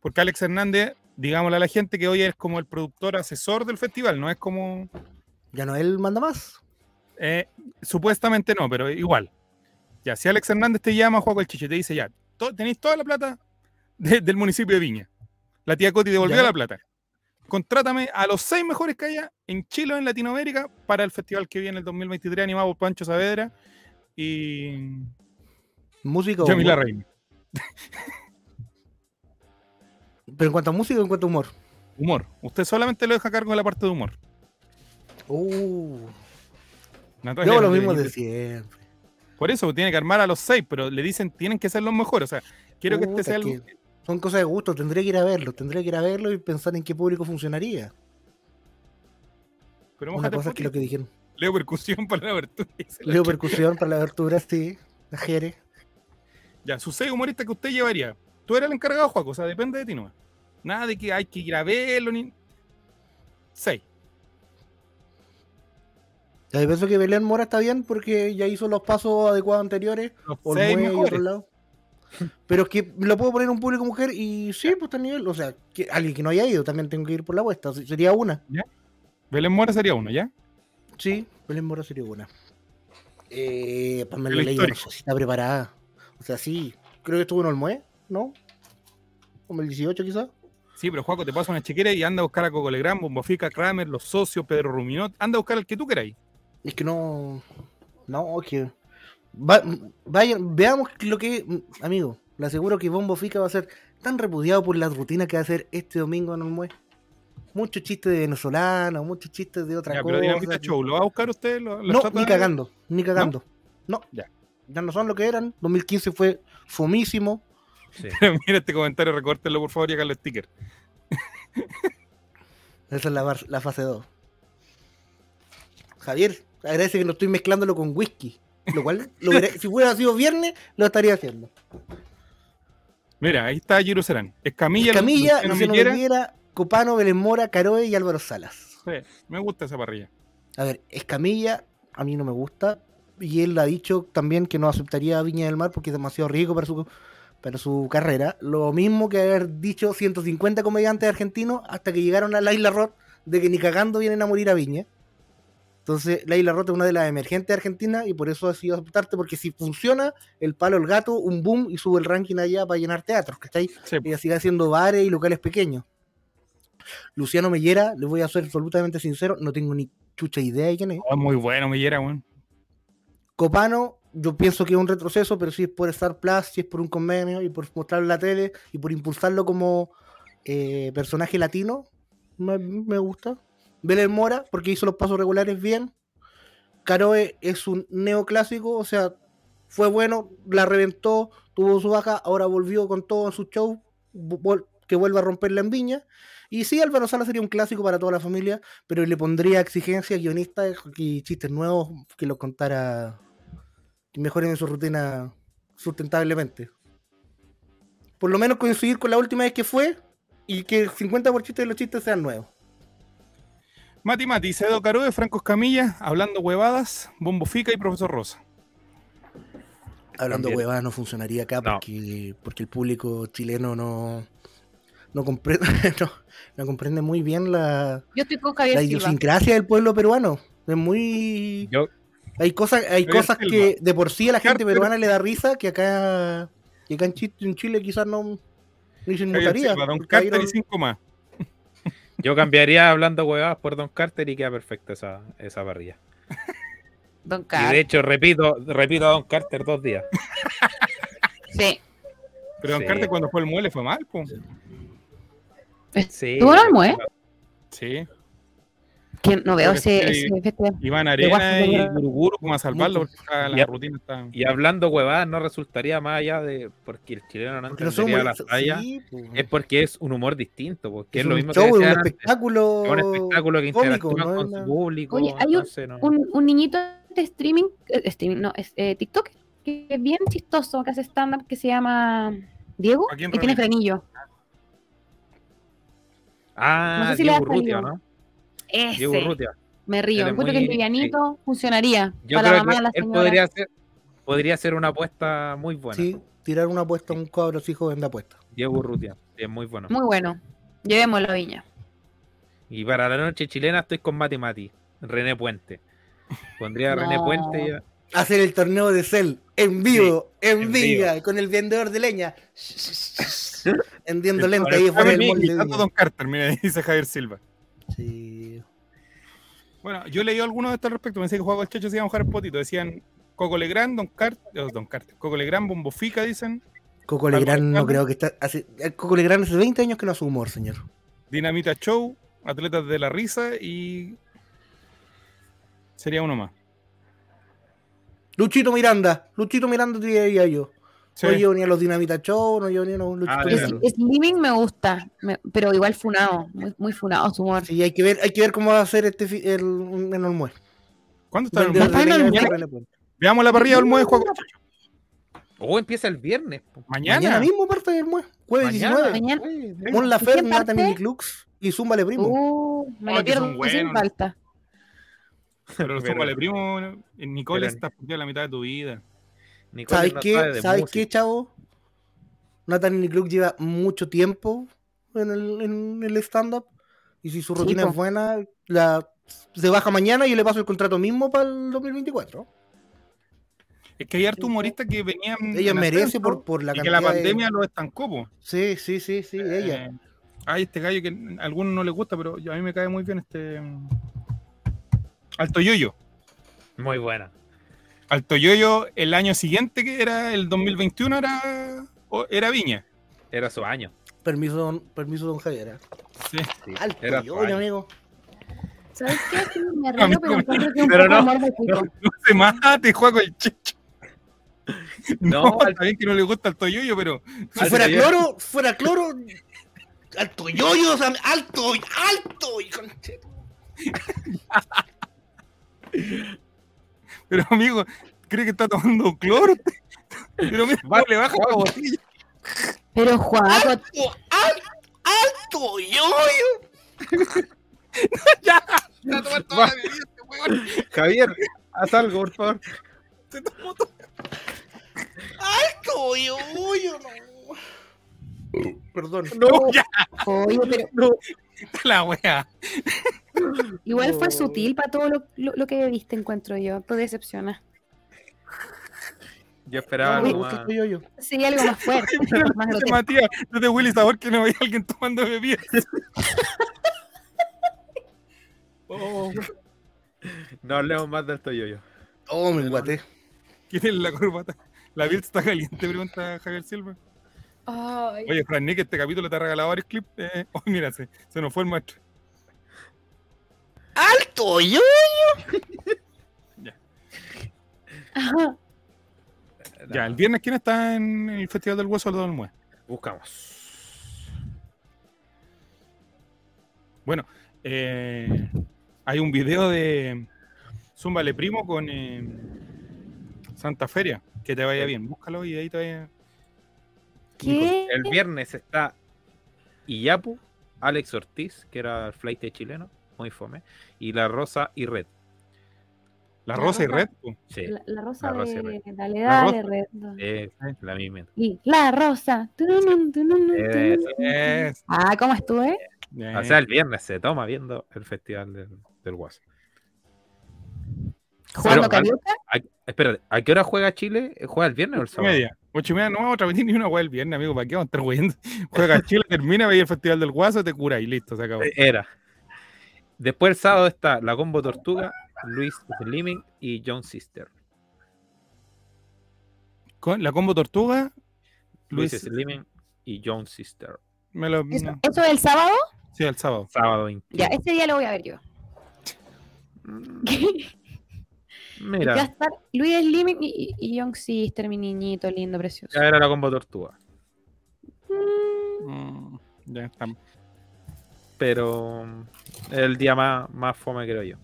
S1: porque Alex Hernández, digámosle a la gente que hoy es como el productor asesor del festival, no es como,
S2: Ya no él manda más.
S1: eh, supuestamente no, pero igual. Ya, si Alex Hernández te llama, Juaco el Checho, y te dice, ya, to- tenéis toda la plata de- del municipio de Viña. La tía Coti devolvió
S2: Ya.
S1: la plata. Contrátame a los seis mejores que haya en Chile o en Latinoamérica para el festival que viene el 2023 animado por Pancho Saavedra y
S2: Música. o
S1: Jamila
S2: humor.
S1: Reina.
S2: Pero en cuanto a música, en cuanto a humor.
S1: Humor. Usted solamente lo deja a cargo de la parte de humor.
S2: Uh,
S1: Natalia
S2: yo lo
S1: Valdebenito.
S2: mismo de siempre.
S1: Por eso tiene que armar a los seis, pero le dicen tienen que ser los mejores. O sea, quiero que este
S2: Puta,
S1: sea el.
S2: que Son cosas de gusto, tendría que ir a verlo, tendría que ir a verlo y pensar en qué público funcionaría.
S1: Pero
S2: Una
S1: mójate
S2: cosa que
S1: porque
S2: lo que dijeron.
S1: Leo percusión para la abertura. dice la
S2: Leo
S1: chica.
S2: percusión para la abertura, sí. La Jere.
S1: Ya, sus seis humoristas que usted llevaría. Tú eres el encargado, Juaco. O sea, depende de ti, ¿no? Nada de que hay que ir a verlo ni. Seis.
S2: Ya, Yo pienso que Belén Mora está bien porque ya hizo los pasos adecuados anteriores.
S1: Los
S2: O
S1: seis
S2: y otro
S1: mejores.
S2: lado. Pero es que lo puedo poner a un público mujer y sí, pues está el nivel. O sea, que alguien que no haya ido también tengo que ir por la apuesta. se- Sería una.
S1: Belén Mora sería uno, ¿ya?
S2: Sí, Belén Mora sería una. Eh, Pamela
S1: El
S2: Leiva no
S1: histórico.
S2: sé si está preparada. O sea, sí. Creo que estuvo en Olmué, ¿no? Como el 18 quizás.
S1: Sí, pero Juaco, te pasa una chequera y anda a buscar a Coco Legrand, Bombofica, Kramer, los socios, Pedro Ruminot. Anda a buscar al que tú queráis.
S2: Es que no. No, es que. va- vayan, veamos lo que. Amigo, le aseguro que Bombo Fica va a ser tan repudiado por la rutina que va a hacer este domingo en Olmué. Muchos chistes de venezolanos, muchos chistes de otra
S1: Ya,
S2: cosa.
S1: pero Dinamita Show, ¿lo va a buscar usted? ¿Lo- lo
S2: no,
S1: trata
S2: ni
S1: de-
S2: cagando, ni cagando. No,
S1: Ya.
S2: ya. Ya no son lo que eran. 2015 fue fomísimo.
S3: Sí.
S1: Pero mira este comentario, recórtenlo por favor y háganlo sticker.
S2: Esa es la, bar- la fase 2. Javier, agradece que no estoy mezclándolo con whisky. Lo cual, lo hubiera- si hubiera sido viernes, lo estaría haciendo.
S1: Mira, ahí está Giro Serán. Escamilla,
S2: Camilla,
S1: Luciano
S2: Luciano
S1: Miguera.
S2: Viera, Copano, Belén Mora, Caroe y Álvaro Salas.
S1: Sí, me gusta esa parrilla.
S2: A ver, Escamilla a mí no me gusta. Y él ha dicho también que no aceptaría a Viña del Mar porque es demasiado rico para su, para su carrera. Lo mismo que haber dicho 150 comediantes argentinos hasta que llegaron a la Isla Roth de que ni cagando vienen a morir a Viña. Entonces, la Isla Roth es una de las emergentes de Argentina y por eso ha sido aceptarte porque si funciona, el palo, el gato, un boom y sube el ranking allá para llenar teatros, ¿cachai?
S1: Sí,
S2: ella sigue haciendo bares y locales pequeños. Luciano Mellera, les voy a ser absolutamente sincero, no tengo ni chucha idea de quién es.
S1: ah, muy bueno, Miguera, weón.
S2: Copano, yo pienso que es un retroceso, pero si es por Star Plus, si es por un convenio y por mostrarlo en la tele y por impulsarlo como eh, personaje latino, me, me gusta. Belén Mora, porque hizo los pasos regulares bien. Caroe es un neoclásico, o sea, fue bueno, la reventó, tuvo su baja, ahora volvió con todo en su show, vu- vol- que vuelva a romperla en Viña. Y sí, Álvaro Sala sería un clásico para toda la familia, pero le pondría exigencias, guionistas y chistes nuevos que los contara, que mejoren en su rutina sustentablemente. Por lo menos coincidir con la última vez que fue y que el 50% de los chistes sean nuevos.
S1: Mati Mati, Cedo Caroe, Franco Escamilla, Hablando Huevadas, Bombo Fica y Profesor Rosa.
S2: Hablando
S3: También.
S2: huevadas no funcionaría acá
S3: No.
S2: porque, porque el público chileno no, no, comprende, no, no comprende muy bien la,
S4: Yo estoy con
S2: la
S4: Javier Silva.
S2: idiosincrasia del pueblo peruano. Es muy...
S3: Yo,
S2: Hay cosas, hay
S1: Javier
S2: cosas
S1: Silva.
S2: que de por sí a la gente
S1: Carter.
S2: peruana le da risa que acá, que acá en, Chile, en Chile quizás no, ni se
S1: Javier
S2: inmutaría.
S1: Silva, Don
S2: porque ahí
S1: Carter y
S2: no-
S1: 5 más.
S3: yo cambiaría hablando huevadas por Don Carter y queda perfecta esa, esa parrilla.
S4: Don
S3: Y de
S4: Carlos.
S3: hecho, repito, repito a Don Carter dos días.
S4: Sí.
S1: Pero Don
S3: Sí.
S1: Carter cuando fue el muele fue mal, po.
S3: Sí.
S4: ¿Estuvo Olmo, eh?
S1: Sí.
S4: Que no
S1: Creo
S4: veo
S1: que
S4: ese,
S1: sí.
S4: ese festival.
S1: Iván
S4: De
S1: Arena
S4: Washington,
S1: y
S4: ¿verdad?
S1: Guruguru como a salvarlo porque está- la
S3: Ya.
S1: rutina está.
S3: Y hablando huevadas, no resultaría más allá de porque el chileno no
S1: Porque no
S3: entendería
S1: somos-
S3: la talla.
S1: sí,
S3: es porque es un humor distinto, porque es,
S1: Es
S3: lo
S1: un
S3: mismo
S1: show,
S3: que
S1: es un
S3: decían antes,
S2: espectáculo
S3: es un espectáculo que
S2: cómico,
S3: interactúa
S2: ¿no?
S3: con
S2: Es
S3: su
S2: una-
S3: público.
S4: Oye, hay un,
S3: entonces no-
S4: un, un niñito de streaming, eh, streaming, no, es eh, TikTok, que es bien chistoso, que hace stand-up, que se llama Diego,
S3: Joaquín
S4: que tiene
S3: Ramírez.
S4: frenillo.
S3: Ah,
S4: no sé si le
S3: Diego
S4: ha
S3: Urrutia,
S4: salido.
S3: ¿no?
S4: Ese.
S3: Diego Urrutia.
S4: Me
S3: Él
S4: río.
S3: es
S4: Encuentro
S3: muy-
S4: que el livianito funcionaría
S3: Yo
S4: para la
S3: creo
S4: mamá de la
S3: que él
S4: señora.
S3: podría hacer, podría hacer una apuesta muy buena.
S2: Sí, tirar una apuesta a un cabro hijo en la apuesta.
S3: Diego Urrutia, sí, es muy bueno.
S4: Muy bueno. Llevémoslo a Viña.
S3: Y para la noche chilena estoy con Mati Mati, René Puente. Pondría a René
S2: No.
S3: Puente y a-
S2: Hacer el torneo de Cell en vivo, en,
S3: en
S2: viva, con el vendedor de leña. Endiendo lenta ahí
S1: Ahora
S2: fuera el
S1: me
S2: molde.
S1: imitando
S2: de
S1: Don
S2: Viña.
S1: Carter, mira, dice Javier Silva.
S2: Sí.
S1: Bueno, yo leí algunos de estos al respecto. Me decía que Juan el Checho se iba a mojar el potito. Decían Coco Legrand, Don Carter, oh, Don Carter, Coco Legrand, Bombofica, dicen.
S2: Coco Legrand no creo que está. Hace, eh, Coco Legrand hace 20 años que no hace humor, señor.
S1: Dinamita Show, Atletas de la Risa y. Sería uno más.
S2: Luchito Miranda, Luchito Miranda diría yo.
S1: Sí.
S2: No llevo ni a los Dinamita Show, no llevo ni a los Luchito
S3: Ah,
S4: Es,
S2: Miranda.
S4: Slimming me gusta, me- pero igual funado, muy, muy funado su humor.
S2: Sí, hay que ver, hay que ver cómo va a ser este fi- el, un- en Olmué.
S1: ¿Cuándo está el
S2: Vendedor de
S1: almuerzo?
S2: leña
S1: Mañana.
S2: de René Puente.
S1: Veamos la parrilla del Moe de Juan
S3: Oh, empieza el viernes. po.
S2: Mañana
S1: Mañana.
S2: mismo parte del MUE. Jueves
S3: Mañana.
S2: 19.
S4: Mañana.
S2: Mon
S4: ¿Y
S2: Lafer,
S4: quién
S2: Nata
S4: parte?
S2: Miniclux y Zúmbale Primo.
S4: Uh, me
S1: Oh,
S4: lo
S1: que
S4: pierdo
S1: son
S4: sin
S1: buenos.
S4: falta.
S1: Pero
S3: Pero-
S1: súmale, primo. eh, Nicole
S3: pero-
S1: está perdida la mitad de tu vida.
S3: Nicole
S2: ¿Sabes
S3: no
S2: qué?
S3: sabe de
S2: ¿Sabes
S3: música.
S2: qué, chavo? Nathan Miniclux lleva mucho tiempo en el, en el stand-up. Y si su
S4: Sí,
S2: rutina
S4: po.
S2: es buena, la, se baja mañana y yo le paso el contrato mismo para el 2024.
S1: Es que hay harto humorista que venían.
S2: Ella
S1: en
S2: merece
S1: ascenso
S2: por, por la
S1: y que la
S2: cantidad de-
S1: pandemia los estancó, po.
S2: Sí, sí, sí, sí, ella.
S1: Eh, Ay, este gallo que a algunos no les gusta, pero yo- a mí me cae muy bien este. mm, Alto Yoyo.
S3: Muy buena.
S1: Alto Yoyo, el año siguiente, que era el 2021, era, o- era Viña.
S3: Era su año.
S2: Permiso, don, permiso, don Javier. ¿eh?
S1: Sí.
S3: sí,
S2: Alto,
S3: era su
S2: yo,
S3: año.
S2: amigo.
S4: ¿Sabes qué? Sí, me
S1: A mí
S4: río,
S1: no
S4: pero
S1: me-
S4: encuentro que es un
S1: pero
S4: poco
S1: no,
S4: humor de
S1: no,
S4: chico.
S1: no se mate, juego el chicho. No,
S3: No, al-
S1: está bien que no le gusta Alto Yoyo, pero.
S2: Si fuera cloro, fuera cloro. Alto yoyo, o sea, alto, alto. hijo de-
S1: Pero amigo, ¿cree que está tomando cloro? Pero mira, cómo le baja la botella.
S4: Pero Juaco,
S2: Alto, al- alto yoyo.
S1: ya.
S3: Va- Javier, haz algo, por favor.
S2: Alto yoyo, no. Perdón.
S3: No,
S1: ya.
S4: oye, pero
S1: La wea.
S4: igual fue sutil para todo lo, lo- lo que viste, encuentro yo. Tú decepcionas.
S3: Yo esperaba
S2: No me
S3: algo
S2: gusta
S3: más.
S2: alto yoyo.
S4: Sí, algo más fuerte. más
S1: Dice
S4: grotesco.
S1: Matías, no te Willy Sabor que no veía a alguien tomando bebidas. oh,
S3: No hablemos más del Toyoyo.
S2: Oh, me guaté.
S1: ¿Quién es la corbata? La piel está caliente, pregunta Javier Silva.
S4: Ay.
S1: Oye, Fran Nick, este capítulo te ha regalado varios clips. Eh, oh, mira, se, se nos fue el maestro.
S2: Alto yoyo.
S4: Ajá.
S1: Ya, el viernes, ¿quién está en el Festival del Hueso del Dolmue?
S3: Buscamos.
S1: Bueno, eh, hay un video de Zúmbale Primo con eh, Santa Feria. Que te vaya bien, búscalo y ahí te vaya.
S4: ¿Qué?
S3: El viernes está Iyapu, Alex Ortiz, que era el flight chileno, muy fome, y La Rosa y Red.
S1: La
S4: La
S1: Rosa y
S4: Rosa.
S1: Red. po.
S3: Sí,
S4: La, la rosa
S3: La rosa y
S4: de.
S3: red.
S4: Dale,
S1: La
S4: dale, red.
S3: es la misma.
S4: Y la rosa. Tunun, tunun, tunun.
S3: Eso.
S1: Es-
S4: Ah, ¿cómo estuve?
S3: O sea, el viernes se toma viendo el festival del, del Guaso.
S4: ¿Jugando
S3: Pero,
S4: carioca?
S3: ¿A- espérate, ¿a qué hora juega Chile? ¿Juega el viernes o el
S1: Ocho y
S3: sábado?
S1: media. Ocho y media, no vamos a transmitir ni una weá el viernes, amigo. ¿Para qué vamos a estar weyendo? Juega Chile, termina, veis el Festival del Guaso, te cura y listo, se acabó.
S3: Eh, Era. Después el sábado está La Combo Tortuga, Luis Slimming y John Sister.
S1: Con la combo Tortuga,
S3: Luis
S1: Luis,
S3: Slimming y John Sister.
S1: Me lo,
S4: ¿Eso,
S1: no.
S4: eso es el sábado?
S1: Sí, el sábado.
S3: Sábado
S4: Ya, ese día lo voy a ver yo.
S3: Mira,
S4: Va a estar Luis Slim y, y, y Young Sister, mi niñito lindo, precioso.
S3: ya era la combo tortuga.
S1: Mm, Ya estamos.
S3: Pero mm, es el día más, más fome, creo yo.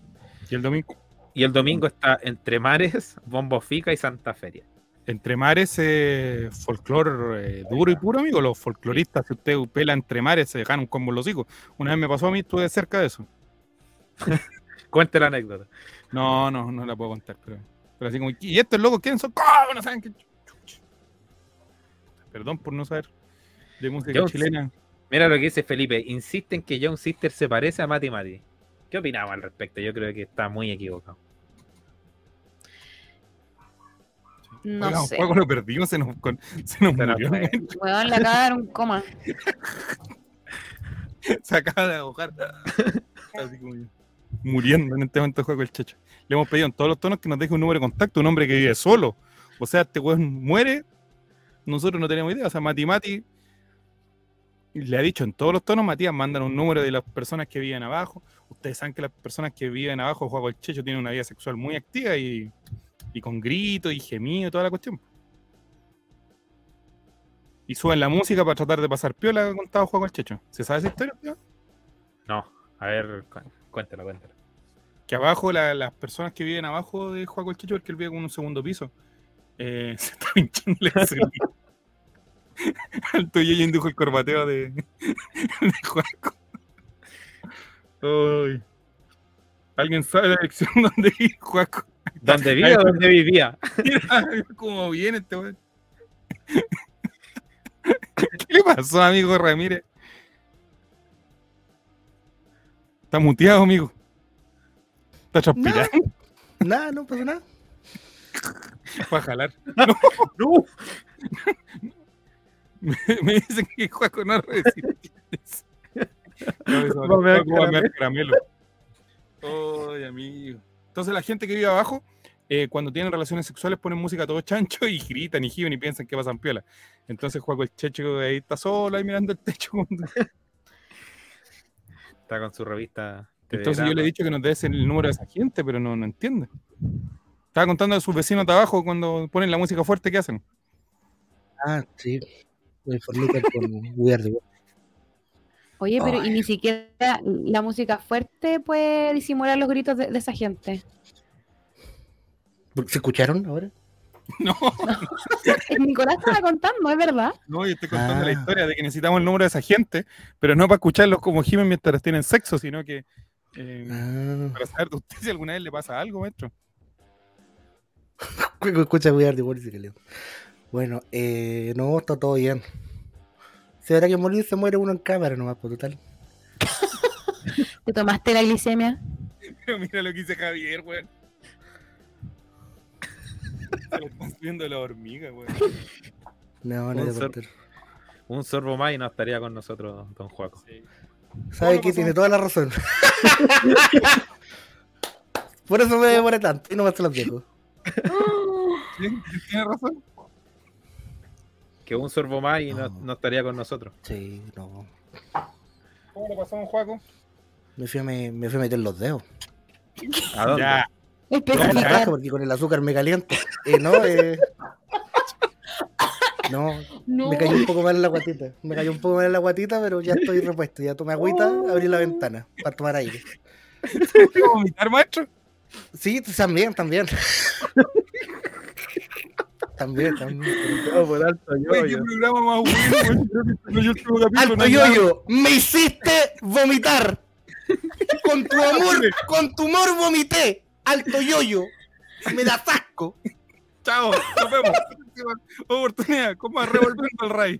S1: ¿Y el domingo?
S3: Y el
S1: Mm.
S3: domingo está Entre Mares, Bombo Fica y Santa Feria.
S1: Entre mares, eh, folclore eh, duro y puro, amigo. Los folcloristas, si usted pela entre mares, se dejan un combo en los hijos. Una vez me pasó a mí, estuve cerca de eso.
S3: Cuente la anécdota.
S1: No, no, no la puedo contar. Pero, pero así como, ¿y estos locos quiénes son? ¿Cómo no saben qué chucha? Perdón por no saber de música
S3: Yo-
S1: chilena.
S3: Mira lo que dice Felipe. Insisten que John Sister se parece a Mati Mati. ¿Qué opinamos al respecto? Yo creo que está muy equivocado.
S4: No
S1: Oiga, un
S4: sé.
S1: poco lo perdimos, se nos, con- se nos
S3: Se nos
S1: murió.
S3: fue.
S4: Weón, le acaba de dar un coma.
S1: se acaba de ahogar. Así como yo. Muriendo en este momento de juego el checho. Le hemos pedido en todos los tonos que nos deje un número de contacto, un hombre que vive solo. O sea, este weón muere, nosotros no tenemos idea. O sea, Mati Mati le ha dicho en todos los tonos, Matías, mandan un número de las personas que viven abajo. Ustedes saben que las personas que viven abajo, Juego el Checho, tienen una vida sexual muy activa y, y con gritos y gemidos y toda la cuestión. Y suben la música para tratar de pasar piola, ha contado Juego el Checho. ¿Se sabe esa historia? tío?
S3: No, a ver, cu- cuéntalo, cuéntalo.
S1: que abajo, la- las personas que viven abajo de Juaco el Chicho, porque él vive con un segundo piso, eh, se está pinchando el celular. Al tuyo yo indujo el corbateo de, de Juaco. Ay. ¿Alguien sabe la dirección donde vive Juaco?
S3: ¿Dónde vive o dónde vivía?
S1: Mira, cómo viene este weón. ¿Qué le pasó, amigo Ramírez? Está muteado, amigo. Está transpirando.
S2: Nada, no pasa nada.
S1: Fue a jalar. No, no. me, me dicen que Juaco no resiste. No, eso,
S3: Va a mear
S1: Juaco va a mear caramelo. Ay, amigo. Entonces la gente que vive abajo, eh, cuando tienen relaciones sexuales ponen música a todo chancho y gritan y giben y piensan que pasan piola. Entonces Juaco el checho ahí está solo ahí mirando el techo.
S3: Está con su revista. de
S1: Entonces yo
S3: verano.
S1: le he dicho que nos des el número de esa gente, pero no, no entiende. Estaba contando de sus vecinos de abajo cuando ponen la música fuerte, ¿qué hacen?
S2: Ah, sí. Me fornican con Weird World.
S4: Oye, pero y ni siquiera la música fuerte puede disimular los gritos de, de esa gente.
S2: ¿Se escucharon ahora?
S4: Nicolás estaba contando, es verdad.
S1: No, yo estoy contando la historia de que necesitamos el número de esa gente, pero no para escucharlos como gimen mientras tienen sexo, sino que eh,
S2: Ah.
S1: para saber de usted si alguna vez le pasa algo, maestro.
S2: Cuico, Ah, Escucha Weird World y se calienta. Bueno, eh, no, está todo bien. Si habrá que morir, se muere uno en cámara nomás, por total.
S4: Te tomaste la glicemia.
S1: Pero mira lo que dice Javier, weón. Se lo están subiendo la hormiga, weón.
S2: No, no
S3: Un
S2: le
S3: sor-
S2: contar.
S3: Un sorbo más y no estaría con nosotros, don Juaco.
S2: ¿Sabe qué? Tiene toda la razón. por eso me demoré tanto y nomás se los dejo.
S1: Tiene razón.
S3: Que un sorbo más y no, no estaría con nosotros.
S2: Sí, no.
S1: ¿Cómo le pasó a un Juaco?
S2: Me fui, a me, me fui a meter los dedos.
S3: ¿A dónde?
S1: Ya.
S2: No, la raja,
S4: Especificar.
S2: porque con el azúcar me caliento. Eh, no, eh, no,
S4: No.
S2: me cayó un poco mal en la guatita. Me cayó un poco mal en la guatita, pero ya estoy repuesto. Ya tomé agüita, abrí la ventana para tomar aire.
S1: ¿Puedo vomitar, maestro?
S2: Sí, también, también. también, también.
S1: Oye, qué programa más bueno, weón. Creo que no, yo el último capítulo, no
S2: Alto
S1: hay nada.
S2: yoyo, me hiciste vomitar. Con tu amor, con tu amor vomité. Alto yoyo, me das asco.
S1: Chao, nos vemos. Próxima Oportunidad, ¿cómo revolviendo el rey?